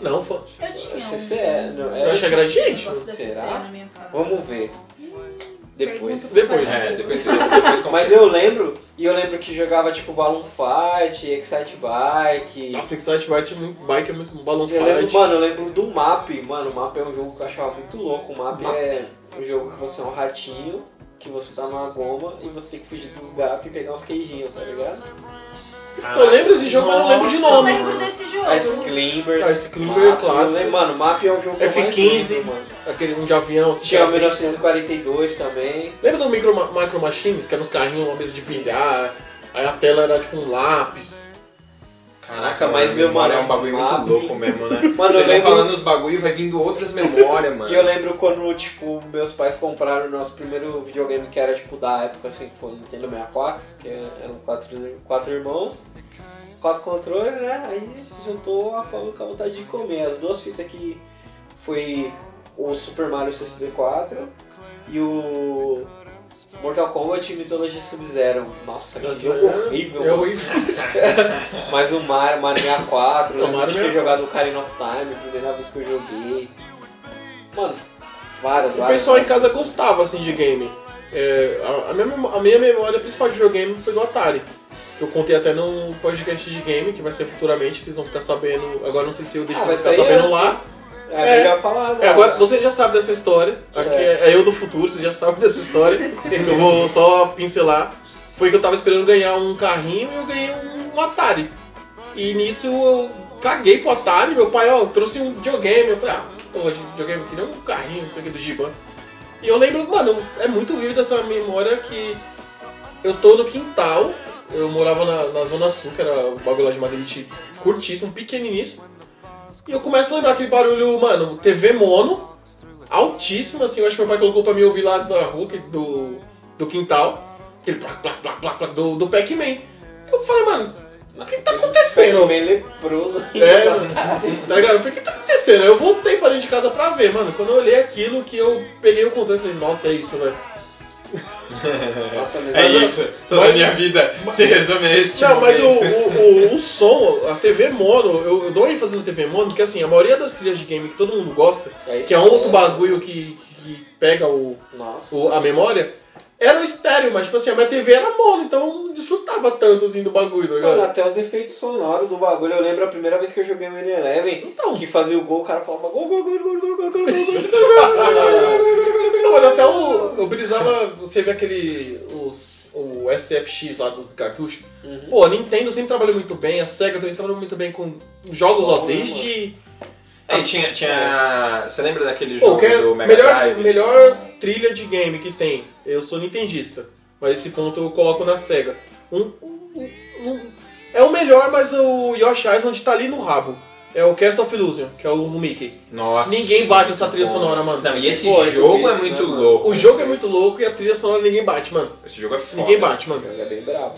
Speaker 3: Não, fã.
Speaker 4: Eu tinha.
Speaker 1: É
Speaker 4: um-
Speaker 1: CCE, não.
Speaker 3: Eu acho que é
Speaker 1: CCE.
Speaker 3: gradiente.
Speaker 4: Eu gosto da CCE
Speaker 1: Será?
Speaker 4: na minha casa.
Speaker 1: Vamos ver. Depois.
Speaker 4: Pergunta pro
Speaker 3: Depois.
Speaker 4: pai.
Speaker 2: É, depois depois
Speaker 1: Mas eu lembro, e eu lembro que jogava tipo Balloon Fight, Excite Bike.
Speaker 3: Nossa, Excite Bike é muito, bike é muito um balão
Speaker 1: Eu lembro,
Speaker 3: fight.
Speaker 1: mano, eu lembro do Map. Mano, o Map é um jogo que eu achava muito louco. O Map é um jogo que você é um ratinho, que você tá numa goma e você tem que fugir dos gatos e pegar uns queijinhos, tá ligado?
Speaker 3: Eu lembro desse jogo, mas não lembro de
Speaker 4: Eu
Speaker 3: nome.
Speaker 4: lembro desse jogo.
Speaker 1: Ice Climbers.
Speaker 3: Ah, Ice Climber é
Speaker 1: Map, eu
Speaker 3: clássico.
Speaker 1: lembro- Mano, o Map é um jogo que eu mais
Speaker 3: F15.
Speaker 1: lembro, mano.
Speaker 3: Aquele um de avião, assim.
Speaker 1: Tinha o
Speaker 3: que-
Speaker 1: 1942 também.
Speaker 3: Lembra do micro, micro Machines, que era uns carrinhos, uma mesa de bilhar, aí a tela era tipo um lápis.
Speaker 1: Caraca, mas eu,
Speaker 2: memória é
Speaker 1: mano,
Speaker 2: um bagulho
Speaker 1: ah,
Speaker 2: muito louco mesmo, né?
Speaker 1: Mano,
Speaker 2: Vocês
Speaker 1: eu
Speaker 2: vão
Speaker 1: lembro-
Speaker 2: falando os bagulho e vai vindo outras memórias, mano.
Speaker 1: E eu lembro quando, tipo, meus pais compraram o nosso primeiro videogame, que era, tipo, da época, assim, que foi o Nintendo 64, que eram quatro, quatro irmãos, quatro controles, né? Aí juntou a fome com a vontade de comer. As duas fitas que foi o Super Mario 64 e o Mortal Kombat e Mythologia Sub-Zero. Nossa, que
Speaker 3: Nossa,
Speaker 1: jogo
Speaker 3: é-
Speaker 1: horrível,
Speaker 3: É
Speaker 1: mano.
Speaker 3: horrível.
Speaker 1: Mas o Mario, Mario 64, eu lembro
Speaker 3: Mario
Speaker 1: de ter
Speaker 3: 64.
Speaker 1: jogado o Ocarina of Time, a primeira vez que eu joguei. Mano, várias,
Speaker 3: O
Speaker 1: várias.
Speaker 3: pessoal em casa gostava, assim, de game. É, a, a minha, memo- a minha memória principal de videogame foi do Atari. Que eu contei até no podcast de game, que vai ser futuramente, que vocês vão ficar sabendo. Agora não sei se eu deixo
Speaker 1: Ah,
Speaker 3: vocês
Speaker 1: vai
Speaker 3: ficar
Speaker 1: sair
Speaker 3: sabendo
Speaker 1: antes,
Speaker 3: lá.
Speaker 1: É,
Speaker 3: É.
Speaker 1: melhor falar. né?
Speaker 3: É, agora você já sabe dessa história. Aqui é. é eu do futuro, você já sabe dessa história. eu vou só pincelar. Foi que eu tava esperando ganhar um carrinho e eu ganhei um, um Atari. E nisso eu caguei pro Atari, meu pai, ó, trouxe um videogame. Eu falei, ah, porra, de videogame, eu queria um carrinho, não sei o que, do Giban. E eu lembro, mano, é muito vivo essa memória que eu tô no quintal, eu morava na, na Zona Sul, que era o bagulho lá de Madrid curtíssimo, pequeniníssimo. E eu começo a lembrar aquele barulho, mano, TV mono, altíssimo, assim, eu acho que meu pai colocou pra mim ouvir lá da rua, que- do, do quintal, aquele plac, plac, plac, plac, plac, do, do Pac-Man. Eu falei, mano, o que tá acontecendo?
Speaker 1: Meio leproso ainda.
Speaker 3: É, tá ligado? Eu falei, o que tá acontecendo? Eu voltei pra dentro de casa pra ver, mano. Quando eu olhei aquilo que eu peguei o controle, eu falei, nossa, é isso, velho.
Speaker 1: Nossa, mas
Speaker 2: É
Speaker 1: mas-
Speaker 2: isso. Toda
Speaker 3: mas-
Speaker 2: a minha vida se resume a este
Speaker 3: Não, mas o,
Speaker 2: momento.
Speaker 3: o, o, o som, a TV mono, eu, eu dou ênfase na TV mono, porque assim, a maioria das trilhas de game que todo mundo gosta,
Speaker 1: É isso.
Speaker 3: que é um outro bagulho que, que pega o,
Speaker 1: Nossa.
Speaker 3: o- a memória, era um estéreo, mas tipo assim, a minha TV era mono, então eu não desfrutava tanto assim do bagulho, tá
Speaker 1: Mano,
Speaker 3: ligado?
Speaker 1: até os efeitos sonoros do bagulho. Eu lembro a primeira vez que eu joguei o Eleven,
Speaker 3: Então.
Speaker 1: que fazia o gol, o cara falava gol, gol, gol, gol, gol, gol, gol, gol, gol.
Speaker 3: Não, mas até o. Eu brisava, você vê aquele. Os, o SFX lá dos cartuchos. Pô, a Nintendo sempre trabalhou muito bem, a SEGA também trabalhou muito bem com jogos, ó,
Speaker 1: Som,
Speaker 3: desde.
Speaker 1: É,
Speaker 2: Aí tinha, tinha. Você lembra daquele
Speaker 3: Pô,
Speaker 2: jogo
Speaker 3: que é
Speaker 2: do Mega
Speaker 3: melhor,
Speaker 2: Drive?
Speaker 3: melhor trilha de game que tem. Eu sou nintendista, mas esse ponto eu coloco na SEGA. Um- um- um- é o melhor, mas o Yoshi Island tá ali no rabo. É o Cast of Illusion, que é o do Mickey.
Speaker 2: Nossa.
Speaker 3: Ninguém bate essa
Speaker 2: muito
Speaker 3: trilha
Speaker 2: bom.
Speaker 3: sonora, mano.
Speaker 2: Não, e esse
Speaker 1: Pô, é
Speaker 2: jogo é
Speaker 1: difícil,
Speaker 2: muito
Speaker 1: né, mano?
Speaker 2: louco.
Speaker 3: O jogo é muito louco e a trilha sonora ninguém bate, mano.
Speaker 2: Esse jogo é foda.
Speaker 3: Ninguém bate, mano.
Speaker 1: Ele é bem brabo.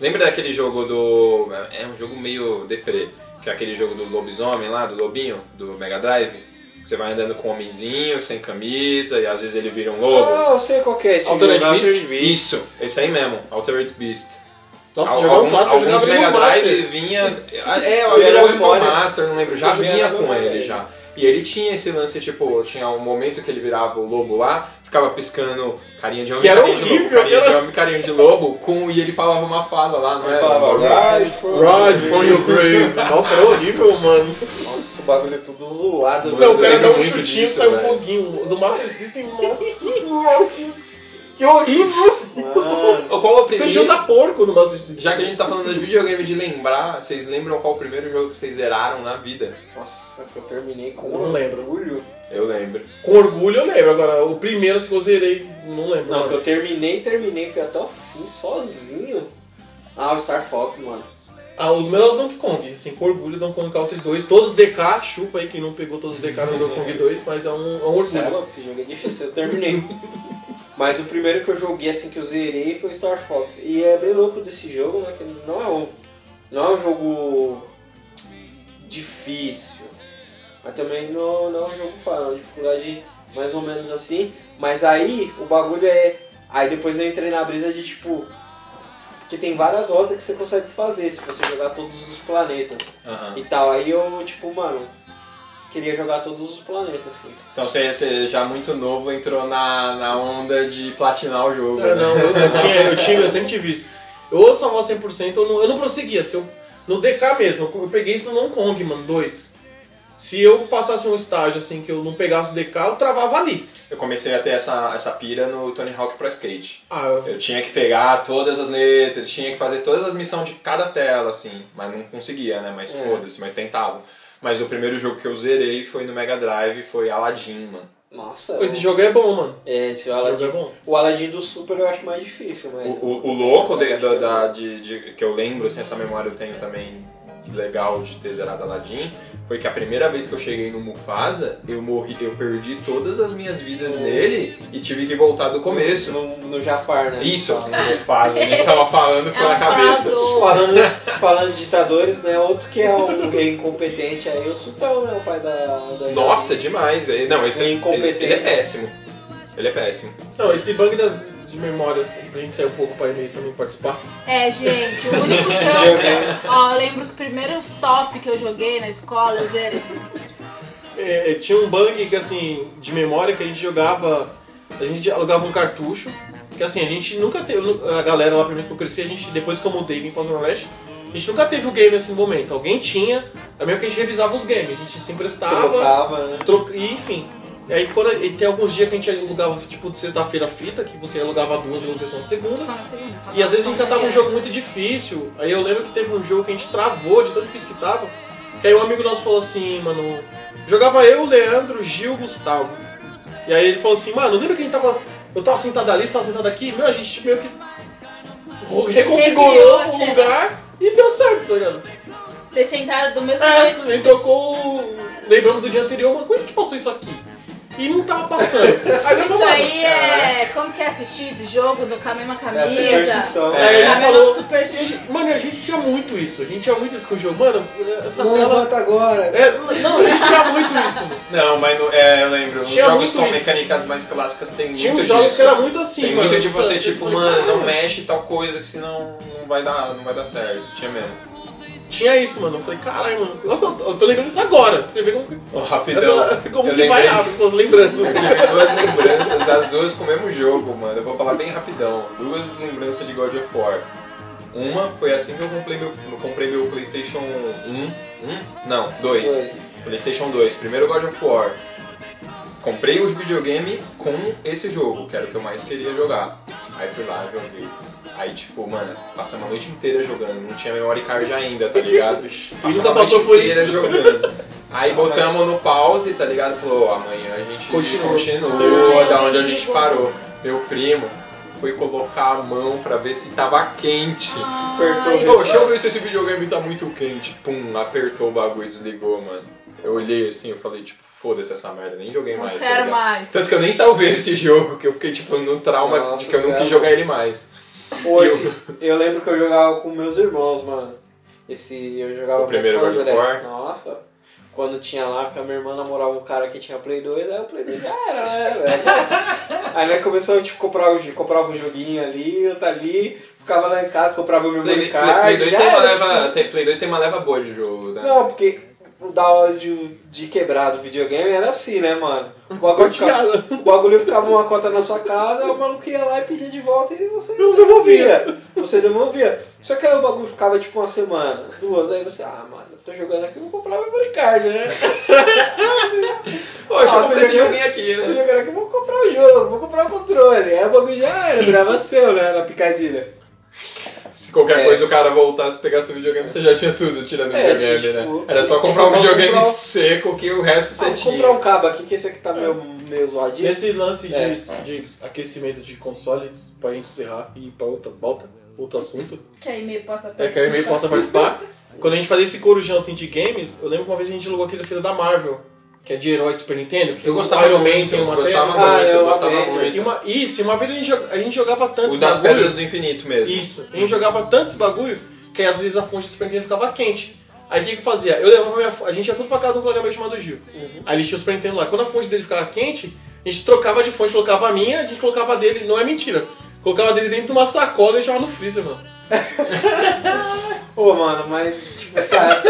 Speaker 2: Lembra daquele jogo do. É um jogo meio deprê, que é aquele jogo do lobisomem lá, do lobinho, do Mega Drive? que Você vai andando com um homenzinho, sem camisa, e às vezes ele vira um lobo.
Speaker 1: Ah, eu sei qual que é esse
Speaker 3: Altered
Speaker 1: jogo,
Speaker 3: Beast?
Speaker 1: Altered Beast.
Speaker 2: Isso, esse aí mesmo, Altered Beast.
Speaker 3: Nossa,
Speaker 2: Al-
Speaker 3: jogar um clássico, eu
Speaker 2: alguns
Speaker 3: jogava ele
Speaker 2: Mega
Speaker 3: no
Speaker 2: Drive
Speaker 3: Master.
Speaker 2: vinha. É, eu
Speaker 1: Eu
Speaker 2: acho que
Speaker 1: jogava
Speaker 2: era
Speaker 1: no
Speaker 2: o
Speaker 1: Master.
Speaker 2: Master, não lembro, já
Speaker 1: Eu jogava
Speaker 2: vinha
Speaker 1: no
Speaker 2: com
Speaker 1: Master.
Speaker 2: ele já. E ele tinha esse lance, tipo, tinha um momento que ele virava o lobo lá, ficava piscando carinha de homem,
Speaker 3: Que era
Speaker 2: carinha de lobo,
Speaker 3: horrível,
Speaker 2: carinha
Speaker 3: que era-
Speaker 2: de homem, carinha de lobo, com, e ele falava uma fala lá, não é?
Speaker 1: Ele
Speaker 2: era?
Speaker 1: falava Rise from,
Speaker 3: É, Rise from your grave. Nossa, era horrível, mano.
Speaker 1: Nossa, o bagulho é tudo zoado.
Speaker 2: Não,
Speaker 3: Não,
Speaker 1: mano.
Speaker 3: o cara
Speaker 2: lembro
Speaker 3: dá um
Speaker 2: muito
Speaker 3: chutinho e
Speaker 2: disso,
Speaker 3: sai um
Speaker 2: velho.
Speaker 3: foguinho. O Do Master System, nossa. nossa. Que horrível.
Speaker 1: Mano,
Speaker 2: Qual o
Speaker 3: Você
Speaker 2: primeiro?
Speaker 3: chuta porco no Master System.
Speaker 2: Já que a gente tá falando de videogame de lembrar, vocês lembram qual o primeiro jogo que vocês zeraram na vida?
Speaker 1: Nossa, que eu terminei com um
Speaker 3: Não lembro.
Speaker 1: orgulho.
Speaker 2: Eu lembro.
Speaker 3: Com orgulho eu lembro, agora o primeiro assim, que eu zerei, não lembro.
Speaker 1: Não, que eu terminei, terminei, fui até o fim sozinho. Ah, o Star Fox, mano.
Speaker 3: Ah, os meus é os Donkey Kong, assim, com orgulho Donkey Kong Country 2, todos DK, chupa aí que não pegou todos os DK no Donkey Kong 2, mas é um, é um
Speaker 1: Cê é
Speaker 3: orgulho.
Speaker 1: louco, esse jogo é difícil, eu terminei. Mas o primeiro que eu joguei, assim, que eu zerei foi Star Fox. E é bem louco desse jogo, né? Que não é um, não é um jogo difícil. Mas também não, não é um jogo fácil, é uma dificuldade mais ou menos assim. Mas aí o bagulho é. Aí depois eu entrei na brisa de tipo. Porque tem várias rotas que você consegue fazer se você jogar todos os planetas
Speaker 2: Aham.
Speaker 1: e tal. Aí eu, tipo, mano, queria jogar todos os planetas, assim.
Speaker 2: Então você, você já muito novo entrou na, na onda de platinar o jogo.
Speaker 3: É,
Speaker 2: né?
Speaker 3: não, eu, eu tinha, eu tinha, eu sempre tive isso. Eu ou salvar 100% ou não, eu não prosseguia, se eu, no DK mesmo, eu peguei isso no Donkey Kong, mano, 2. Se eu passasse um estágio assim que eu não pegasse o DK, eu travava ali.
Speaker 2: Eu comecei a ter essa, essa pira no Tony Hawk Pro Skate.
Speaker 3: Ah, eu,
Speaker 2: Eu tinha que pegar todas as letras, tinha que fazer todas as missões de cada tela, assim. Mas não conseguia, né? Mas
Speaker 1: É.
Speaker 2: foda-se, mas tentava. Mas o primeiro jogo que eu zerei foi no Mega Drive, foi Aladdin, mano.
Speaker 1: Nossa,
Speaker 3: pô, esse jogo é bom, mano.
Speaker 1: é, esse
Speaker 3: Esse jogo é
Speaker 1: Aladdin.
Speaker 3: bom.
Speaker 1: O Aladdin do Super eu acho mais difícil, mas. é
Speaker 2: O, o, o louco de- da, da- de- de- que eu lembro, assim, essa memória eu tenho também legal de ter zerado Aladdin, foi que a primeira vez que eu cheguei no Mufasa, eu morri, eu perdi todas as minhas vidas
Speaker 3: Hum.
Speaker 2: nele e tive que voltar do começo.
Speaker 1: No, no Jafar, né?
Speaker 2: Isso, no
Speaker 3: né?
Speaker 2: Mufasa, a gente tava falando, ficou na cabeça.
Speaker 4: Assado.
Speaker 1: Falando, falando de ditadores, né? Outro que é um rei incompetente aí, o Sultão, né? O pai da. da
Speaker 2: Nossa, demais. Ele- Não, esse é,
Speaker 1: É incompetente.
Speaker 2: ele, ele é péssimo. Ele é péssimo.
Speaker 3: Não, esse bug das, de memórias, pra gente sair um pouco pra e-mail também participar.
Speaker 4: É, gente, o único jogo. que- Ó, eu lembro que o primeiro stop que eu joguei na escola, eu zerei.
Speaker 3: É, tinha um bug que assim, de memória que a gente jogava. A gente alugava um cartucho. Que assim, a gente nunca teve. A galera lá primeiro que eu cresci, a gente, depois que eu mudei e vim pra Zona Leste, a gente nunca teve o game nesse momento. Alguém tinha, é meio que a gente revisava os games, a gente se emprestava,
Speaker 1: Trocava, né?
Speaker 3: troca, e enfim. E aí quando, e tem alguns dias que a gente alugava, tipo, de sexta-feira a fita, que você alugava duas de versão segunda.
Speaker 4: Só um tá na segunda.
Speaker 3: E às vezes a gente cantava um jogo muito difícil. Aí eu lembro que teve um jogo que a gente travou de tão difícil que tava. Que aí um amigo nosso falou assim, mano. Jogava eu, Leandro, Gil, Gustavo. E aí ele falou assim, mano, lembra que a gente tava. Eu tava sentado ali, você tava sentado aqui? Meu, a gente tipo, meio que. ro-
Speaker 4: Recriou
Speaker 3: Reconfigurou
Speaker 4: a
Speaker 3: o
Speaker 4: cena.
Speaker 3: lugar e deu certo, tá ligado?
Speaker 4: Vocês sentaram do mesmo jeito.
Speaker 3: É,
Speaker 4: vocês-
Speaker 3: ele tocou. Lembramos do dia anterior, mas quando a gente passou isso aqui? E não tava passando. Aí, meu
Speaker 4: Isso
Speaker 3: mano,
Speaker 4: aí é. Como que é assistir de jogo do com a mesma
Speaker 1: É a
Speaker 4: camisa?
Speaker 1: superstição.
Speaker 3: É.
Speaker 4: Com
Speaker 3: Ele
Speaker 4: a mesma
Speaker 3: falou-
Speaker 4: superstição.
Speaker 3: Mano, a gente tinha muito isso. A gente tinha muito isso com o jogo. Mano, essa
Speaker 1: Não
Speaker 3: tela.
Speaker 1: levanta agora.
Speaker 3: É, não, ele tinha muito isso.
Speaker 2: Não, mas não- é, eu lembro. os
Speaker 3: Tinha
Speaker 2: jogos
Speaker 3: muito
Speaker 2: com
Speaker 3: isso.
Speaker 2: mecânicas mais clássicas tem muito
Speaker 3: Tinha uns
Speaker 2: disso.
Speaker 3: jogos que era muito assim,
Speaker 2: Tem
Speaker 3: mano.
Speaker 2: muito de você,
Speaker 3: Eu
Speaker 2: tipo,
Speaker 3: falei,
Speaker 2: mano, não
Speaker 3: "Caralho".
Speaker 2: mexe tal coisa que senão não vai dar, não vai dar certo. Tinha mesmo.
Speaker 3: Tinha isso, mano. Eu falei, caralho, mano. Eu, eu- eu tô lembrando isso agora. Pra você ver como, que-
Speaker 2: Ô, rapidão.
Speaker 3: essa, como
Speaker 2: eu
Speaker 3: que vai
Speaker 2: lembrei,
Speaker 3: rápido essas lembranças.
Speaker 2: eu tive duas lembranças, as duas com o mesmo jogo, mano. Eu vou falar bem rapidão. Duas lembranças de God of War. Uma foi assim que eu comprei meu, eu comprei meu PlayStation 1. Um? Não, dois.
Speaker 1: Dois.
Speaker 2: PlayStation 2, primeiro God of War. Comprei os videogame com esse jogo, que era o que eu mais queria jogar. Aí fui lá, joguei. Aí, tipo, mano, passamos a noite inteira jogando, não tinha memory card ainda, tá ligado? Passamos
Speaker 3: nunca passou por isso.
Speaker 2: jogando. Aí botamos no pause, tá ligado? Falou, "Ó, amanhã a gente
Speaker 3: Continua.
Speaker 2: continua
Speaker 4: Ah,
Speaker 2: da
Speaker 4: eu
Speaker 2: onde a
Speaker 4: vi
Speaker 2: gente
Speaker 4: que
Speaker 2: parou. Meu primo foi colocar a mão pra ver se tava quente.
Speaker 4: Ah.
Speaker 1: Apertou
Speaker 2: Ô, deixa eu ver se esse videogame tá muito quente. Pum, apertou o bagulho e desligou, mano. Eu olhei assim, eu falei, tipo, foda-se essa merda, nem joguei
Speaker 4: Não
Speaker 2: mais. tá
Speaker 1: tá
Speaker 4: quero
Speaker 2: ligado?
Speaker 4: mais.
Speaker 2: Tanto que eu nem salvei esse jogo, que eu fiquei, tipo, no trauma
Speaker 1: Nossa, é
Speaker 2: de que eu não
Speaker 1: sério?
Speaker 2: quis jogar ele mais.
Speaker 1: Pô, esse- eu lembro que eu jogava com meus irmãos, mano. Esse eu jogava
Speaker 2: O
Speaker 1: com
Speaker 2: primeiro
Speaker 1: San
Speaker 2: God of
Speaker 1: Andreas.
Speaker 2: War?
Speaker 1: Nossa. Quando tinha lá, porque a minha irmã namorava um cara que tinha Play 2, aí o Play 2 já era, né, velho? Aí nós começamos, tipo, comprar o, comprava um joguinho ali, eu tá ali, ficava lá em casa, comprava o meu
Speaker 2: Play,
Speaker 1: memory
Speaker 2: Play,
Speaker 1: card,
Speaker 2: Play 2
Speaker 1: já
Speaker 2: tem né? uma
Speaker 1: era,
Speaker 2: leva.
Speaker 1: tipo,
Speaker 2: Tem, Play 2 tem uma leva boa de jogo, né?
Speaker 1: Não, porque o da hora de, de quebrar do videogame era assim, né, mano? O bagulho,
Speaker 3: Compartilhado.
Speaker 1: ficava, o bagulho ficava uma cota na sua casa, o maluco ia lá e pedia de volta e você devolvia. Você devolvia. Só que aí o bagulho ficava tipo uma semana, duas, aí você, ah, mano, eu tô jogando aqui, vou comprar meu brincadeira, né?
Speaker 2: Pô, deixa
Speaker 1: Ah,
Speaker 2: eu
Speaker 1: tô
Speaker 2: comprar esse
Speaker 1: jogando-
Speaker 2: joguinho aqui,
Speaker 1: Tô
Speaker 2: né?
Speaker 1: jogando aqui, vou comprar o jogo, vou comprar o controle. Aí o bagulho já era, virava seu, né, na picadilha.
Speaker 2: Se qualquer
Speaker 1: É.
Speaker 2: coisa o cara voltasse e pegasse o videogame, você já tinha tudo tirando o
Speaker 1: É,
Speaker 2: videogame,
Speaker 1: tipo,
Speaker 2: né? Era só
Speaker 1: se
Speaker 2: comprar um
Speaker 1: comprar-
Speaker 2: videogame
Speaker 1: comprar um-
Speaker 2: seco que o resto
Speaker 1: Ah,
Speaker 2: você
Speaker 1: vou
Speaker 2: tinha.
Speaker 1: comprar um cabo aqui, que esse aqui tá meio, meio zoadinho.
Speaker 3: Nesse lance de,
Speaker 1: É.
Speaker 3: de aquecimento de consoles, pra gente encerrar e ir pra outra pauta, outro assunto,
Speaker 4: Que aí meio passa
Speaker 3: é que a e possa participar. Quando a gente fazia esse corujão assim de games, eu lembro que uma vez a gente jogou aquele filme da Marvel, que é de herói de Super Nintendo. Que
Speaker 2: Eu
Speaker 3: o
Speaker 2: gostava
Speaker 3: Iron Man
Speaker 2: muito,
Speaker 3: tem
Speaker 2: eu
Speaker 3: uma
Speaker 2: gostava
Speaker 3: tela.
Speaker 1: Ah,
Speaker 2: muito, eu
Speaker 1: eu
Speaker 2: gostava
Speaker 1: amei,
Speaker 2: muito.
Speaker 3: E uma, isso, e uma vez a gente, joga- a gente jogava tanto
Speaker 2: O
Speaker 3: esse
Speaker 2: das
Speaker 3: bagulho-
Speaker 2: pedras do infinito mesmo.
Speaker 3: Isso. A gente jogava tanto esse bagulho que às vezes a fonte do Super Nintendo ficava quente. Aí o que que eu fazia? Eu levava minha fonte. A gente ia tudo pra casa de um colega meu chamado Gil. Aí ele tinha o Super Nintendo lá. Quando a fonte dele ficava quente, a gente trocava de fonte, colocava a minha, a gente colocava a dele, não é mentira. Colocava a dele dentro de uma sacola e deixava no freezer, mano.
Speaker 1: Pô, mano, mas tipo, sabe?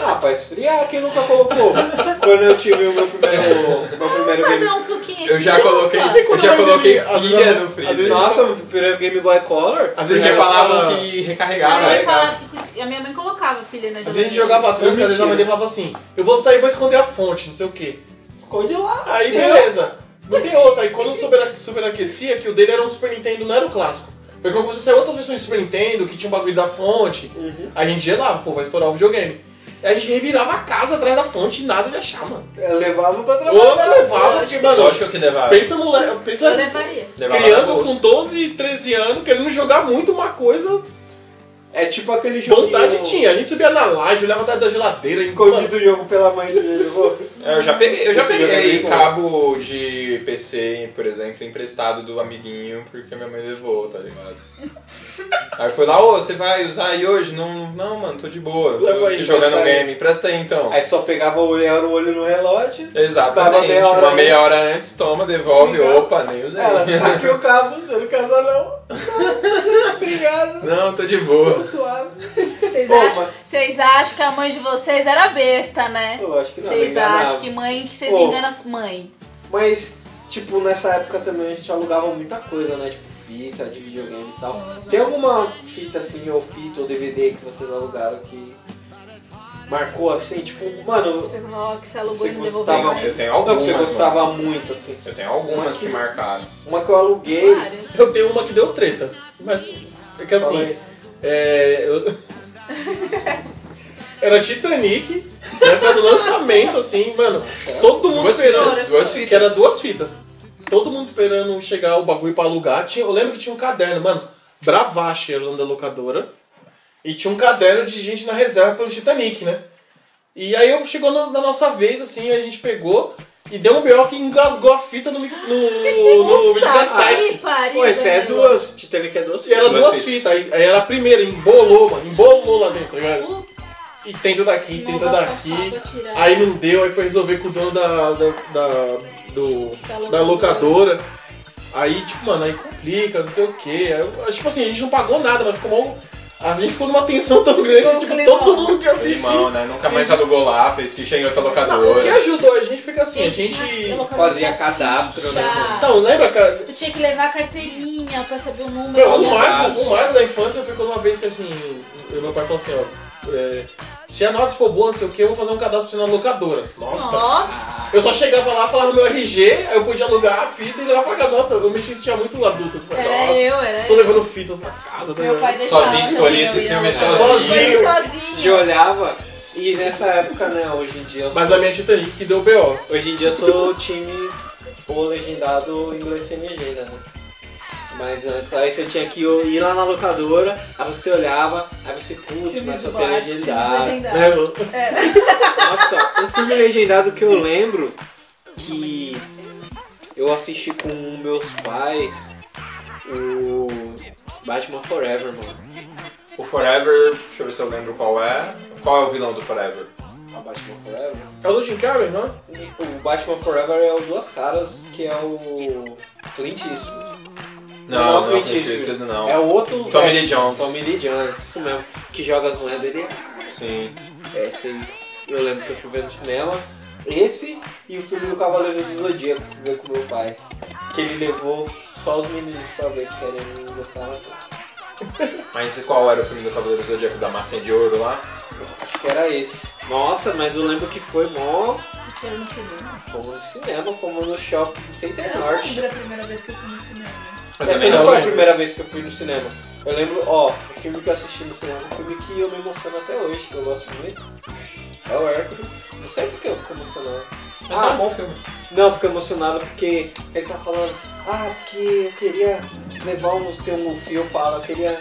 Speaker 1: ah, pra esfriar, quem nunca colocou? Quando eu tive o meu primeiro. Meu primeiro
Speaker 4: Fazer
Speaker 1: game.
Speaker 4: um suquinho
Speaker 2: Eu já coloquei, eu
Speaker 1: é
Speaker 2: já coloquei pilha no freezer.
Speaker 1: Nossa, meu primeiro Game Boy Color?
Speaker 3: Às vezes
Speaker 2: Porque
Speaker 3: eu
Speaker 2: falavam que
Speaker 3: falava
Speaker 4: A minha, mãe
Speaker 2: recarregava. né?
Speaker 4: falava que- a minha mãe colocava né, pilha na
Speaker 3: Às
Speaker 4: geladeira.
Speaker 3: vezes a gente jogava
Speaker 1: Não,
Speaker 3: tanto, às vezes a
Speaker 1: mentira.
Speaker 3: mãe dele falava assim, eu vou sair e vou esconder a fonte, não sei o quê.
Speaker 1: Esconde lá.
Speaker 3: Aí beleza. Não tem outra. Aí quando eu super, superaquecia, que o dele era um Super Nintendo, não era o clássico. Foi quando você saiu outras versões de Super Nintendo, que tinha um bagulho da fonte, a gente gelava, pô, vai estourar o videogame. Aí a gente revirava a casa atrás da fonte e nada de achar, mano.
Speaker 1: Eu É, levava pra
Speaker 3: Ou
Speaker 1: trabalhar.
Speaker 3: eu levava, tipo, porque, mano,
Speaker 2: Lógico que levava.
Speaker 3: pensa moleque, pensa
Speaker 4: Eu levaria.
Speaker 2: levava
Speaker 3: crianças
Speaker 2: bolsa.
Speaker 3: com 12, 13 anos querendo jogar muito uma coisa,
Speaker 1: É tipo aquele jogo.
Speaker 3: vontade tinha. A gente subia na laje, olhava atrás da geladeira,
Speaker 1: Escondido o jogo pela mãe se levou.
Speaker 2: É, Eu já peguei, eu já
Speaker 1: Esse
Speaker 2: peguei
Speaker 1: jogo é
Speaker 2: cabo de PC, por exemplo, emprestado do amiguinho, porque minha mãe levou, tá ligado? Aí foi lá, ô, você vai usar aí hoje? Não, não, mano, tô de boa, eu tô
Speaker 3: Leva aí,
Speaker 2: aqui jogando
Speaker 1: empresta aí.
Speaker 2: game, presta aí então.
Speaker 1: Aí só pegava o olho, era o olho no relógio. Tava
Speaker 2: Exatamente,
Speaker 1: meia hora
Speaker 2: uma meia
Speaker 1: antes.
Speaker 2: hora antes, toma, devolve,
Speaker 1: Obrigado.
Speaker 2: opa, nem usei.
Speaker 1: Ela,
Speaker 3: É.
Speaker 1: tá aqui o cabo, você não casa não. Obrigado,
Speaker 2: Não, tô de boa.
Speaker 1: suave.
Speaker 4: Vocês
Speaker 1: Pô,
Speaker 4: acham,
Speaker 1: mas-
Speaker 4: vocês acham que a mãe de vocês era besta, né?
Speaker 1: Eu acho que não.
Speaker 4: Vocês
Speaker 1: não enganava.
Speaker 4: acham que mãe, que vocês
Speaker 1: Pô.
Speaker 4: enganam as mãe.
Speaker 1: Mas, tipo, nessa época também a gente alugava muita coisa, né? Tipo, fita de videogame e tal. Tem alguma fita assim, ou fita, ou DVD que vocês alugaram que marcou assim? Tipo, mano,
Speaker 4: Vocês não falam que se alugou
Speaker 1: Você
Speaker 4: e não
Speaker 1: gostava-
Speaker 4: devolveu
Speaker 2: Tenho-
Speaker 4: mais.
Speaker 2: Eu tenho
Speaker 1: não que você
Speaker 2: É, algumas, mano.
Speaker 1: gostava muito, assim.
Speaker 2: Eu tenho algumas que marcaram.
Speaker 1: Uma que eu aluguei.
Speaker 4: Várias.
Speaker 3: Eu tenho uma que deu treta. Mas é que
Speaker 1: Fala
Speaker 3: assim.
Speaker 1: aí.
Speaker 3: É, eu- Era Titanic, na época do lançamento, assim, mano. Todo mundo
Speaker 2: Duas
Speaker 3: esperando.
Speaker 2: fitas, duas fitas.
Speaker 3: Que era duas fitas. Todo mundo esperando chegar o bagulho pra alugar. Tinha- eu lembro que tinha um caderno, mano. Bravache era o nome da locadora. E tinha um caderno de gente na reserva pelo Titanic, né? E aí eu- chegou no- na nossa vez, assim, a gente pegou e deu um B.O. que engasgou a fita no, mic- no, no, no videocassete.
Speaker 4: que pariu,
Speaker 1: Pô, esse é
Speaker 4: Danilo.
Speaker 1: duas. Titanic é duas.
Speaker 3: E era
Speaker 2: Duas
Speaker 3: duas, fitas. Aí, aí era a primeira, embolou, mano. Embolou lá dentro, tá ligado?
Speaker 4: Putz,
Speaker 3: e tenta daqui,
Speaker 4: Não
Speaker 3: tenta
Speaker 4: dá pra
Speaker 3: daqui.
Speaker 4: falar, vou tirar.
Speaker 3: Aí não deu, aí foi resolver com o dono da. da, da- do,
Speaker 4: Da
Speaker 3: da
Speaker 4: locadora.
Speaker 3: locadora. Aí, tipo, mano, aí complica, não sei o quê. Aí, eu- tipo assim, a gente não pagou nada, mas ficou mal. A gente ficou numa tensão tão grande,
Speaker 4: Ficou
Speaker 3: que, tipo,
Speaker 4: um
Speaker 3: todo
Speaker 4: climão.
Speaker 3: mundo que assistiu.
Speaker 2: Irmão, né? Nunca mais
Speaker 3: Eles-
Speaker 2: alugou lá, fez ficha em outra
Speaker 3: Não, o que
Speaker 2: locadora.
Speaker 3: ajudou a gente fica assim, a
Speaker 4: a
Speaker 3: gente.
Speaker 4: locadora
Speaker 1: Fazia
Speaker 4: já
Speaker 1: cadastro, né?
Speaker 4: fecha.
Speaker 3: Então, lembra, cara?
Speaker 4: um Eu tinha que levar a carteirinha pra saber o número.
Speaker 3: Meu, é, o
Speaker 4: né?
Speaker 3: Marco, o Marco da infância ficou uma vez que assim, o meu pai falou assim, ó. é, se a nota for boa, não sei o que, eu vou fazer um cadastro pra você na locadora. Nossa.
Speaker 4: Nossa!
Speaker 3: Eu só chegava lá, falava no meu RG, aí eu podia alugar a fita e levar pra casa. Nossa, eu me sentia muito adulto. Assim, falei,
Speaker 4: Era
Speaker 3: nossa,
Speaker 4: eu, era
Speaker 3: estou
Speaker 4: eu.
Speaker 3: levando fitas pra casa. tá
Speaker 4: Meu pai
Speaker 3: ligado?
Speaker 4: deixava
Speaker 2: Sozinho, escolhi
Speaker 4: eu
Speaker 2: esses
Speaker 4: ir
Speaker 2: filmes
Speaker 4: lá.
Speaker 3: sozinho.
Speaker 4: Escolhi
Speaker 1: Te
Speaker 4: Sozinho.
Speaker 1: olhava e nessa época, né, hoje em dia eu sou,
Speaker 3: Mas a minha Titanic que deu B.O.
Speaker 1: hoje em dia eu sou o time o legendado inglês sem legenda, né? Mas antes, aí você tinha que ir lá na locadora, aí você olhava, aí você, putz, mas
Speaker 4: Filmes
Speaker 1: só tem
Speaker 4: boatos, filmes
Speaker 1: legendado.
Speaker 3: É,
Speaker 4: legendários.
Speaker 1: É. Nossa, um filme legendado que eu lembro que eu assisti com meus pais, o Batman Forever, mano.
Speaker 2: O Forever, deixa eu ver se eu lembro qual é. Qual é o vilão do Forever?
Speaker 1: A Ah, Batman Forever?
Speaker 3: É o do Jim Carrey, não é?
Speaker 1: O Batman Forever é o Duas Caras, que é o Clint Eastwood.
Speaker 2: Não, não é o Clint
Speaker 1: Eastwood.
Speaker 2: Eastwood, não.
Speaker 1: É o outro...
Speaker 2: Tommy
Speaker 1: velho.
Speaker 2: Lee Jones.
Speaker 1: Tommy Lee Jones, isso mesmo. Que joga as moedas dele.
Speaker 2: Sim.
Speaker 1: É esse aí. Eu lembro que eu fui ver no cinema. Esse e o filme do Cavaleiro do Zodíaco, fui ver com meu pai. Que ele levou só os meninos pra ver, porque ele não gostava tanto.
Speaker 2: Mas qual era o filme do Cavaleiro do Zodíaco da Maçã de Ouro lá?
Speaker 1: Acho que era esse. Nossa, mas eu lembro que foi mó...
Speaker 4: Vocês foram no cinema?
Speaker 1: Fomos no cinema, fomos no shopping Center
Speaker 4: Eu não
Speaker 1: É Norte. É
Speaker 4: lembro a primeira vez que eu fui no cinema.
Speaker 2: Eu
Speaker 1: Essa
Speaker 2: também
Speaker 1: não
Speaker 2: não
Speaker 1: foi a
Speaker 2: lembro.
Speaker 1: primeira vez que eu fui no cinema. Eu lembro, ó, o filme que eu assisti no cinema, um filme que eu me emociono até hoje, que eu gosto muito, é o Hércules. Não sei por que eu fico emocionado.
Speaker 2: Mas é um bom filme.
Speaker 1: Não, eu fico emocionado porque ele tá falando, ah, porque eu queria levar um seu um fio, fala, eu queria.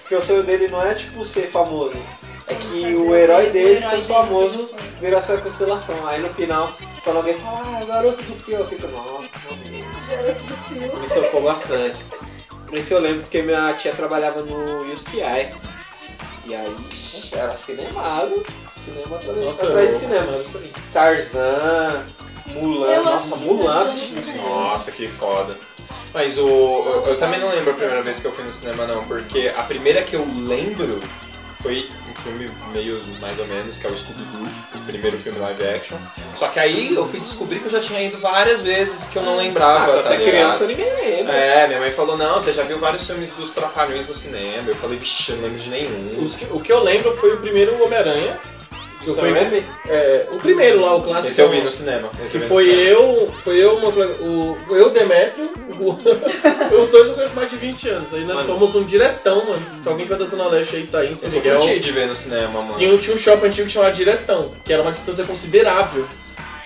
Speaker 1: Porque o sonho dele não é tipo ser famoso. É
Speaker 4: Ele
Speaker 1: que
Speaker 4: fazer
Speaker 1: o
Speaker 4: o-
Speaker 1: herói
Speaker 4: o
Speaker 1: dele
Speaker 4: herói
Speaker 1: fosse
Speaker 4: dele
Speaker 1: famoso,
Speaker 4: seja famoso.
Speaker 1: virasse a constelação. Aí no final, quando alguém fala, ah, o garoto do fio, eu fico, nossa, meu Deus.
Speaker 4: Geraldo do filme.
Speaker 1: Me tocou bastante. Esse eu lembro porque minha tia trabalhava no UCI. E aí era cinemado, cinema atrás,
Speaker 3: Nossa,
Speaker 1: atrás de
Speaker 3: eu-
Speaker 1: cinema, era isso aí. Tarzan, Mulan,
Speaker 4: Eu
Speaker 1: nossa,
Speaker 4: assisti
Speaker 1: Mulan
Speaker 4: Tarzan
Speaker 1: assisti
Speaker 4: no
Speaker 1: no cinema.
Speaker 4: cinema.
Speaker 2: Nossa, que foda. Mas o. Eu, eu também não lembro a primeira vez que eu fui no cinema, não, porque a primeira que eu lembro foi um filme meio mais ou menos, que é o Scooby-Doo, o primeiro filme live action. Só que aí eu fui descobrir que eu já tinha ido várias vezes que eu não
Speaker 1: Ah,
Speaker 2: lembrava.
Speaker 1: quando
Speaker 2: tá
Speaker 1: você é
Speaker 2: ligado?
Speaker 1: criança, ninguém lembra.
Speaker 2: É, minha mãe falou, não, você já viu vários filmes dos Trapalhões no cinema. Eu falei, vixi, eu não lembro de nenhum.
Speaker 3: Os que- o que eu lembro foi o primeiro Homem-Aranha.
Speaker 2: É,
Speaker 3: que eu
Speaker 1: Sam
Speaker 3: fui-
Speaker 1: Raimi?
Speaker 3: É, o primeiro lá, o clássico.
Speaker 2: Esse eu
Speaker 1: é
Speaker 2: vi no cinema. esse é
Speaker 3: Que
Speaker 2: eu vi no
Speaker 3: foi
Speaker 2: cinema.
Speaker 3: eu, foi eu, meu colega- o, foi eu, Demetrio, o, os dois eu conheço mais de 20 anos. Aí nós
Speaker 1: Mano.
Speaker 3: fomos num diretão, mano. Se alguém tiver da Zona Leste aí, tá aí, em São
Speaker 2: Esse eu
Speaker 3: Miguel.
Speaker 2: curti de ver no cinema, mano.
Speaker 3: Tinha, um- tinha um shopping antigo que chamava Diretão, que era uma distância considerável.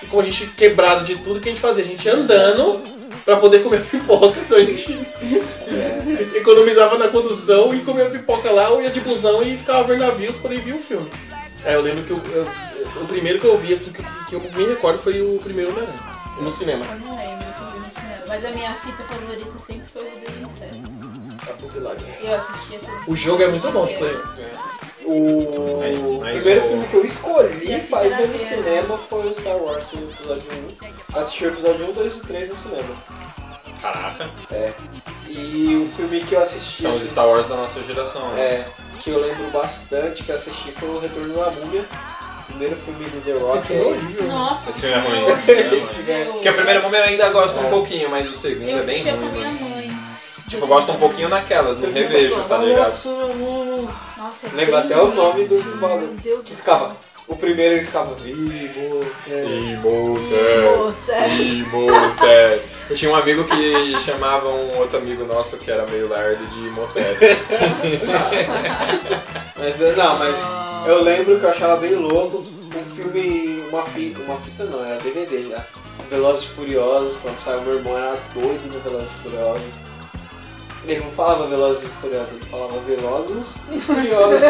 Speaker 3: E como a gente quebrado de tudo, o que a gente fazia? A gente ia andando pra poder comer pipoca, senão a gente economizava na condução e comia pipoca lá, ou ia de busão e ficava vendo navios pra ir ver o filme. Aí eu lembro que eu- eu- eu- o primeiro que eu vi, assim, que, que eu me recordo foi o primeiro Homem-Aranha, no cinema.
Speaker 4: Eu não lembro que eu vi no cinema. Mas a minha fita favorita sempre foi o Vida de Insetos.
Speaker 3: Tá
Speaker 4: E eu assistia tudo.
Speaker 3: O jogo é muito bom, tipo,
Speaker 1: O
Speaker 2: Aí, mas
Speaker 1: primeiro
Speaker 2: o-
Speaker 1: filme que eu
Speaker 4: E a
Speaker 1: escolhi
Speaker 4: fita
Speaker 1: pra ir
Speaker 4: era
Speaker 1: ver no
Speaker 4: verde.
Speaker 1: cinema foi o Star Wars, o episódio 1. Assisti o episódio 1, 2 e 3 no cinema. um-
Speaker 2: Caraca.
Speaker 1: E o filme que eu assisti.
Speaker 2: São os Star Wars da nossa geração, né?
Speaker 1: É, que eu lembro bastante que assisti foi o Retorno da Múmia, o primeiro filme do The
Speaker 3: esse
Speaker 1: Rock.
Speaker 3: filme é horrível.
Speaker 4: Nossa.
Speaker 2: Esse filme é ruim.
Speaker 1: Esse filme é
Speaker 4: Meu
Speaker 2: Porque a primeira
Speaker 4: Deus.
Speaker 2: momento eu ainda gosto um pouquinho, mas o segundo
Speaker 4: Eu
Speaker 2: é bem
Speaker 4: assistia
Speaker 2: ruim,
Speaker 4: com a minha
Speaker 2: mano.
Speaker 4: mãe.
Speaker 2: Tipo, eu gosto um pouquinho naquelas, não
Speaker 1: Prefiro
Speaker 2: revejo, tá
Speaker 4: gosto.
Speaker 2: ligado?
Speaker 4: Nossa, é
Speaker 1: Lembra
Speaker 4: bem
Speaker 1: até o
Speaker 4: ruim
Speaker 1: nome
Speaker 4: esse
Speaker 1: do,
Speaker 4: filme,
Speaker 1: do
Speaker 4: Meu
Speaker 1: bagulho.
Speaker 4: Deus
Speaker 1: Que
Speaker 4: do céu.
Speaker 1: escava. O primeiro ele escava. é, Iboté.
Speaker 2: Imhotep,
Speaker 4: Puta.
Speaker 2: Imhotep. Eu tinha um amigo que chamava um outro amigo nosso que era meio lerdo de Imhotep.
Speaker 1: Mas eu- não, mas eu lembro que eu achava bem louco um filme, uma fita, uma fita não, era DVD já. Velozes e Furiosos, quando saiu meu irmão era doido no Velozes e Furiosos. Ele não falava Velozes e Furiosos, ele falava Velozes e Furiosos.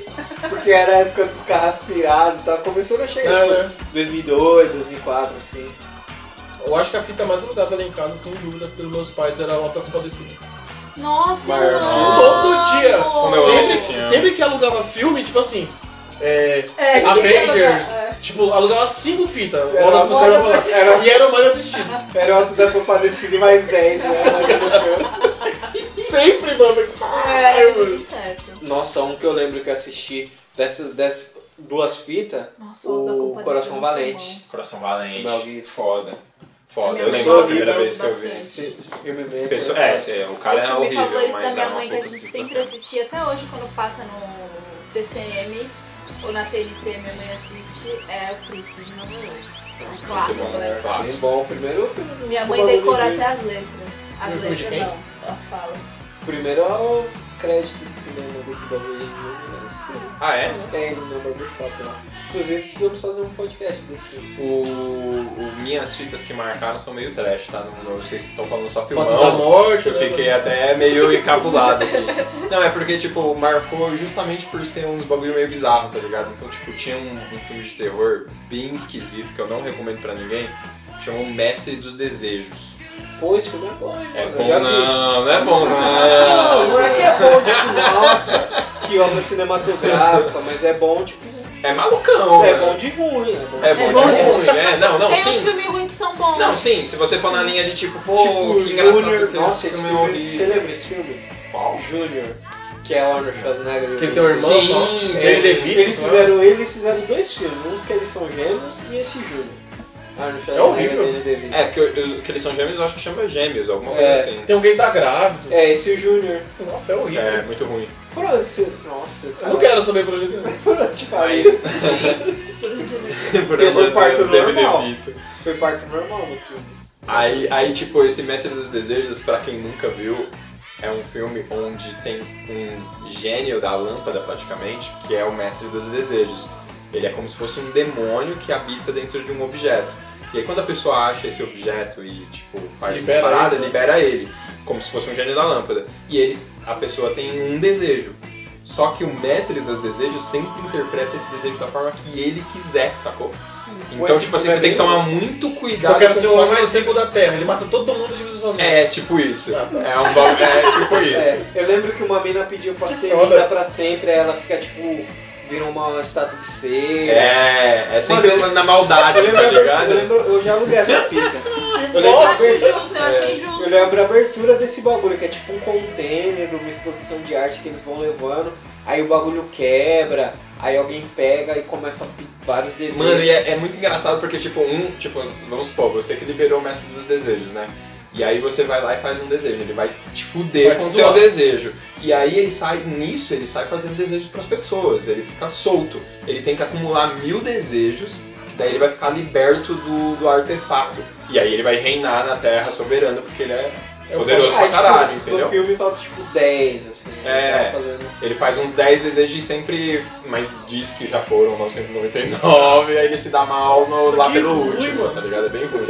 Speaker 1: Porque era a época dos carros aspirados e tal, começou a chegar
Speaker 3: É,
Speaker 1: tipo,
Speaker 3: né?
Speaker 1: 2002, 2004, assim.
Speaker 3: Eu acho que a fita mais alugada lá em casa, sem dúvida, pelos meus pais, era o Auto Compadecido.
Speaker 4: Nossa,
Speaker 2: Mas-
Speaker 4: eu amo!
Speaker 3: Todo dia.
Speaker 2: Como eu amo esse
Speaker 4: Sempre-
Speaker 2: filme.
Speaker 3: Sempre que alugava filme, tipo assim. É,
Speaker 4: É, tinha que
Speaker 3: Avengers.
Speaker 4: alugar, é.
Speaker 3: Tipo, alugava cinco fitas.
Speaker 1: Era
Speaker 3: Botava pros
Speaker 1: uma
Speaker 3: caras
Speaker 1: pra
Speaker 3: falar.
Speaker 1: assistir.
Speaker 3: E era o mais assistido.
Speaker 1: Perota da Copa decide mais 10, né?
Speaker 3: Sempre, mano.
Speaker 4: É,
Speaker 3: Ai,
Speaker 4: era tudo de
Speaker 3: mano.
Speaker 4: sexo.
Speaker 1: Nossa, um que eu lembro que eu assisti dessas, dessas duas fitas,
Speaker 4: Nossa, o da
Speaker 1: o
Speaker 4: Compadecida
Speaker 1: Coração
Speaker 4: é muito
Speaker 1: Valente.
Speaker 2: Coração Valente.
Speaker 1: Mel Gibson.
Speaker 2: Foda. Foda.
Speaker 4: Minha
Speaker 2: Eu
Speaker 4: mãe
Speaker 2: lembro da
Speaker 1: gosta
Speaker 2: primeira
Speaker 1: desse
Speaker 2: vez que eu vi.
Speaker 4: bastante.
Speaker 1: Esse- esse filme mesmo.
Speaker 2: Pessoa, é, sim, o cara é
Speaker 4: o filme
Speaker 2: horrível,
Speaker 4: favorito
Speaker 2: mas
Speaker 4: da minha
Speaker 2: era
Speaker 4: mãe
Speaker 2: uma puta
Speaker 4: que a
Speaker 2: né?
Speaker 4: gente
Speaker 2: fita
Speaker 4: sempre
Speaker 2: mesmo.
Speaker 4: assistia até hoje quando passa no TCM ou na TNT, minha mãe assiste, é O Príncipe de Nova York. É um clássico,
Speaker 2: bom,
Speaker 4: né?
Speaker 1: Bem
Speaker 2: Clássico.
Speaker 1: bom, o primeiro filme.
Speaker 4: Minha
Speaker 1: O
Speaker 4: mãe
Speaker 1: bagulho
Speaker 4: decora
Speaker 1: de-
Speaker 4: até as letras. As
Speaker 3: Filme de
Speaker 4: letras
Speaker 3: quem?
Speaker 4: não, as falas.
Speaker 1: O primeiro é o crédito de cinema do bagulho de filme, né? Esse filme.
Speaker 2: Ah, é?
Speaker 1: É, no meu barbershop lá. Inclusive, precisamos fazer um podcast desse filme.
Speaker 2: O, o- minhas fitas que marcaram são meio trash, tá? Não, não sei se estão falando só filmão.
Speaker 3: Faces da Morte.
Speaker 2: Eu fiquei até meio encabulado aqui. Não, é porque, tipo, marcou justamente por ser uns bagulho meio bizarro, tá ligado? Então, tipo, tinha um, um filme de terror bem esquisito que eu não recomendo pra ninguém, chamou Mestre dos Desejos.
Speaker 1: Pô, esse filme é bom, hein,
Speaker 2: É
Speaker 1: mano?
Speaker 2: bom,
Speaker 1: Eu já vi.
Speaker 2: não, não é bom,
Speaker 1: Não,
Speaker 2: não.
Speaker 1: não é que é bom, tipo, nossa, que obra cinematográfica, mas é bom, tipo,
Speaker 2: É malucão.
Speaker 1: é
Speaker 2: né?
Speaker 1: bom de ruim, é bom.
Speaker 2: É bom,
Speaker 4: É bom
Speaker 2: de
Speaker 4: de
Speaker 2: ruim, né? Não, não,
Speaker 4: Tem uns
Speaker 2: sim.
Speaker 4: filmes ruins que são bons.
Speaker 2: Não, sim, se você for na linha de tipo, pô,
Speaker 1: Tipo,
Speaker 2: que engraçado
Speaker 1: Júnior,
Speaker 2: que
Speaker 1: nossa, esse
Speaker 2: filme é
Speaker 1: filme, você
Speaker 2: horrível.
Speaker 1: lembra esse filme?
Speaker 2: Qual?
Speaker 1: Júnior, que é Arnold Schwarzenegger.
Speaker 3: Que ele tem um irmão. né?
Speaker 2: Sim,
Speaker 3: nossa.
Speaker 2: sim.
Speaker 3: Danny DeVito,
Speaker 1: Eles fizeram, eles fizeram dois filmes, um que eles são gêmeos e esse Júnior. Arnold Schwarzenegger
Speaker 3: horrível.
Speaker 1: Danny DeVito.
Speaker 2: É, que, eu- eu- que eles são gêmeos, eu acho que chama gêmeos, alguma coisa
Speaker 1: É.
Speaker 2: assim.
Speaker 3: Tem alguém que tá grávido.
Speaker 1: É, esse Júnior.
Speaker 3: Nossa, é horrível.
Speaker 2: É, muito ruim.
Speaker 1: Por onde você... Nossa,
Speaker 3: Eu
Speaker 1: cara.
Speaker 3: não quero saber pra ele. é.
Speaker 1: Por onde faz isso?
Speaker 4: Por um dia desse.
Speaker 2: Por
Speaker 1: Teve
Speaker 2: amor de
Speaker 1: parto
Speaker 2: Deus, Danny
Speaker 1: normal.
Speaker 2: DeVito.
Speaker 1: Foi parte normal no filme.
Speaker 2: Aí, aí, tipo, esse Mestre dos Desejos, pra quem nunca viu, é um filme onde tem um gênio da lâmpada, praticamente, que é o Mestre dos Desejos. Ele é como se fosse um demônio que habita dentro de um objeto. E aí, quando a pessoa acha esse objeto e, tipo, faz
Speaker 3: Libera
Speaker 2: uma parada,
Speaker 3: ele, né?
Speaker 2: libera ele, como se fosse um gênio da lâmpada. E ele, a pessoa tem um desejo. Só que o mestre dos desejos sempre interpreta esse desejo da forma que ele quiser, sacou? Então,
Speaker 1: Esse
Speaker 2: tipo assim,
Speaker 1: filme
Speaker 2: você
Speaker 1: é
Speaker 2: tem que
Speaker 1: bem-
Speaker 2: tomar muito cuidado
Speaker 3: Eu quero
Speaker 2: com
Speaker 3: ser o homem
Speaker 2: como
Speaker 3: mais
Speaker 2: você
Speaker 3: rico da Terra. Ele mata todo mundo e divide sozinho.
Speaker 2: é, tipo isso.
Speaker 3: Ah, tá.
Speaker 2: É um bagulho. É tipo isso.
Speaker 1: É, eu lembro que uma mina pediu pra
Speaker 3: Que
Speaker 1: ser
Speaker 3: foda.
Speaker 1: linda pra sempre, aí ela fica tipo, vira uma estátua de
Speaker 2: É,
Speaker 1: ser.
Speaker 2: é, sempre na maldade,
Speaker 1: Eu lembro,
Speaker 2: tá
Speaker 1: a abertura, eu
Speaker 2: ligado?
Speaker 1: lembro, eu já aluguei essa fita. Eu
Speaker 4: Eu
Speaker 1: lembro, a
Speaker 4: achei
Speaker 1: abertura-
Speaker 4: justo, eu
Speaker 2: é,
Speaker 4: achei justo.
Speaker 1: eu lembro a abertura desse bagulho, que é tipo um container, uma exposição de arte que eles vão levando, aí o bagulho quebra, aí alguém pega e começa a pi- vários desenhos.
Speaker 2: Mano, e é, é muito engraçado porque, tipo, um, tipo, vamos supor, você que liberou o mestre dos desejos, né? E aí você vai lá e faz um desejo, ele vai te fuder
Speaker 3: Vai
Speaker 2: com
Speaker 3: te
Speaker 2: o teu
Speaker 3: zoar.
Speaker 2: desejo. E aí ele sai, nisso ele sai fazendo desejos pras pessoas, ele fica solto. Ele tem que acumular mil desejos, que daí ele vai ficar liberto do, do artefato. E aí ele vai reinar na Terra soberano, porque ele é poderoso pra
Speaker 1: Aí, tipo,
Speaker 2: caralho,
Speaker 1: No
Speaker 2: entendeu?
Speaker 1: filme falta tipo 10, assim.
Speaker 2: É.
Speaker 1: ele tava fazendo-
Speaker 2: Ele faz uns 10 desejos e sempre. Mas diz que já foram 999, aí ele se dá mal no-
Speaker 3: Nossa,
Speaker 2: lá
Speaker 3: que
Speaker 2: pelo
Speaker 3: ruim,
Speaker 2: último,
Speaker 3: mano.
Speaker 2: tá ligado? É bem ruim.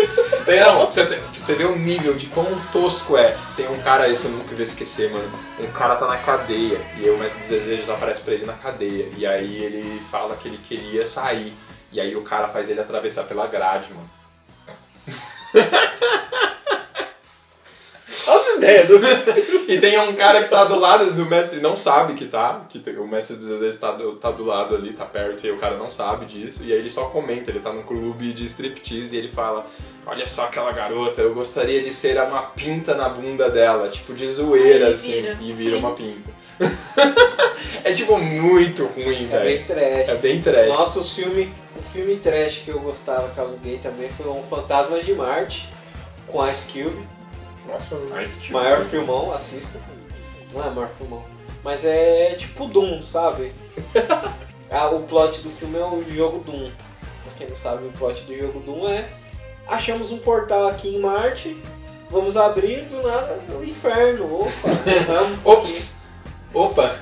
Speaker 2: Então, não, você, você vê o nível de quão tosco é. Tem um cara, esse eu nunca vou esquecer, mano. Um cara tá na cadeia e aí o mestre dos desejos aparece pra ele na cadeia. E aí ele fala que ele queria sair. E aí o cara faz ele atravessar pela grade, mano.
Speaker 3: Olha as ideias. do-
Speaker 2: E tem um cara que tá do lado do mestre, não sabe que tá, que tem- o mestre às vezes tá do, tá do lado ali, tá perto, e o cara não sabe disso, e aí ele só comenta, ele tá num clube de striptease e ele fala, olha só aquela garota, eu gostaria de ser uma pinta na bunda dela, tipo de zoeira,
Speaker 4: Aí
Speaker 2: assim,
Speaker 4: vira.
Speaker 2: e vira uma pinta. é tipo muito ruim,
Speaker 1: É
Speaker 2: velho.
Speaker 1: bem trash.
Speaker 2: É bem trash.
Speaker 1: Nossa, o filme, o filme trash que eu gostava, que eu aluguei também, foi um Fantasmas de Marte, com Ice Cube.
Speaker 3: Nossa, mano.
Speaker 2: Ice Cube.
Speaker 1: Maior filmão, assista. Não é maior filmão. Mas é tipo Doom, sabe? Ah, o plot do filme é o jogo Doom. Pra quem não sabe, o plot do jogo Doom é... Achamos um portal aqui em Marte, vamos abrir, do nada, o inferno. Opa, vamos.
Speaker 2: Ops! Opa!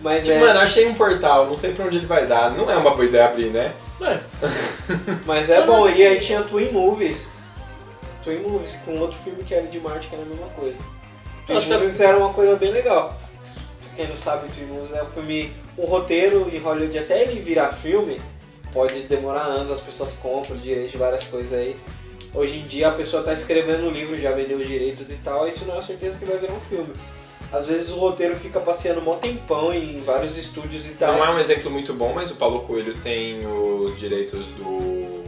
Speaker 1: Mas
Speaker 2: Tipo,
Speaker 1: é...
Speaker 2: Mano, achei um portal, não sei pra onde ele vai dar. Não é uma boa ideia abrir, né?
Speaker 3: É,
Speaker 1: Mas é bom, e aí tinha Twin Movies. Twin Movies, com outro filme que era de Marte, que era a mesma coisa. Twin
Speaker 3: Acho que
Speaker 1: Movies era uma coisa bem legal. Quem não sabe, Twin Movies é um filme, um roteiro em Hollywood, até ele virar filme, pode demorar anos, as pessoas compram direito de várias coisas aí. tá Hoje em dia a pessoa está escrevendo um livro, já vendeu os direitos e tal, isso não é certeza que vai virar um filme. Às vezes o roteiro fica passeando um tempão em vários estúdios e tal.
Speaker 2: Não é um exemplo muito bom, mas o Paulo Coelho tem os direitos do,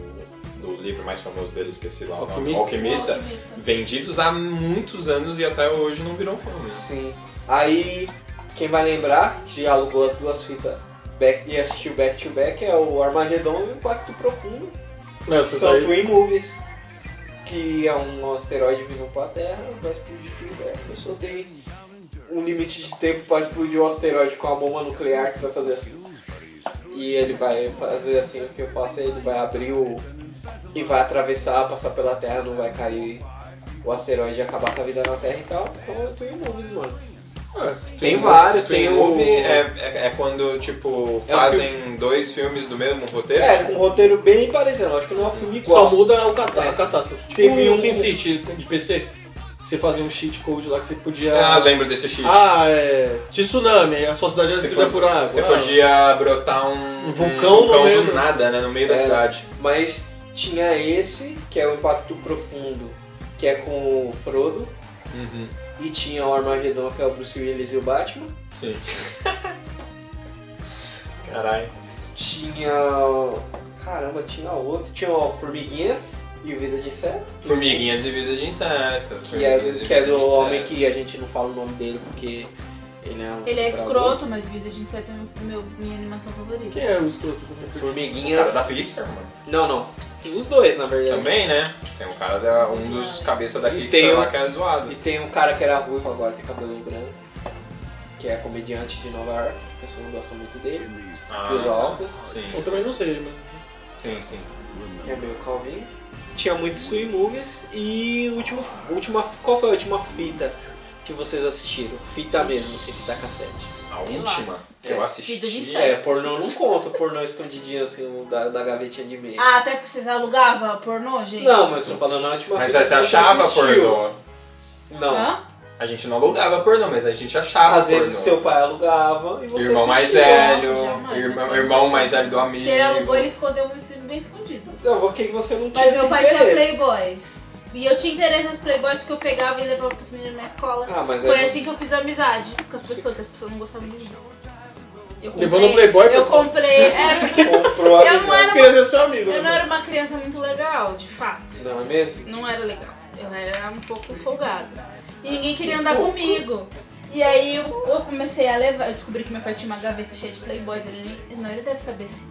Speaker 2: do livro mais famoso dele, esqueci lá o nome.
Speaker 3: Alquimista.
Speaker 2: Alquimista.
Speaker 4: Alquimista.
Speaker 2: Vendidos há muitos anos e até hoje não viram filme.
Speaker 1: Sim. Aí, quem vai lembrar que alugou as duas fitas back- e assistiu back to back é o Armagedon e o Impacto Profundo. que
Speaker 3: Essa
Speaker 1: São
Speaker 3: daí-
Speaker 1: Twin Movies. Que é um asteroide vindo pra Terra, vai explodir tudo. Aí A pessoa tem um limite de tempo pra explodir o asteroide com a bomba nuclear que vai fazer assim. E ele vai fazer assim, o que eu faço é ele vai abrir o. e vai atravessar, passar pela Terra, não vai cair o asteroide e acabar com a vida na Terra e tal. São os Twin Movies, mano.
Speaker 3: Ah,
Speaker 1: Tem vários,
Speaker 2: Twin
Speaker 1: tem o-
Speaker 2: Movie é, é, é quando, tipo,
Speaker 1: É os
Speaker 2: fazem dois filmes do mesmo roteiro.
Speaker 1: É,
Speaker 2: tipo,
Speaker 1: com um roteiro bem parecido, acho que não é um filme igual.
Speaker 3: Só muda o cata- a catástrofe. Tipo,
Speaker 1: Teve
Speaker 3: Teve
Speaker 1: um-
Speaker 3: um SimCity de PC. Você fazia um cheat code lá que você podia.
Speaker 2: ah, lembro desse cheat.
Speaker 3: Ah, é. Tsunami, aí a sua cidade era
Speaker 2: Você
Speaker 3: destruída
Speaker 2: po-
Speaker 3: por água.
Speaker 2: Você
Speaker 3: Ah,
Speaker 2: podia brotar um,
Speaker 3: Um vulcão no meio
Speaker 2: do
Speaker 3: da-
Speaker 2: nada, né? No meio da
Speaker 1: É.
Speaker 2: cidade.
Speaker 1: Mas tinha esse, que é o Impacto Profundo, que é com o Frodo. E tinha o Armagedon, que é o Bruce Willis e o Batman.
Speaker 2: Sim. Caralho.
Speaker 1: Tinha. Caramba, tinha outro. Tinha o Formiguinhas e o Vida de Inseto.
Speaker 2: Formiguinhas e vida de inseto.
Speaker 1: Que é,
Speaker 2: formiguinhas e
Speaker 1: que é
Speaker 2: vida
Speaker 1: do
Speaker 2: de
Speaker 1: homem
Speaker 2: inseto.
Speaker 1: que a gente não fala o nome dele porque ele é um.
Speaker 4: Ele é
Speaker 1: estuprador.
Speaker 4: escroto, mas Vida de Inseto é meu, meu- minha animação favorita.
Speaker 3: Quem é o escroto?
Speaker 2: O cara da
Speaker 1: Formiguinhas.
Speaker 2: Pixar, mano.
Speaker 1: Não, não. Tem os dois, na verdade.
Speaker 2: Também, né? Tem um cara, da, um dos cabeças da
Speaker 1: É. E
Speaker 2: Pixar
Speaker 1: tem
Speaker 2: lá
Speaker 1: o-
Speaker 2: que é zoado.
Speaker 1: E tem um cara que era ruivo, agora tem cabelo branco, que é comediante de Nova York, que as pessoas não gostam muito dele,
Speaker 2: Ah,
Speaker 1: que usa óculos,
Speaker 2: sim,
Speaker 3: Eu também não sei, mano.
Speaker 2: sim, sim.
Speaker 1: que é meio Calvin. Tinha muitos Twin Movies e o último, última, qual foi a última fita que vocês assistiram? Fita mesmo, sem fita cassete.
Speaker 2: A
Speaker 4: Sei lá.
Speaker 2: última que
Speaker 1: É,
Speaker 2: eu
Speaker 4: vida de
Speaker 2: assisti.
Speaker 4: inseto.
Speaker 1: É, pornô não conta, pornô escondidinho assim da, da gavetinha de meia.
Speaker 4: Ah, até porque vocês alugavam pornô, gente?
Speaker 1: não, mas eu tô falando a última
Speaker 2: Mas
Speaker 1: fita.
Speaker 2: você
Speaker 1: que
Speaker 2: achava
Speaker 1: assistiu.
Speaker 2: pornô.
Speaker 1: Não.
Speaker 4: Hã?
Speaker 2: A gente não alugava pornô, mas a gente achava
Speaker 1: Às vezes
Speaker 2: pornô.
Speaker 1: seu pai alugava e você
Speaker 2: Irmão mais
Speaker 1: assistia.
Speaker 2: velho,
Speaker 4: Nossa, jamais,
Speaker 2: irmão,
Speaker 4: né?
Speaker 2: irmão mais velho do amigo.
Speaker 4: Se ele alugou, ele escondeu muito bem escondido.
Speaker 1: Não, que você não tinha
Speaker 4: Mas meu
Speaker 1: esse
Speaker 4: pai tinha
Speaker 1: interesse.
Speaker 4: playboys. E eu tinha interesse nas playboys porque eu pegava e levava pros meninos na escola.
Speaker 1: Ah, mas
Speaker 4: Foi
Speaker 1: aí-
Speaker 4: assim que eu fiz amizade com as pessoas, que as pessoas não gostavam de mim. Eu comprei,
Speaker 3: Levou no Playboy,
Speaker 4: Eu
Speaker 3: pessoal?
Speaker 4: comprei, é porque
Speaker 1: Comprou a
Speaker 4: Eu
Speaker 1: visão.
Speaker 4: não era-
Speaker 3: Eu queria ser seu amigo,
Speaker 4: eu não
Speaker 3: né?
Speaker 4: era uma criança muito legal, de fato.
Speaker 1: Não é mesmo?
Speaker 4: Não era legal. Eu era um pouco folgada. E ninguém queria andar comigo. E aí eu, eu comecei a levar. Eu descobri que meu pai tinha uma gaveta cheia de playboys. Ele nem- não, ele deve saber sim.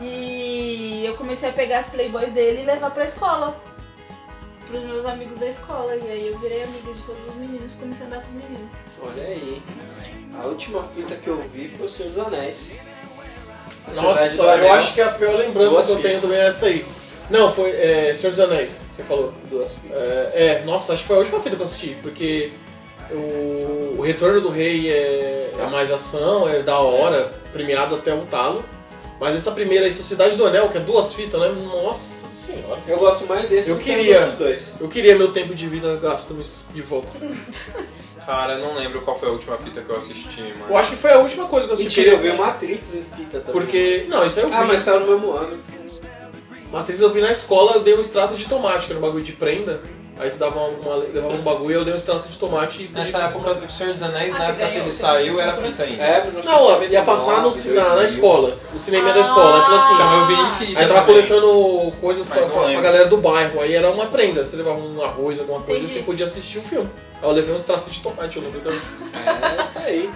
Speaker 4: E eu comecei a pegar as playboys dele e levar pra escola. Pros meus amigos da escola. E aí eu virei amiga de todos os meninos. Comecei a andar com os meninos.
Speaker 1: Olha aí. A última fita que eu vi foi O Senhor dos Anéis. Sociedade
Speaker 3: Nossa,
Speaker 1: do
Speaker 3: eu
Speaker 1: Anel,
Speaker 3: acho que é a pior lembrança
Speaker 1: Duas
Speaker 3: que eu
Speaker 1: filhas.
Speaker 3: tenho também é essa aí. Não, foi é, Senhor dos Anéis, você falou.
Speaker 1: Duas fitas.
Speaker 3: É, é, nossa, acho que foi a última fita que eu assisti, porque o, o Retorno do Rei é, é mais ação, é da hora, premiado até um talo. Mas essa primeira aí, Sociedade do Anel, que é duas fitas, né? Nossa senhora.
Speaker 1: Eu gosto mais desse
Speaker 3: Eu
Speaker 1: do que
Speaker 3: queria.
Speaker 1: os outros dois.
Speaker 3: Eu queria meu tempo de vida gasto nisso de volta.
Speaker 2: Cara, eu não lembro qual foi a última fita que eu assisti, mano.
Speaker 3: Eu acho que foi a última coisa que eu
Speaker 1: E
Speaker 3: assisti.
Speaker 1: queria ver Matrix em fita também.
Speaker 3: Porque. Não, isso aí eu vi.
Speaker 1: Ah, mas saiu no mesmo ano.
Speaker 3: Matrix eu vi na escola, eu dei um extrato de tomate, que era um bagulho de prenda. Aí você dava uma, levava um bagulho e eu dei um extrato de tomate e.
Speaker 2: Nessa época do Senhor dos Anéis,
Speaker 4: Ah,
Speaker 2: na
Speaker 4: você
Speaker 2: época que
Speaker 4: ganhou,
Speaker 2: ele
Speaker 4: você
Speaker 2: saiu,
Speaker 4: ganhou.
Speaker 2: era fita ainda.
Speaker 1: É, não sei
Speaker 3: Não, ó,
Speaker 1: se
Speaker 3: ia passar no,
Speaker 1: 99,
Speaker 3: na, na
Speaker 1: 2000.
Speaker 3: escola. O cinema da escola. Aí, falou
Speaker 2: Então
Speaker 3: assim,
Speaker 2: eu vi
Speaker 1: Ah.
Speaker 2: em fita.
Speaker 3: aí tava
Speaker 2: também.
Speaker 3: coletando coisas pra,
Speaker 2: Mas não
Speaker 3: pra- pra
Speaker 2: lembro.
Speaker 3: galera do bairro. Aí era uma prenda. Você levava um arroz, alguma coisa,
Speaker 4: Entendi.
Speaker 3: você podia assistir o filme. Aí eu levei um extrato de tomate, eu lembro. também.
Speaker 1: É isso aí.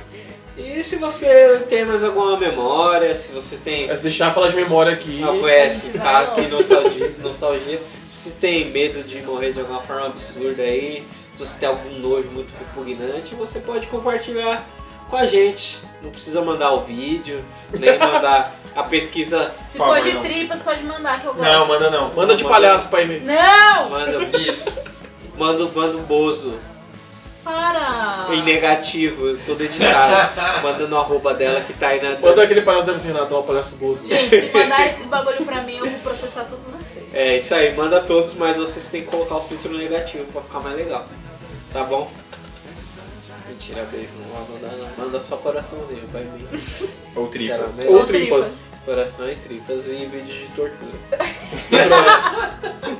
Speaker 1: E se você tem mais alguma memória, se você tem
Speaker 3: Aí se deixar falar de memória aqui.
Speaker 1: Não conhece,
Speaker 4: Vai,
Speaker 1: caso
Speaker 4: não.
Speaker 1: tem nostalgia, nostalgia. Se tem medo de morrer de alguma forma absurda aí, se você tem algum nojo muito repugnante, você pode compartilhar com a gente. Não precisa mandar o vídeo, nem mandar a pesquisa.
Speaker 4: Se
Speaker 2: Por favor,
Speaker 4: for de
Speaker 2: não.
Speaker 4: tripas, pode mandar que eu gosto.
Speaker 2: Não, manda não.
Speaker 3: Manda de
Speaker 1: Ah,
Speaker 3: palhaço pra mim.
Speaker 4: Não!
Speaker 1: Manda,
Speaker 2: Isso.
Speaker 1: manda, manda o Bozo
Speaker 4: Para!
Speaker 1: em negativo, tudo editado. manda no arroba dela que tá aí na.
Speaker 3: Manda aquele palhaço da MC Renata lá, o palhaço gordo.
Speaker 4: Gente, se mandar esses bagulho pra mim, eu vou processar todos vocês.
Speaker 1: É isso aí, manda todos, mas vocês têm que colocar o filtro negativo pra ficar mais legal. Tá bom? Mentira, beijo, não vai mandar não. Manda só coraçãozinho pra mim.
Speaker 2: Ou tripas.
Speaker 1: Quero ver
Speaker 3: Ou
Speaker 4: Ou tripas.
Speaker 3: tripas.
Speaker 1: Coração e tripas e vídeos de tortura.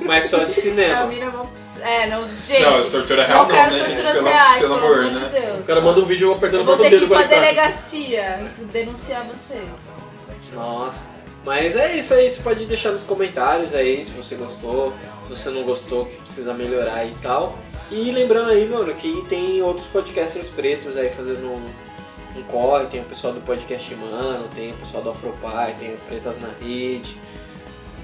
Speaker 1: mas só de
Speaker 4: A
Speaker 1: cinema.
Speaker 4: mina é mó- É, não, gente.
Speaker 2: Não, tortura real
Speaker 4: não, quero
Speaker 2: não, né, gente?
Speaker 4: torturas
Speaker 2: Pelo-
Speaker 4: reais,
Speaker 2: pelo
Speaker 4: pelo,
Speaker 2: amor,
Speaker 4: amor
Speaker 2: né?
Speaker 4: de Deus.
Speaker 3: O cara manda um vídeo apertando
Speaker 4: Eu
Speaker 3: o
Speaker 4: vou
Speaker 3: botão
Speaker 4: ter que
Speaker 3: dele
Speaker 4: ir
Speaker 3: com
Speaker 4: pra
Speaker 3: a
Speaker 4: delegacia denunciar vocês.
Speaker 1: Nossa. Mas é isso aí, você pode deixar nos comentários aí se você gostou, se você não gostou, o que precisa melhorar e tal. E lembrando aí, mano, que tem outros podcasters pretos aí fazendo um, um corre, tem o pessoal do podcast Mano, tem o pessoal do Afropai, tem o Pretas na Rede,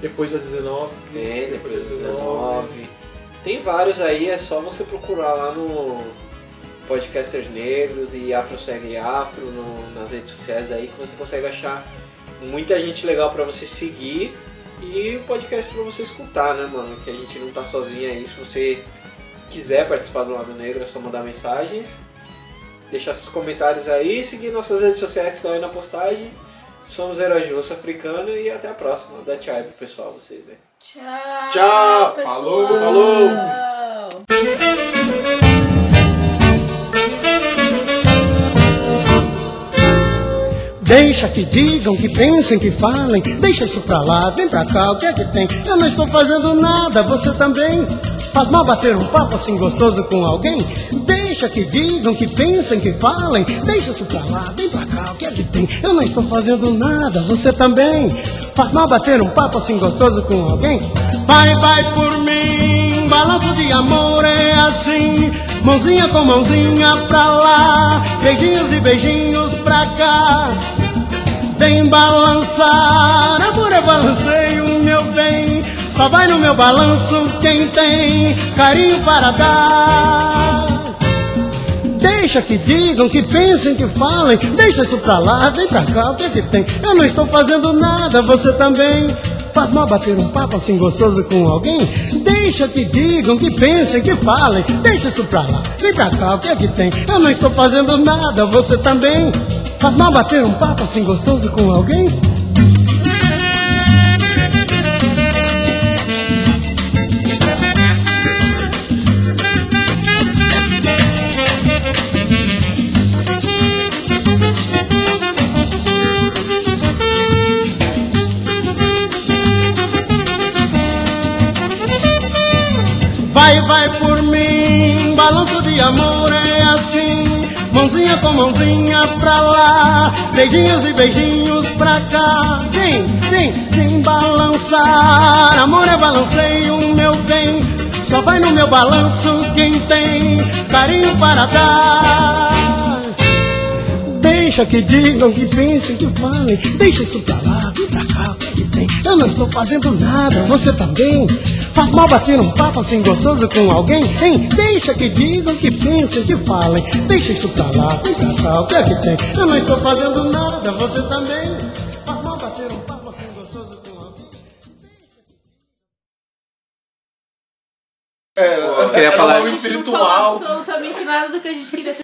Speaker 3: Depois da 19.
Speaker 1: tem É, depois
Speaker 3: Depois
Speaker 1: dos
Speaker 3: do
Speaker 1: 19. Tem vários aí, é só você procurar lá no Podcasters Negros e Afro Segue Afro no- nas redes sociais aí que você consegue achar muita gente legal pra você seguir e podcast pra você escutar, né, mano? Que a gente não tá sozinho aí. Se você quiser participar do Lado Negro, é só mandar mensagens, deixar seus comentários aí, seguir nossas redes sociais que estão aí na postagem. Somos Herói de Osso Africano e até a próxima. Dá tchau aí pro pessoal, vocês aí.
Speaker 4: Tchau.
Speaker 3: Tchau,
Speaker 4: pessoal.
Speaker 2: falou,
Speaker 3: falou.
Speaker 5: Deixa que digam, que pensem, que falem. Deixa isso pra lá, vem pra cá, o que é que tem? Eu não estou fazendo nada, você também. Faz mal bater um papo assim gostoso com alguém? Deixa que digam, que pensem, que falem. Deixa isso pra lá, vem pra cá, o que é que tem? Eu não estou fazendo nada, você também. Faz mal bater um papo assim gostoso com alguém? Vai, vai por mim, balanço de amor é assim. Mãozinha com mãozinha pra lá, beijinhos e beijinhos pra cá. Vem balançar, amor é balanceio, meu bem. Só vai no meu balanço quem tem carinho para dar. Deixa que digam, que pensem, que falem. Deixa isso pra lá, vem pra cá, o que é que tem? Eu não estou fazendo nada, você também. Faz mal bater um papo assim gostoso com alguém. Deixa que digam, que pensem, que falem. Deixa isso pra lá, vem pra cá, o que é que tem? Eu não estou fazendo nada, você também. Faz mal bater um papo assim gostoso com alguém. Vai, vai por mim, balanço de amor é assim. Mãozinha com mãozinha pra lá, beijinhos e beijinhos pra cá. Vem, vem, vem balançar, amor é balanceio, meu bem. Só vai no meu balanço quem tem carinho para dar. Deixa que digam, que pensem, que falem. Deixa isso pra lá, vem pra cá, o que é que tem? Eu não estou fazendo nada, você também. Faz mal bater um papo assim gostoso com alguém, hein? Deixa que digam, que pensem, que falem. Deixa isso pra lá, vem pra cá, o que é que tem? Eu não estou fazendo nada, você também. Faz mal bater um papo assim gostoso com alguém.
Speaker 2: É, eu
Speaker 1: queria falar
Speaker 4: A gente não falou absolutamente nada do que a gente queria ter